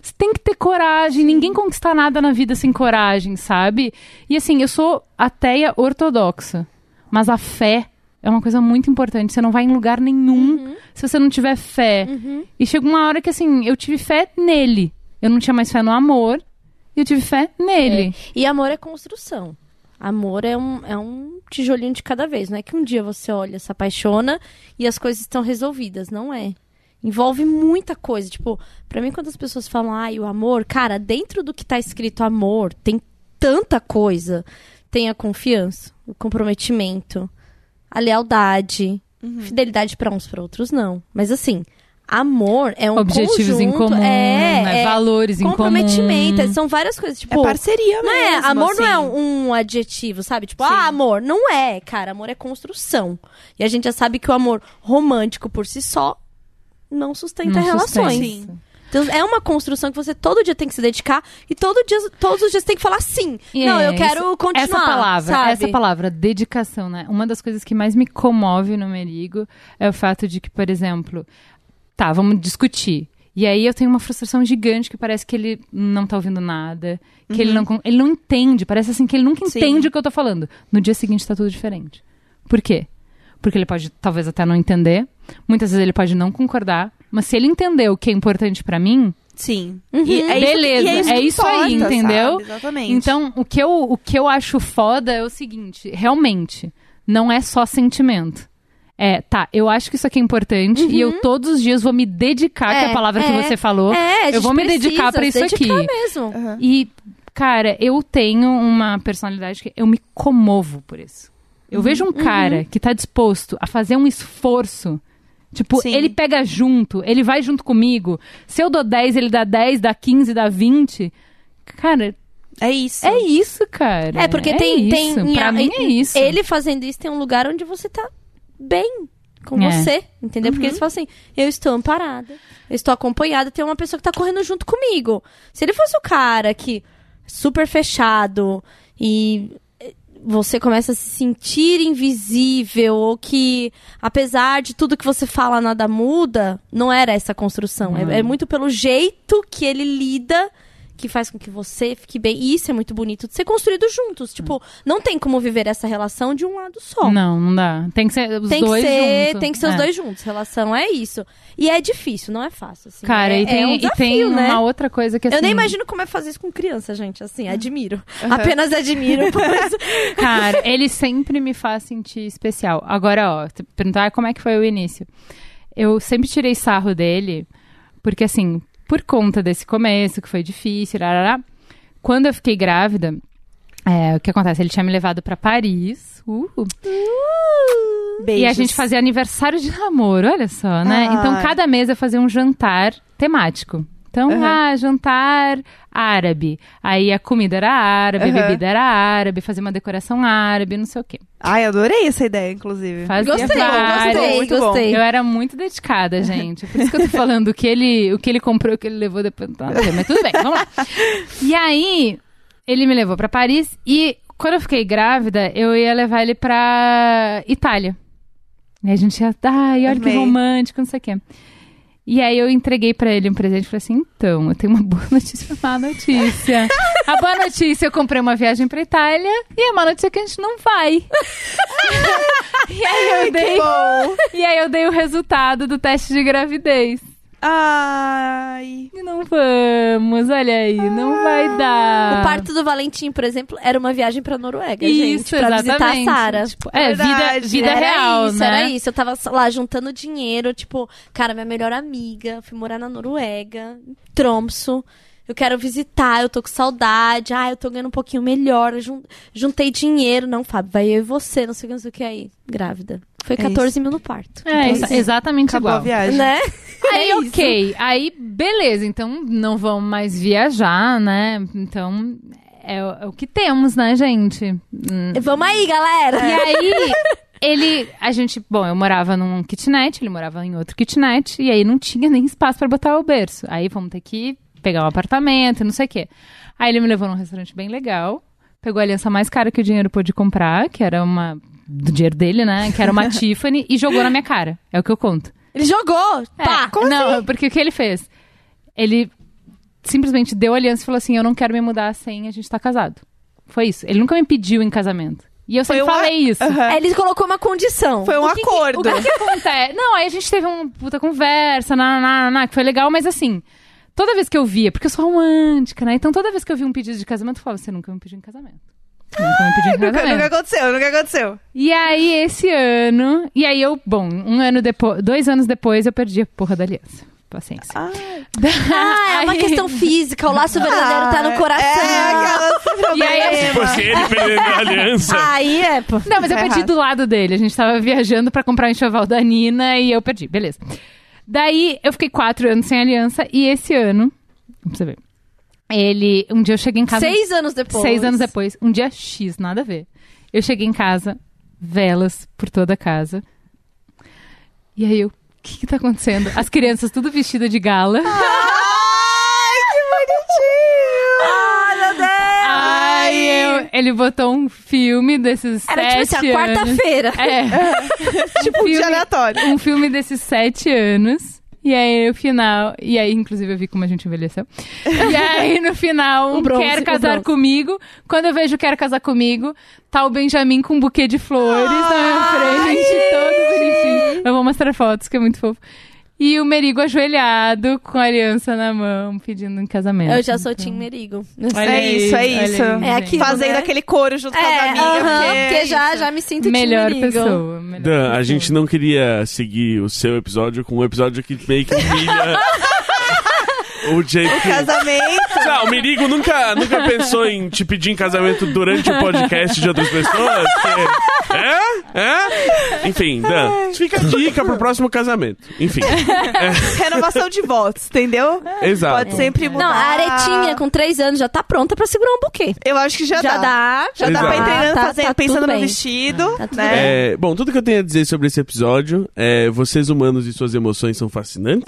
Você tem que ter coragem. Ninguém conquista nada na vida sem coragem, sabe? E assim, eu sou ateia ortodoxa. Mas a fé é uma coisa muito importante. Você não vai em lugar nenhum
Uhum.
se você não tiver fé. E chegou uma hora que, assim, eu tive fé nele. Eu não tinha mais fé no amor. E eu tive fé nele.
E amor é construção. Amor é um, é um tijolinho de cada vez. Não é que um dia você olha, se apaixona e as coisas estão resolvidas. Não é. Envolve muita coisa. Tipo, pra mim, quando as pessoas falam, ai, o amor, cara, dentro do que tá escrito amor, tem tanta coisa. Tem a confiança, o comprometimento, a lealdade,
Uhum.
fidelidade pra uns pra outros não. Mas assim, amor é um
Objetivos
conjunto,
em comum,
é,
né?
é
valores em comum.
comprometimento, é- são várias coisas, tipo,
É parceria
não
mesmo.
é, amor não é
assim.
um, um adjetivo, sabe? Tipo, ah, amor, não é, cara, amor é construção. E a gente já sabe que o amor romântico por si só não sustenta
Não
relações.
sustenta.
Sim.
Então, é uma construção que você todo dia tem que se dedicar e todo dia, todos os dias tem que falar sim.
E
não,
é,
eu quero continuar.
Essa palavra,
sabe?
essa palavra, dedicação, né? Uma das coisas que mais me comove no Merigo é o fato de que, por exemplo, tá, vamos discutir. E aí eu tenho uma frustração gigante que parece que ele não tá ouvindo nada, que
Uhum.
ele, não, con- ele não entende, parece assim que ele nunca
Sim.
entende o que eu tô falando. No dia seguinte tá tudo diferente. Por quê? Porque ele pode talvez até não entender, muitas vezes ele pode não concordar, mas se ele entender o que é importante pra mim,
Sim.
Uhum.
E- beleza,
e
é
que
isso aí,
importa,
entendeu?
sabe? Exatamente.
Então, o que, eu, o que eu acho foda é o seguinte: realmente, não é só sentimento. É, tá, eu acho que isso aqui é importante e eu todos os dias vou me dedicar, que é a
É,
palavra que
é,
você falou.
É, a gente
eu vou me dedicar
precisa
pra
se
isso aqui.
dedicar mesmo.
Aham.
E, cara, eu tenho uma personalidade que eu me comovo por isso. Eu vejo um cara que tá disposto a fazer um esforço. Tipo,
Sim.
ele pega junto, ele vai junto comigo. Se eu dou 10, ele dá 10, dá 15, dá 20. Cara,
É isso.
é isso, cara.
É, porque tem. tem
isso. Pra
em-
mim é
em-
isso.
Ele fazendo isso tem um lugar onde você tá bem com
É.
você, entendeu? Porque eles falam assim: eu estou amparada, eu estou acompanhada, tem uma pessoa que tá correndo junto comigo. Se ele fosse o cara que é super fechado e eh, você começa a se sentir invisível ou que apesar de tudo que você fala nada muda, não era essa construção. É, é muito pelo jeito que ele lida que faz com que você fique bem. E isso é muito bonito de ser construído juntos. Tipo, não tem como viver essa relação de um lado só.
Não, não dá. Tem que ser os
Tem que,
dois
ser,
juntos.
tem que ser os
É.
dois juntos. Relação é isso. E é difícil, não é fácil. assim.
Cara,
é,
e tem,
é um
e
desafio,
tem
né?
uma outra coisa que assim...
Eu nem imagino como é fazer isso com criança, gente. Assim, admiro. Apenas admiro. mas-
Cara, ele sempre me faz sentir especial. Agora, ó, tu perguntar "Ah, como é que foi o início. Eu sempre tirei sarro dele, porque assim, por conta desse começo, que foi difícil, rarará, quando eu fiquei grávida, é, o que acontece? Ele tinha me levado pra Paris. Uh,
Beijos.
E a gente fazia aniversário de namoro, olha só, né?
Ah.
Então, cada mês eu fazia um jantar temático. Então,
Aham.
ah, jantar árabe. Aí a comida era árabe,
Aham.
a bebida era árabe, fazia uma decoração árabe, não sei o quê.
Ai, adorei essa ideia, inclusive.
Fazia
Gostei,
várias.
gostei,
Muito bom.
gostei.
Eu era muito dedicada, gente. Por isso que eu tô falando o que ele, o que ele comprou, o que ele levou depois. Tá, não sei, mas tudo bem, vamos lá. E aí, ele me levou pra Paris e quando eu fiquei grávida, eu ia levar ele pra Itália. E a gente ia, ai, olha que
Amei.
romântico, não sei o quê. E aí eu entreguei pra ele um presente e falei assim: então, eu tenho uma boa notícia e uma má notícia. A boa notícia, eu comprei uma viagem pra Itália e a má notícia é que a gente não vai. e aí eu dei.
Bom.
E aí eu dei o resultado do teste de gravidez.
Ai.
E não vamos, olha aí, não vai dar.
Ah. O parto do Valentim, por exemplo, era uma viagem pra Noruega, gente.
Isso,
Pra visitar
exatamente.
a Sara.
Tipo, é, vida,
Verdade.
vida
era
real,
isso,
né?
Era isso, eu tava lá juntando dinheiro, tipo, cara, minha melhor amiga, fui morar na Noruega, em Tromso. Eu quero visitar, eu tô com saudade. Ah, eu tô ganhando um pouquinho melhor. eu jun- Juntei dinheiro. Não, Fábio, vai eu e você, não sei o que, não sei o que aí. Grávida. Foi
isso.
14 mil no parto. Então,
É, exa- exatamente
Acabou a
igual.
viagem.
Né?
Aí,
É isso.
ok. Aí, beleza. Então, não vão mais viajar, né? Então, é, o- é o que temos, né, gente? Hum.
Vamos aí, galera.
E aí, ele... A gente... Bom, eu morava num kitnet, ele morava em outro kitnet. E aí, não tinha nem espaço pra botar o berço. Aí, vamos ter que pegar um apartamento, não sei o quê. Aí, ele me levou num restaurante bem legal. Pegou a aliança mais cara que o dinheiro pôde comprar, que era uma... Do dinheiro dele, né? Que era uma Tiffany. E jogou na minha cara. É o que eu conto.
Ele jogou.
É,
Pá.
não, porque o que ele fez? Ele simplesmente deu a aliança e falou assim: Eu não quero me mudar sem a gente tá casado. Foi isso. Ele nunca me pediu em casamento. E eu sempre
uma-
falei isso.
Aham.
Aí Ele colocou uma condição.
É. Foi um
O que que-
acordo.
O que, que acontece? Não, aí a gente teve uma puta conversa, na, na, na, na, que foi legal, mas assim, toda vez que eu via, porque eu sou romântica, né? Então toda vez que eu via um pedido de casamento, eu falava: Você nunca me pediu em casamento. Você Nunca me pediu em
Ah, Nunca,
casamento.
nunca aconteceu, nunca aconteceu.
E aí, esse ano. E aí, eu, bom, um ano depois. Dois anos depois, eu perdi a porra da aliança. paciência.
Ah, é uma questão física. O laço verdadeiro tá no coração.
É, aquela sem
Se
problema.
fosse ele perdendo a aliança.
Aí é, pô.
Não, mas eu
Tá
perdi
errado.
do lado dele. A gente tava viajando pra comprar o enxoval da Nina e eu perdi. Beleza. Daí eu fiquei quatro anos sem aliança e esse ano, pra você ver, ele. Um dia eu cheguei em casa.
Seis anos depois.
Seis anos depois, um dia X, nada a ver. Eu cheguei em casa, velas por toda a casa. E aí eu, o que que tá acontecendo? As crianças tudo vestidas de gala.
Ai, que bonitinho! Ai, meu Deus!
Ai, eu, ele botou um filme desses
Era tipo
sete
assim, a
anos.
quarta-feira.
É. tipo,
De aleatório.
um filme desses sete anos. E aí, no final. E aí, inclusive, eu vi como a gente envelheceu. E aí, no final, um
O bronze,
quer
o
casar
bronze.
comigo. Quando eu vejo quer casar comigo, tá o Benjamin com um buquê de flores na minha frente, todo bonitinho. Eu vou mostrar fotos, que é muito fofo. E o Merigo ajoelhado, com a aliança na mão, pedindo em casamento.
Eu já sou Tim Merigo.
Olha
É isso, é
olha
isso.
aí,
É
gente.
aquilo,
Fazendo
né?
aquele coro junto com as
É,
amigas.
aham,
porque-
porque já, já me sinto
Melhor
Tim Merigo.
pessoa. melhor
Dan, a
pessoa.
gente não queria seguir o seu episódio com um episódio que meio que humilha o JP.
Casamento.
Não, o Mirigo nunca, nunca pensou em te pedir em casamento durante o podcast de outras pessoas? Porque- É? É? Enfim, Dan, fica a dica pro próximo casamento. Enfim,
Renovação de votos, entendeu?
É.
exato.
Pode sempre mudar.
Não, a aretinha com três anos já tá pronta pra segurar um buquê.
Eu acho que já,
Já
dá.
dá, já
Já dá
Exato.
pra entender,
Tá-
fazendo,
tá tudo
pensando no
bem.
vestido,
Tá tudo
né?
É, bom, tudo que eu tenho a dizer sobre esse episódio é vocês humanos e suas emoções são fascinantes.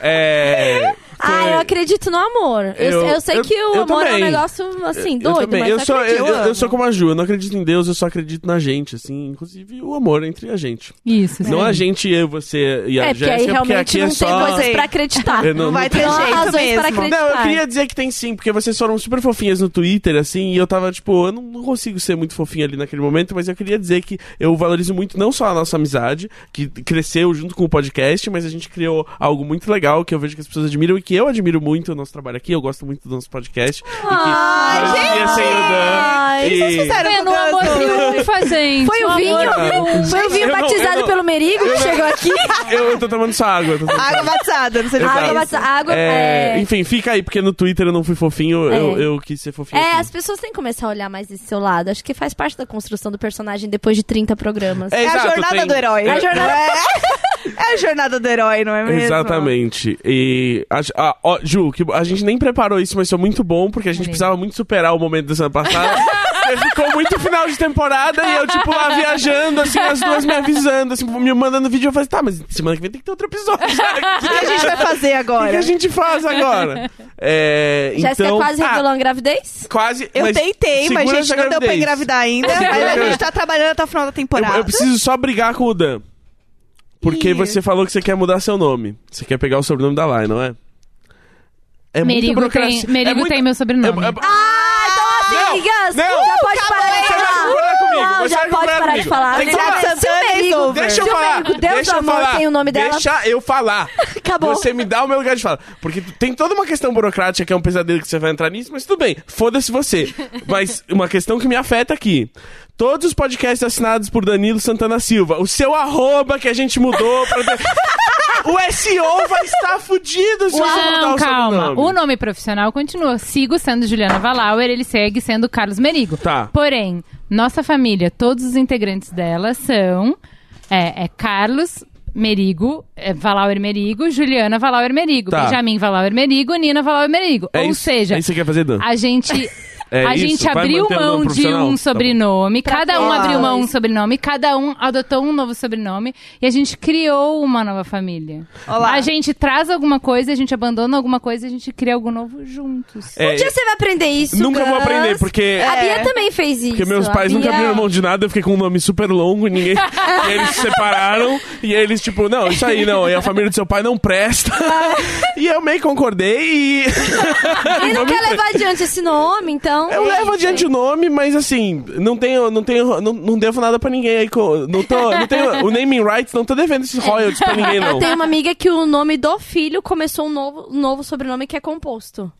é,
Ah, eu acredito no amor. Eu,
Eu-
eu sei
eu-
que o
eu
amor é um
também.
negócio, assim,
eu
doido,
também.
mas
eu
eu
sou, eu,
acredito.
eu- eu sou como a Ju, eu não acredito em Deus, eu só acredito na gente, assim, inclusive o amor entre a gente.
Isso, isso
Não
aí.
a gente, eu, você e a
É, porque aí
Jéssica, porque
realmente
aqui é
não tem
só.
coisas pra acreditar.
Eu
Não, vai ter
Não há
jeito
razões
mesmo.
para acreditar.
Não, eu queria dizer que tem sim, porque vocês foram super fofinhas no Twitter, assim, e eu tava, tipo, eu não, não consigo ser muito fofinha ali naquele momento, mas eu queria dizer que eu valorizo muito não só a nossa amizade, que cresceu junto com o podcast, mas a gente criou algo muito legal que eu vejo que as pessoas admiram e que eu admiro muito o nosso trabalho aqui, eu gosto muito do nosso podcast.
Ai,
e que eu queria
gente!
ser o
Ai,
Dan.
Vocês
E...
fizeram
É,
com
no
um
amor
Ganso.
triunfa, gente.
Foi o
No
vinho?
amor triunfa.
Foi o vinho
eu não- eu
batizado
não-
pelo Merigo que chegou aqui?
Eu, eu tô tomando só água. eu Tô tomando só
Água batizada, não sei o
Ah,
que
Exato.
é
água
isso.
batizada. Água
É,
é...
Enfim, fica aí, porque no Twitter eu não fui fofinho, eu, eu quis ser fofinho.
É,
aqui.
as pessoas têm que começar a olhar mais esse seu lado. Acho que faz parte da construção do personagem depois de 30 programas.
É a
exato,
jornada
tem-
do herói.
A jornada-
É. É a jornada do herói, não é mesmo?
Exatamente. E. A, ah, ó, Ju, que a gente nem preparou isso, mas foi muito bom, porque a gente precisava muito superar o momento da semana passada. Porque Ficou muito final de temporada e eu, tipo, lá viajando, assim, as duas me avisando, assim, me mandando vídeo. Eu falei, tá, mas semana que vem tem que ter outro episódio. né?
O que a gente vai fazer
O que que
agora?
a gente faz agora? É,
Jéssica
então,
quase
ah,
revelou a gravidez?
Quase.
Eu
mas
tentei, mas
segura
gente,
essa
não deu pra
gravidez.
engravidar ainda. Mas a gente tá trabalhando até o final da
Eu,
temporada.
eu preciso só brigar com o Dan. Porque
Ih.
você falou que você quer mudar seu nome. Você quer pegar o sobrenome da Lai, não é? É muita
Merigo, tem,
burocracia.
Merigo
é muita-
tem meu sobrenome.
É- é-
Ah, então,
Não,
amigas,
não.
já pode parar de
Você vai
falar.
concordar comigo,
Não,
você
já
vai
pode
concordar
parar de
comigo.
falar. é
Tem que
Se
falar
o
Santana e
Merigo-
Dover.
Deixa eu
se o
falar.
Merigo, Deus
deixa
do
eu
amor
falar.
tem o nome dela.
Deixa eu falar.
Tá
Acabou.
Você me dá o meu lugar de fala. Porque tem toda uma questão burocrática que é um pesadelo que você vai entrar nisso, mas tudo bem. Foda-se você. Mas uma questão que me afeta aqui. Todos os podcasts assinados por Danilo Santana Silva. O seu arroba que a gente mudou pra... O SEO vai estar fudido se você mudar
Não,
o
calma.
sobrenome.
O nome profissional continua. Sigo sendo Juliana Valauer, ele segue sendo Carlos Merigo.
Tá.
Porém, nossa família, todos os integrantes dela são é, é Carlos Merigo, é, Valauer Merigo, Juliana Valauer Merigo,
Tá.
Benjamin Valauer Merigo, Nina Valauer Merigo.
É
Ou
isso,
seja,
é isso que você quer fazer, Dan?
a gente
É
a
isso?
gente
Vai
abriu
manter o nome
mão de
profissional?
um
Tá
sobrenome, cada um
todos.
abriu mão de um sobrenome, cada um adotou um novo sobrenome e a gente criou uma nova família.
Olá.
A gente traz alguma coisa, a gente abandona alguma coisa, e a gente cria algo novo juntos.
É,
Um dia você vai aprender isso,
Nunca vou
Gans.
aprender, porque...
A Bia também fez isso.
Porque meus
A
pais nunca
Bia-
abriram mão de nada, eu fiquei com um nome super longo, e ninguém. e eles se separaram, e eles, tipo, não, isso aí não, e a família do seu pai não presta. e eu meio concordei e.
Ele não quer levar adiante esse nome, então...
Eu levo adiante o nome, mas assim, não tenho, não tenho, não, não devo nada pra ninguém aí. co- Não tô, não tenho, o naming rights, não tô devendo esses royalties pra ninguém,
Eu
não.
tenho uma amiga que o nome do filho começou um novo, um novo sobrenome que é composto.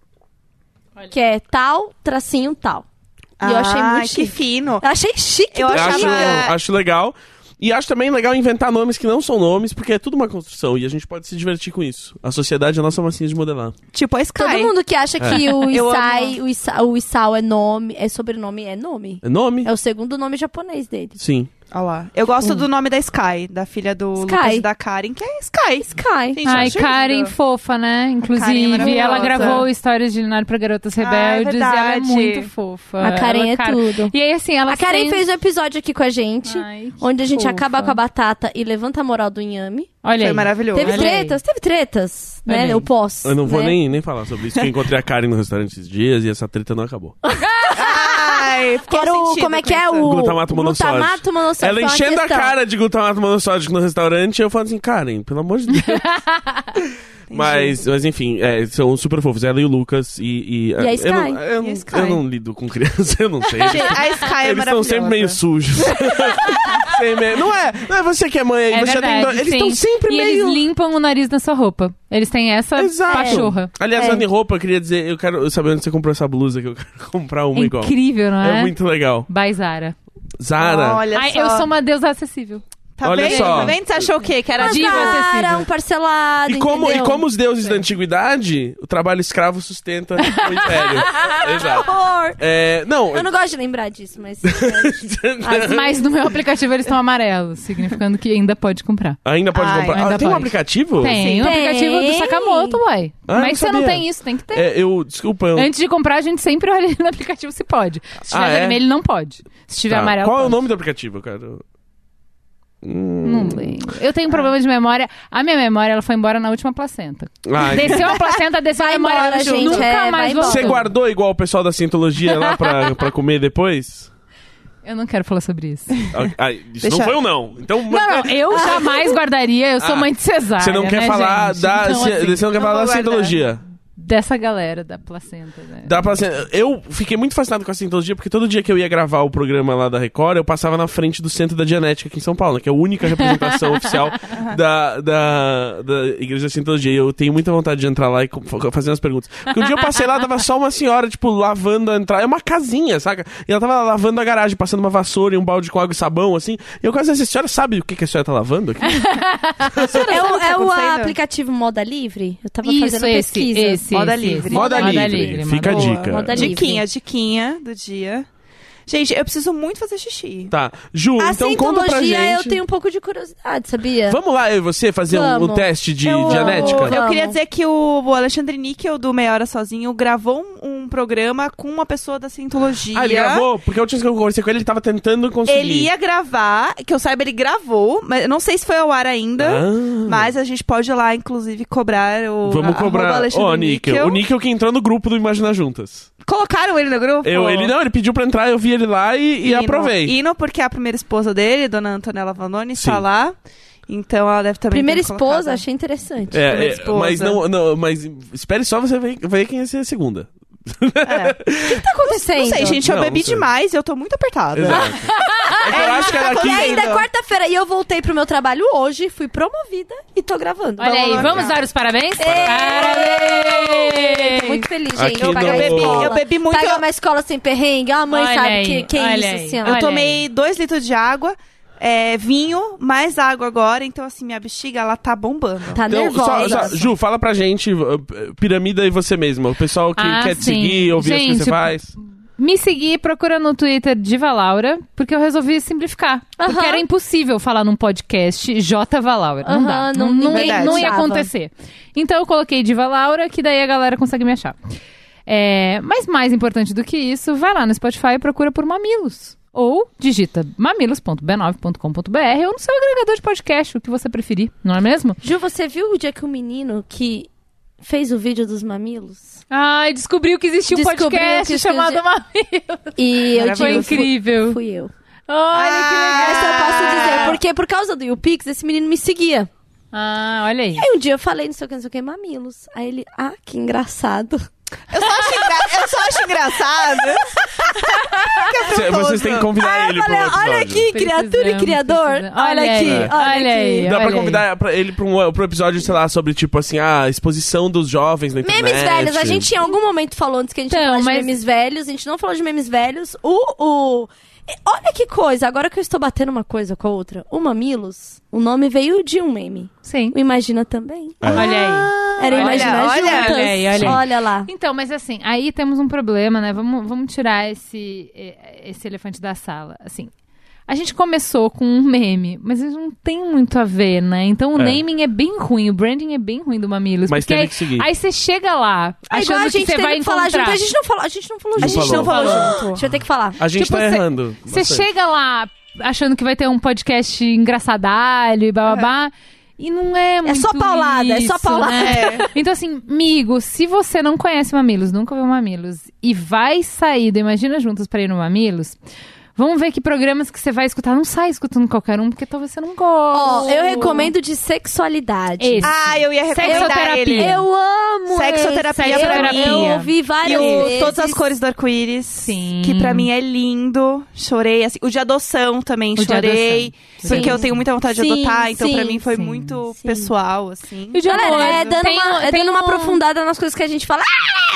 Que é tal, tracinho, tal. E eu achei
Ah,
muito
que
chique.
fino.
Eu achei chique.
Eu
do
Eu acho,
achava-
acho legal. E acho também legal inventar nomes que não são nomes, porque é tudo uma construção e a gente pode se divertir com isso. A sociedade é a nossa massinha de modelar.
Tipo a
Todo
Sky.
mundo que acha que
É.
o
Eu amo.
Isai, o, Isa, o Isao é nome, é sobrenome, é nome.
É nome?
É o segundo nome japonês dele.
Sim.
Olha lá. Eu gosto do nome da Sky, da filha do
Hum. Sky.
Lucas e da Karen, que é Sky.
Sky.
Gente,
Ai,
ajuda.
Karen fofa,
é
né? Inclusive, ela
maravilhosa.
gravou histórias de Linário para Garotas Rebeldes e ela é
verdade.
muito fofa.
Ah, A Karen
Ela-
é tudo.
E aí, assim, ela
A Karen
sem-
fez um episódio aqui com a gente,
Ai, que
onde a gente
fofa.
acaba com a batata e levanta a moral do inhame.
Olha
Foi
aí.
maravilhoso.
Teve
aí.
tretas, teve tretas,
Olha
né?
aí.
Eu posso.
Eu não vou
né?
nem, nem falar sobre isso, porque eu encontrei a Karen no restaurante esses dias e essa treta não acabou.
Ai, ficou
Quero,
sentido
como é
com
que é
isso.
o...
Glutamato monossódico.
Glutamato monossódico.
Ela
é uma
enchendo a
questão.
cara de glutamato monossódico no restaurante e eu falando assim, Karen, pelo amor de Deus. mas, mas enfim, é, são super fofos. Ela e o Lucas e... E,
a Sky.
Eu não, eu
E a
não-
Sky.
eu não lido com criança, eu não sei. Eles-
Gente, A Sky é
Eles estão
maravilhosa.
sempre meio sujos. Sem meio- Não é, não é você que é mãe, aí,
É
você
verdade,
tem dó. Eles
sim.
estão sempre
e
meio.
eles limpam o nariz na sua roupa. Eles têm essa
Exato.
pachorra.
Aliás,
É.
falando em roupa, eu queria dizer, eu quero saber onde você comprou essa blusa, que eu quero comprar uma igual.
Incrível, não é?
É muito legal.
By Zara.
Zara.
Olha
Ai,
só.
eu sou uma deusa acessível.
Tá
Olha
vendo?
só.
Tá vendo? Você achou o quê? Que era
Mas
de...
Diva
Cara,
acessível.
um parcelado,
E como, e
entendeu?
como os deuses
É.
da antiguidade, o trabalho escravo sustenta o império. Exato.
Horror.
É, não,
Eu não gosto de lembrar disso, mas... é,
Mas no meu aplicativo eles estão amarelos, significando que ainda pode comprar.
ainda pode
Ai,
comprar.
ainda
Ah, tem um
pode.
aplicativo?
Tem o
Tem.
aplicativo do Sakamoto, uai.
Ah, não
Mas você não
sabia.
tem isso, tem que ter.
É, eu, desculpa, eu...
Antes de comprar, a gente sempre olha no aplicativo se pode. Se tiver
Ah, é?
vermelho, não pode. Se tiver
tá.
amarelo,
Qual é o
pode.
nome do aplicativo, cara? Hum.
Não lembro. Eu tenho um problema de memória. A minha memória, ela foi embora na última placenta.
Ah,
Desceu a placenta, desceu
Vai
a memória.
embora,
ela
gente,
Nunca
é, vai
mais
embora.
Você
Tudo.
guardou igual o pessoal da Cientologia lá pra, pra comer depois?
Eu não quero falar sobre isso.
Ah, ah, isso
Deixa-
não foi um não. Então,
Não, não, eu jamais guardaria. Eu sou
Ah,
mãe de cesárea,
você não quer
né,
falar
gente?
da,
Então,
você-
assim,
você não quer
não
falar
vou
da
guardar.
Cientologia.
dessa galera da placenta, né?
Dá pra ser- Eu fiquei muito fascinado com a Cientologia, porque todo dia que eu ia gravar o programa lá da Record, eu passava na frente do Centro da Dianética aqui em São Paulo, né, que é a única representação oficial da, da, da Igreja da Cientologia. E eu tenho muita vontade de entrar lá e co- fazer umas perguntas. Porque um dia eu passei lá, tava só uma senhora, tipo, lavando a entrada. É uma casinha, saca? E ela tava lavando a garagem, passando uma vassoura e um balde com água e sabão, assim. E eu quase disse, a senhora sabe o que, que a senhora tá lavando aqui?
é o,
o que tá
é o
acontecendo?
aplicativo Moda Livre? Eu tava
Isso,
fazendo
esse,
pesquisa.
esse.
Moda
esse,
livre.
esse.
Moda, livre. Fica
moda-
a
Boa.
dica.
Moda livre.
Diquinha, diquinha do dia. Gente, eu preciso muito fazer xixi.
Tá. Ju,
A
então conta pra gente.
Scientologia, eu tenho um pouco de curiosidade, sabia?
Vamos lá, eu e você, fazer um, um
Vamos.
teste de
Eu amo.
dianética?
Eu queria
Vamos.
dizer que o, o Alexandre Níquel, do Meia Hora Sozinho, gravou um, um programa com uma pessoa da Cientologia.
Ah, ele gravou? Porque a última vez que eu conversei com ele, ele tava tentando conseguir.
Ele ia gravar, que eu saiba, ele gravou, mas eu não sei se foi ao ar ainda.
Ah.
Mas a gente pode ir lá, inclusive, cobrar o.
Vamos
a- arroba
cobrar.
Alexandre
Ó, Níquel.
Níquel.
O Níquel que entrou no grupo do Imagina Juntas.
Colocaram ele no grupo?
Eu, ele não, ele pediu pra entrar, eu vi ele lá e, e
Hino.
aprovei.
Hino, porque é a primeira esposa dele, dona Antonella Vanoni, está
Sim.
lá. Então ela deve também.
Primeira
ter colocado.
esposa, achei interessante.
É,
primeira
é,
esposa.
mas não, não, mas espere só você ver, ver quem ia ser a segunda.
É.
O que tá acontecendo?
Não sei, gente, eu
Não,
bebi
não sei.
demais e eu tô muito apertada.
Exato. é que eu acho que era
E
aqui. Então,
ainda é quarta-feira. E eu voltei pro meu trabalho hoje, fui promovida e tô gravando.
Olha aí,
lá.
vamos dar os parabéns?
Parabéns!
Parabéns!
Muito feliz,
Aqui
gente. Pagar
no-
a
Eu bebi-
escola.
eu bebi muito-
Pagar uma escola sem perrengue. A mãe
Olha
sabe
aí,
que, que é
olha
isso,
aí.
assim, ó.
Eu
Olha
tomei dois litros de água, é, vinho, mais água agora. Então, assim, minha bexiga, ela tá bombando.
Tá
Então, só,
nervosa.
só- Ju, fala pra gente, uh, piramida e você mesma. O pessoal que
Ah,
quer te
sim.
seguir, ouvir as coisas que
Gente,
você faz.
Me seguir, procura no Twitter Diva Laura, porque eu resolvi simplificar. Porque
Aham.
era impossível falar num podcast J Valaura. Não dá.
Aham,
Não,
não-
não,
ninguém
ia- não ia
usava.
acontecer. Então eu coloquei Diva Laura, que daí a galera consegue me achar. É, mas mais importante do que isso, vai lá no Spotify e procura por Mamilos. Ou digita mamilos.b9.com.br ou no seu agregador de podcast, o que você preferir, não é mesmo?
Ju, você viu o dia que o menino que fez o vídeo dos mamilos?
Ai, descobriu que existia um
Descobriu que
podcast
existia-
chamado Mamilos.
E eu
Foi
digo, fui-
incrível.
Fui eu.
Olha que legal.
Essa eu posso dizer, porque por causa do YouPix, esse menino me seguia.
Ah, olha aí.
Aí um dia eu falei, não sei o que, não sei o que, mamilos. Aí ele, ah, que engraçado.
Eu só acho, engra- eu só acho engraçado. Que
Cê-
afrontoso.
Vocês têm que convidar
Aí
ele
eu falei,
pro outro
olha
episódio.
aqui, criatura e
Precisamos,
criador.
precisamos.
Olha,
Olha
aqui,
aí,
olha,
olha aí.
aqui.
Dá pra
Olha aí.
convidar pra ele pra um, pro episódio, sei lá, sobre, tipo assim, a exposição dos jovens na internet.
Memes velhos, a gente em algum momento falou antes que a gente
Então,
ia falar
mas-
de memes velhos, a gente não falou de memes velhos. O, o E Olha que coisa, agora que eu estou batendo uma coisa com a outra. O Mamilos, o nome veio de um meme.
Sim.
O Imagina também.
Olha aí.
Era
Olha,
Imaginar
olha,
Juntas.
olha aí, olha aí.
lá.
Então, mas assim, aí temos um problema, né? Vamos, vamos tirar esse, eh, esse elefante da sala. Assim, a gente começou com um meme, mas isso não tem muito a ver, né? Então o
É.
naming é bem ruim, o branding é bem ruim do Mamilos.
Mas
porque
teve que seguir.
Aí você chega lá,
É igual
achando
a gente
que você
teve
vai
que falar
encontrar.
junto. A gente não falou, a gente não falou
A
junto.
gente não
falou
junto. Deixa eu ter que falar.
A gente
Tipo,
tá
cê-
errando.
Você
bastante.
chega lá achando que vai ter um podcast engraçadalho e bababá. E não é muito
só paulada, é só
isso,
paulada.
né? Então, assim, amigo, se você não conhece Mamilos, nunca viu Mamilos, e vai sair do Imagina Juntas pra ir no Mamilos, vamos ver que programas que você vai escutar. Não sai escutando qualquer um, porque talvez você não
Ó,
goste.
eu recomendo de sexualidade.
Esse.
Ah, eu ia recomendar
Sexoterapia.
ele.
Eu amo
Sexoterapia
esse.
pra mim.
Eu ouvi
E
várias
o
vezes.
Todas as Cores do Arco-Íris,
Sim.
que pra mim é lindo. Chorei, assim. O de adoção também
de
chorei.
adoção.
Porque
Sim.
eu tenho muita vontade
Sim,
de adotar, então pra
sim,
mim foi
sim,
muito
sim.
pessoal, assim.
E o de amor,
Galera, é dando,
tem-
uma, é
tem
dando uma
um-
aprofundada nas coisas que a gente fala.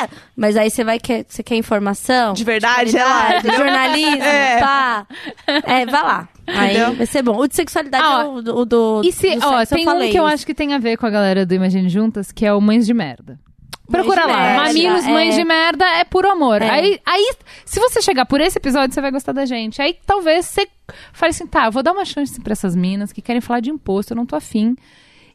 "Ah!" Mas aí você vai quer, você quer informação?
De verdade, é ela.
Verdade, jornalismo,
É.
pá. É, vai lá. Aí
Entendeu?
vai ser bom. O de sexualidade
Ah, ó,
é o do, o do.
E se,
do
ó,
sexo,
tem
eu falei.
um que eu acho que tem a ver com a galera do Imagine Juntas, que é o Mães de Merda. Procura
de
lá.
Merda,
Mamilos,
é.
Mães de Merda é puro amor.
É.
Aí, aí, se você chegar por esse episódio, você vai gostar da gente. Aí talvez você fale assim: tá, eu vou dar uma chance pra essas minas que querem falar de imposto, eu não tô afim.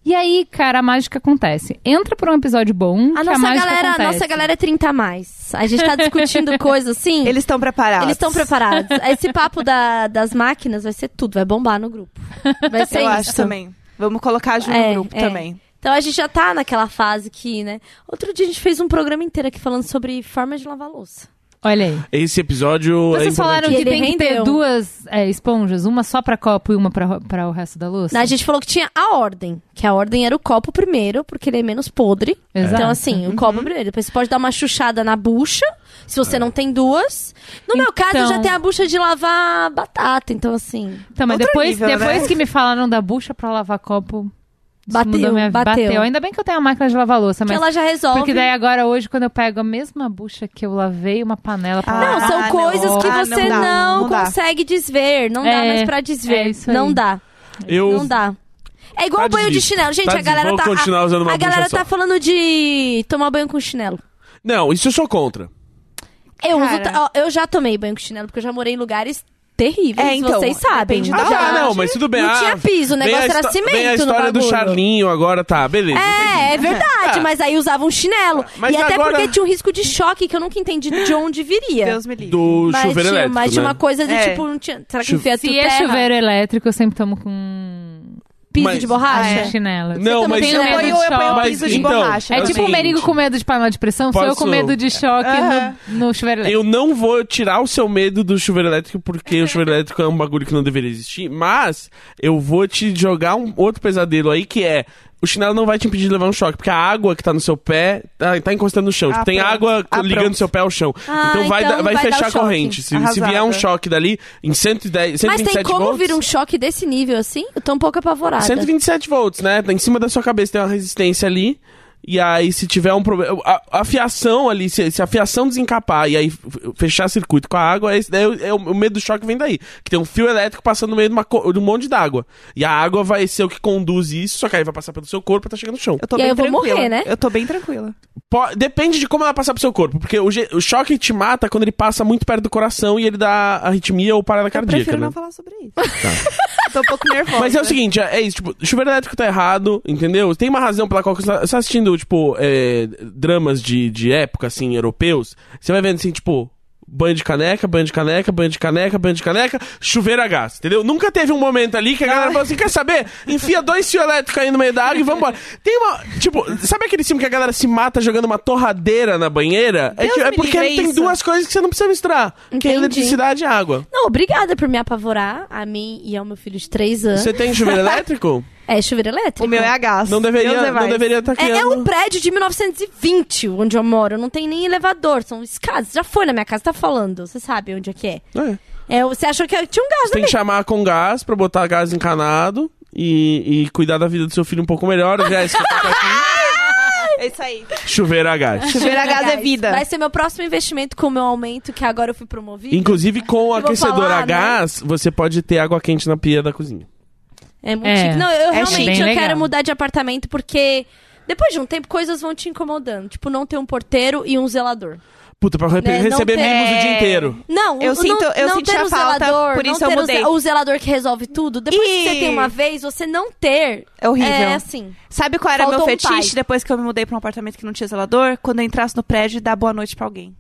E aí, cara, a mágica acontece. Entra por um episódio bom,
A
que
nossa,
a mágica
galera, a
acontece.
nossa galera é 30 a mais. A gente tá discutindo coisas assim.
Eles estão preparados.
Eles estão preparados. Esse papo da- das máquinas vai ser tudo, vai bombar no grupo. Vai ser
Eu
isso.
acho também. Vamos colocar junto
É,
no grupo
é.
também.
Então a gente já tá naquela fase que, né? Outro dia a gente fez um programa inteiro aqui falando sobre formas de lavar louça.
Olha aí.
Esse episódio. é
Vocês
importante.
falaram
E
que
ele
tem que ter
rendeu.
duas é, esponjas, uma só pra copo e uma pra, pra o resto da louça.
A gente falou que tinha a ordem, que a ordem era o copo primeiro, porque ele é menos podre.
Exato.
Então, assim, o copo primeiro. Depois você pode dar uma chuchada na bucha, se você não tem duas. No meu caso, eu já
Então.
tenho a bucha de lavar batata, então, assim.
Então, mas
Outro
depois,
nível, né?
depois que me falaram da bucha pra lavar copo, isso
Bateu,
mudou minha vida.
bateu.
Ainda bem que eu tenho a máquina de lavar louça,
que
mas
ela já resolve.
porque daí agora hoje quando eu pego a mesma bucha que eu lavei uma panela pra
Ah,
Não,
lavar.
são
não.
coisas que
Ah, não
você
dá,
não,
não dá.
consegue desver. Não dá
É,
mais pra desver.
é isso aí.
não dá.
Eu.
Não dá. É igual
Tá
banho de
difícil.
chinelo. Gente,
Tá
a galera
difícil.
tá.
Vou continuar usando uma
a galera
bucha só.
tá falando de tomar banho com chinelo.
Não, isso eu sou contra.
Eu, uso-
Cara.
ó, eu já tomei banho com chinelo, porque eu já morei em lugares terríveis,
É, então,
vocês sabem.
depende
Ah,
da
tá,
idade.
não, mas tudo bem.
Não
ah,
tinha piso, o
vem a
negócio era
histó-
cimento
Vem a
no
história do
bagulho.
Charlinho agora, tá, beleza. entendi.
É, é verdade,
É.
mas aí usava um chinelo.
Mas
e até
agora-
porque tinha um risco de choque que eu nunca entendi de onde viria.
Deus me livre.
Do
mas
chuveiro
tinha,
elétrico.
mas tinha
né?
uma coisa de
É.
tipo, não tinha. Será que
Chu-
enfia
Se
tudo
é
terra?
chuveiro elétrico, eu sempre tomo com
piso
Mas-
de borracha?
Ah, é.
chinela.
Não,
Você
mas.
também
Tenho
Eu
medo
ponho-
de
eu ponho
choque.
mas,
piso de
então,
borracha.
o
É
um
tipo o
seguinte,
merigo com medo de panela de pressão, sou eu com
Posso-
medo de choque
Aham.
no, no chuveiro elétrico.
Eu não vou tirar o seu medo do chuveiro elétrico, porque o chuveiro elétrico é um bagulho que não deveria existir, mas eu vou te jogar um outro pesadelo aí, que é. O chinelo não vai te impedir de levar um choque, porque a água que tá no seu pé tá, tá encostando no chão.
Ah,
Tipo, tem
pronto.
água
Ah,
ligando
pronto.
seu pé ao chão.
Ah,
então vai,
então
dar- vai
vai dar o
fechar a
choque.
corrente. Se, se
Arrasada.
vier um choque dali, em 110, 127
Mas tem como
volts,
vir um choque desse nível assim? Eu tô um pouco apavorada.
127 volts, né? Tá Em cima da sua cabeça tem uma resistência ali. E aí, se tiver um problema. A, a fiação ali, se, se a fiação desencapar e aí f- fechar circuito com a água, esse daí é, o- é o, o medo do choque vem daí. Que tem um fio elétrico passando no meio de, uma co- de um monte d'água. E a água vai ser o que conduz isso, só que aí vai passar pelo seu corpo e tá chegando no chão.
Eu tô
E
bem
aí eu vou
tranquila.
morrer, né?
Eu tô bem tranquila.
Po- Depende de como ela passar pro seu corpo, porque o, ge- o choque te mata quando ele passa muito perto do coração e ele dá arritmia ou parada
eu
cardíaca.
prefiro
né?
não falar sobre isso. tô um pouco nervosa.
Mas é o seguinte, é é isso, tipo, chuveiro elétrico tá errado, entendeu? Tem uma razão pela qual que você tá- você tá assistindo, tipo, é, dramas de, de época, assim, europeus, você vai vendo assim, tipo, banho de caneca, banho de caneca, banho de caneca, banho de caneca, chuveiro a gás, entendeu? Nunca teve um momento ali que a
Ah.
galera falou assim, quer saber? Enfia dois fios elétricos aí no meio da água e vambora. Tem uma, tipo, sabe aquele filme que a galera se mata jogando uma torradeira na banheira? É,
Deus
tipo- é
me
porque
livre, é
tem
isso.
duas coisas que você não precisa misturar, que é
Entendi.
eletricidade e água.
Não, obrigada por me apavorar, a mim e ao meu filho de 3 anos.
Você tem chuveiro elétrico?
É chuveiro elétrico?
O meu é a gás.
Não
Deus
deveria,
é
não
mais.
deveria estar criando...
É, é um prédio de 1920 onde eu moro. Não tem nem elevador, são escadas. Já foi na minha casa, tá falando. Você sabe onde é que é.
É.
é você achou que eu- tinha um gás
Você tem
também.
que chamar com gás pra botar gás encanado e, e cuidar da vida do seu filho um pouco melhor. Já escutar aqui.
É isso aí.
Chuveiro a gás.
Chuveiro a gás é vida.
Vai ser meu próximo investimento com o meu aumento, que agora eu fui promovido.
Inclusive, com o
Eu vou
aquecedor
falar, né?
a gás, você pode ter água quente na pia da cozinha.
É muito
É.
chique. Não, eu
É chique.
realmente
Bem
eu
legal.
quero mudar de apartamento, porque depois de um tempo, coisas vão te incomodando. Tipo, não ter um porteiro e um zelador.
Puta, pra re-
Né, não
receber
tem-
mimos o dia
É.
inteiro.
Não,
Eu
o-
sinto-
não,
eu
não
senti
ter
a
um
falta,
zelador,
por
não
isso eu
ter o
mudei.
ze- o zelador que resolve tudo. Depois que você tem uma vez, você não ter
É horrível.
é assim.
Sabe qual era
Faltou
meu
um pai.
fetiche depois que eu me mudei pra um apartamento que não tinha zelador? Quando eu entrasse no prédio e dar boa noite pra alguém.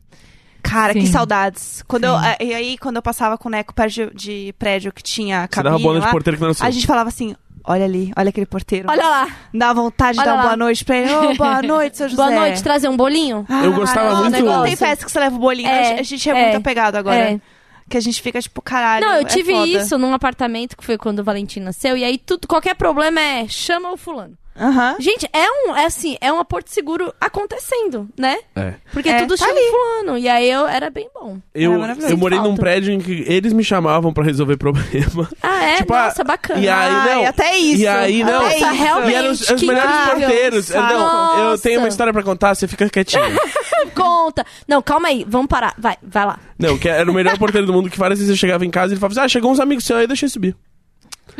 Cara, que
Sim.
saudades. Quando eu, a- e aí, quando eu passava com o Neco perto de, de prédio que tinha
Você dava
cabine
bola de
lá,
porteiro que não é era sua.
a gente falava assim, olha ali, olha aquele porteiro.
Olha lá.
Dá vontade de
Olha
dar uma
lá.
boa noite pra ele. Ô, boa noite, seu José.
Boa noite, trazer um bolinho?
Ah,
Eu gostava
nossa,
muito-
Quando tem festa que você leva o bolinho,
É,
a gente é,
é,
muito apegado agora.
é.
Que a gente fica tipo, caralho,
Não, eu
é
tive
foda.
isso num apartamento que foi quando o Valentim nasceu. E aí, tudo, qualquer problema é chama o fulano.
Aham.
Gente, é um, é assim, é um aporto seguro acontecendo, né?
É.
Porque
É,
tudo
tá
chama fulano. E aí eu era bem bom.
Eu,
Era maravilhoso.
eu morei num
É Falta.
prédio em que eles me chamavam pra resolver problema.
Ah, é?
Tipo, ah,
Nossa, bacana.
e aí, não,
Ai, até isso.
E aí, não.
até
Nossa,
isso.
realmente.
E eram os, os
que
melhores
incrível.
porteiros. Eu, não, eu
Nossa.
tenho uma história pra contar, você fica quietinho.
Ah, Conta. Não, calma aí. Vamos parar. Vai, vai lá.
não, que era o melhor porteiro do mundo, que várias vezes eu chegava em casa e ele falava assim, ah, chegou uns amigos seus aí, deixa eu subir.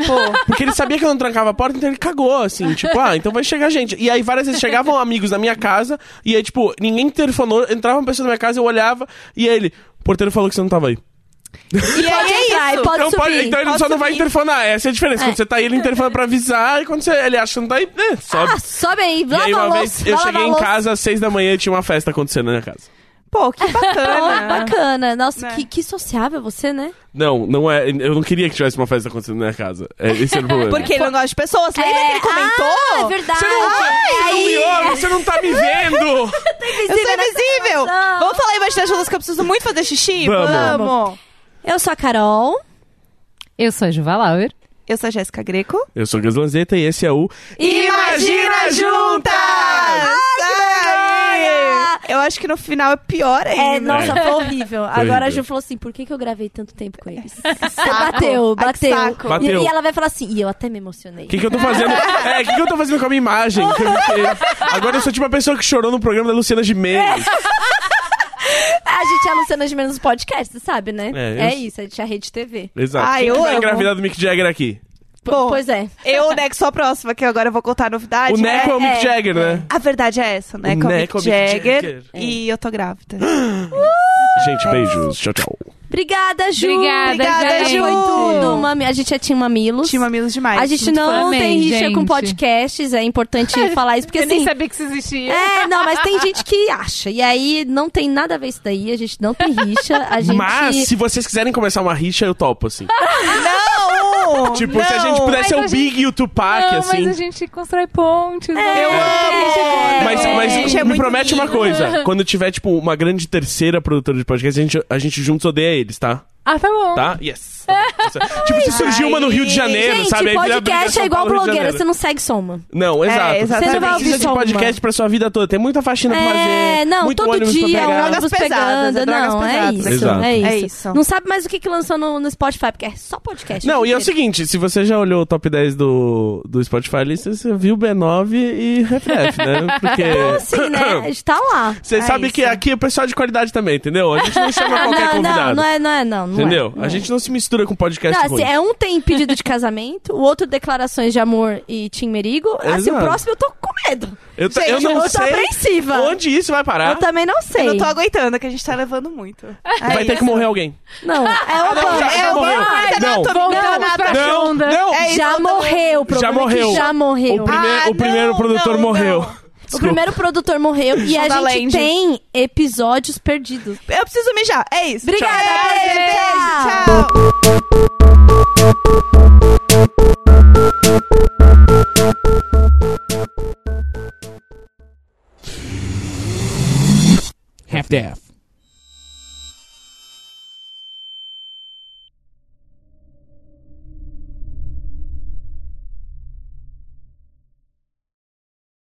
Pô,
Porque ele sabia que eu não trancava a porta, então ele cagou, assim, tipo, ah, então vai chegar gente. E aí várias vezes chegavam amigos na minha casa, e aí, tipo, ninguém telefonou, entrava uma pessoa na minha casa, eu olhava, e aí ele, o porteiro falou que você não tava aí.
E pode
é
entrar,
isso.
e pode
então,
subir.
então ele
pode
só não vai
subir.
interfonar, essa é a diferença. Quando você tá aí, ele interfona pra avisar, e quando você, ele acha que não tá aí, né, sobe.
Ah, sobe aí.
e
Lava
aí
a
uma
louça.
vez eu
vai lavar
cheguei
a
em
louça.
casa às seis da manhã e tinha uma festa acontecendo na minha casa.
pô, que
né?
Ó,
bacana.
bacana. Nossa,
Né?
que, que sociável você, né?
Não, não é. Eu não queria que tivesse uma festa acontecendo na minha casa. É, esse era o problema.
Porque ele não gosta de pessoas. Lembra que ele
Ah, é
comentou?
verdade.
Você não, você não me
aí,
olha, você não tá me vendo!
eu sou invisível.
relação.
Vamos falar aí embaixo das coisas que eu preciso muito fazer xixi?
Vamos.
Eu sou a Carol.
Eu sou a Juva Lauer.
Eu sou a Jéssica Greco.
Eu sou o Gaslanzeta e esse é o. Imagina Juntas!
Ah,
que
eu acho que no final é pior ainda.
É, nossa, foi horrível. Agora a Ju falou assim: por que, que eu gravei tanto tempo com eles? bateu,
Ai, que
bateu.
saco.
E-
Bateu.
E, ela vai falar assim, e eu até me emocionei.
O que, que eu tô fazendo? É, o que, que eu tô fazendo com a minha imagem? Que eu- que- Agora eu sou tipo a pessoa que chorou no programa da Luciana Gimenez.
A gente é a Luciana de Menos Podcast, sabe, né?
É, eu-
isso, a gente é a Rede TV.
Exato.
Ai,
Quem
eu
que vai
amo.
engravidar do Mick Jagger aqui?
P-
Bom.
Pois é.
Eu, Neco, sou a próxima, que agora eu vou contar a novidade.
O Neco é, o Mick
é,
Jagger, né?
A verdade é essa, né?
O
Com o
Neco
Mick
é o Mick
Jagger.
Jagger.
E eu tô grávida.
Gente, beijos. Tchau, tau.
Obrigada, Ju.
Obrigada,
Obrigada,
gente.
Ju. Foi tudo. Mami- A gente é Team Mamilos.
Tinha mamilos demais.
A gente
Muito
não
fã.
tem
Amém,
rixa com
gente.
podcasts, é importante falar isso, porque
eu nem
assim...
sabia que isso existia.
É, não, mas tem gente que acha. E aí não tem nada a ver isso daí, a gente não tem rixa, a gente.
Mas, se vocês quiserem começar uma rixa, eu topo, assim.
Não!
tipo,
Oh, não.
se a gente pudesse
Mas
ser
a
o
gente-
Big e o Tupac,
Não,
assim.
mas a gente constrói pontes. né?
Eu amo.
É, Mas,
É,
mas
a gente é
me
muito
promete uma
né?
unido.
coisa. Quando tiver, tipo, uma grande terceira produtora de podcast, a gente, a gente juntos odeia eles, tá?
Ah, tá bom.
Tá? Yes. tipo, se surgiu uma no Rio de Janeiro,
Gente,
sabe? Aí vira briga
podcast
São
é igual
Paulo, Rio de
blogueira,
Janeiro.
você não É, segue soma.
Não, exato.
exatamente.
Você
Você vai
precisa
ouvir
de
só uma.
podcast pra sua vida toda. Tem muita faxina pra
É,
fazer.
não,
muito
todo
ônibus pra
dia um
pegar.
ônibus
Drogas pesadas,
pegando.
é drogas
não, é
pesadas.
isso,
Exato.
é isso.
É isso.
Não sabe mais o que, que lançou no, no Spotify, porque é só podcast.
Não, e é o
inteiro.
seguinte, se você já olhou o top 10 do, do Spotify Lista, você viu B9 e Refref, né? Porque...
Então, assim, né? A gente tá lá.
Você
É
sabe que
isso.
aqui é pessoal de qualidade também, entendeu? A gente não chama qualquer
não, não,
convidado.
não é, não é, não. não é,
entendeu?
não
a
é.
gente não se mistura com podcast
Não,
ruim.
assim, é um tem pedido de casamento, o outro declarações de amor e Tim Merigo. Assim, o
Exato.
próximo eu tô com medo.
Eu, ta-
Gente,
eu não
eu tô
sei
apreensiva.
onde isso vai parar.
Eu também não
Eu
sei.
não tô aguentando, que a gente tá levando muito. É
Vai ter que morrer alguém.
Não, é o
não,
plano.
já- já
é o
morreu.
plano.
Ai,
Não.
Anatomia
Voltamos
Danada.
Tá
pra
Não,
Shonda.
não.
É isso,
Já
eu também.
morreu, o
já
problema é que
morreu.
já morreu.
O, prime
Ah,
o primeiro
não,
produtor
não,
morreu.
não.
O
Desculpa.
primeiro produtor morreu e a
Shonda
gente
Land.
tem episódios perdidos.
Eu preciso mijar. É isso.
Obrigada,
Tchau.
beijo,
Beijo, Tchau.
half-deaf.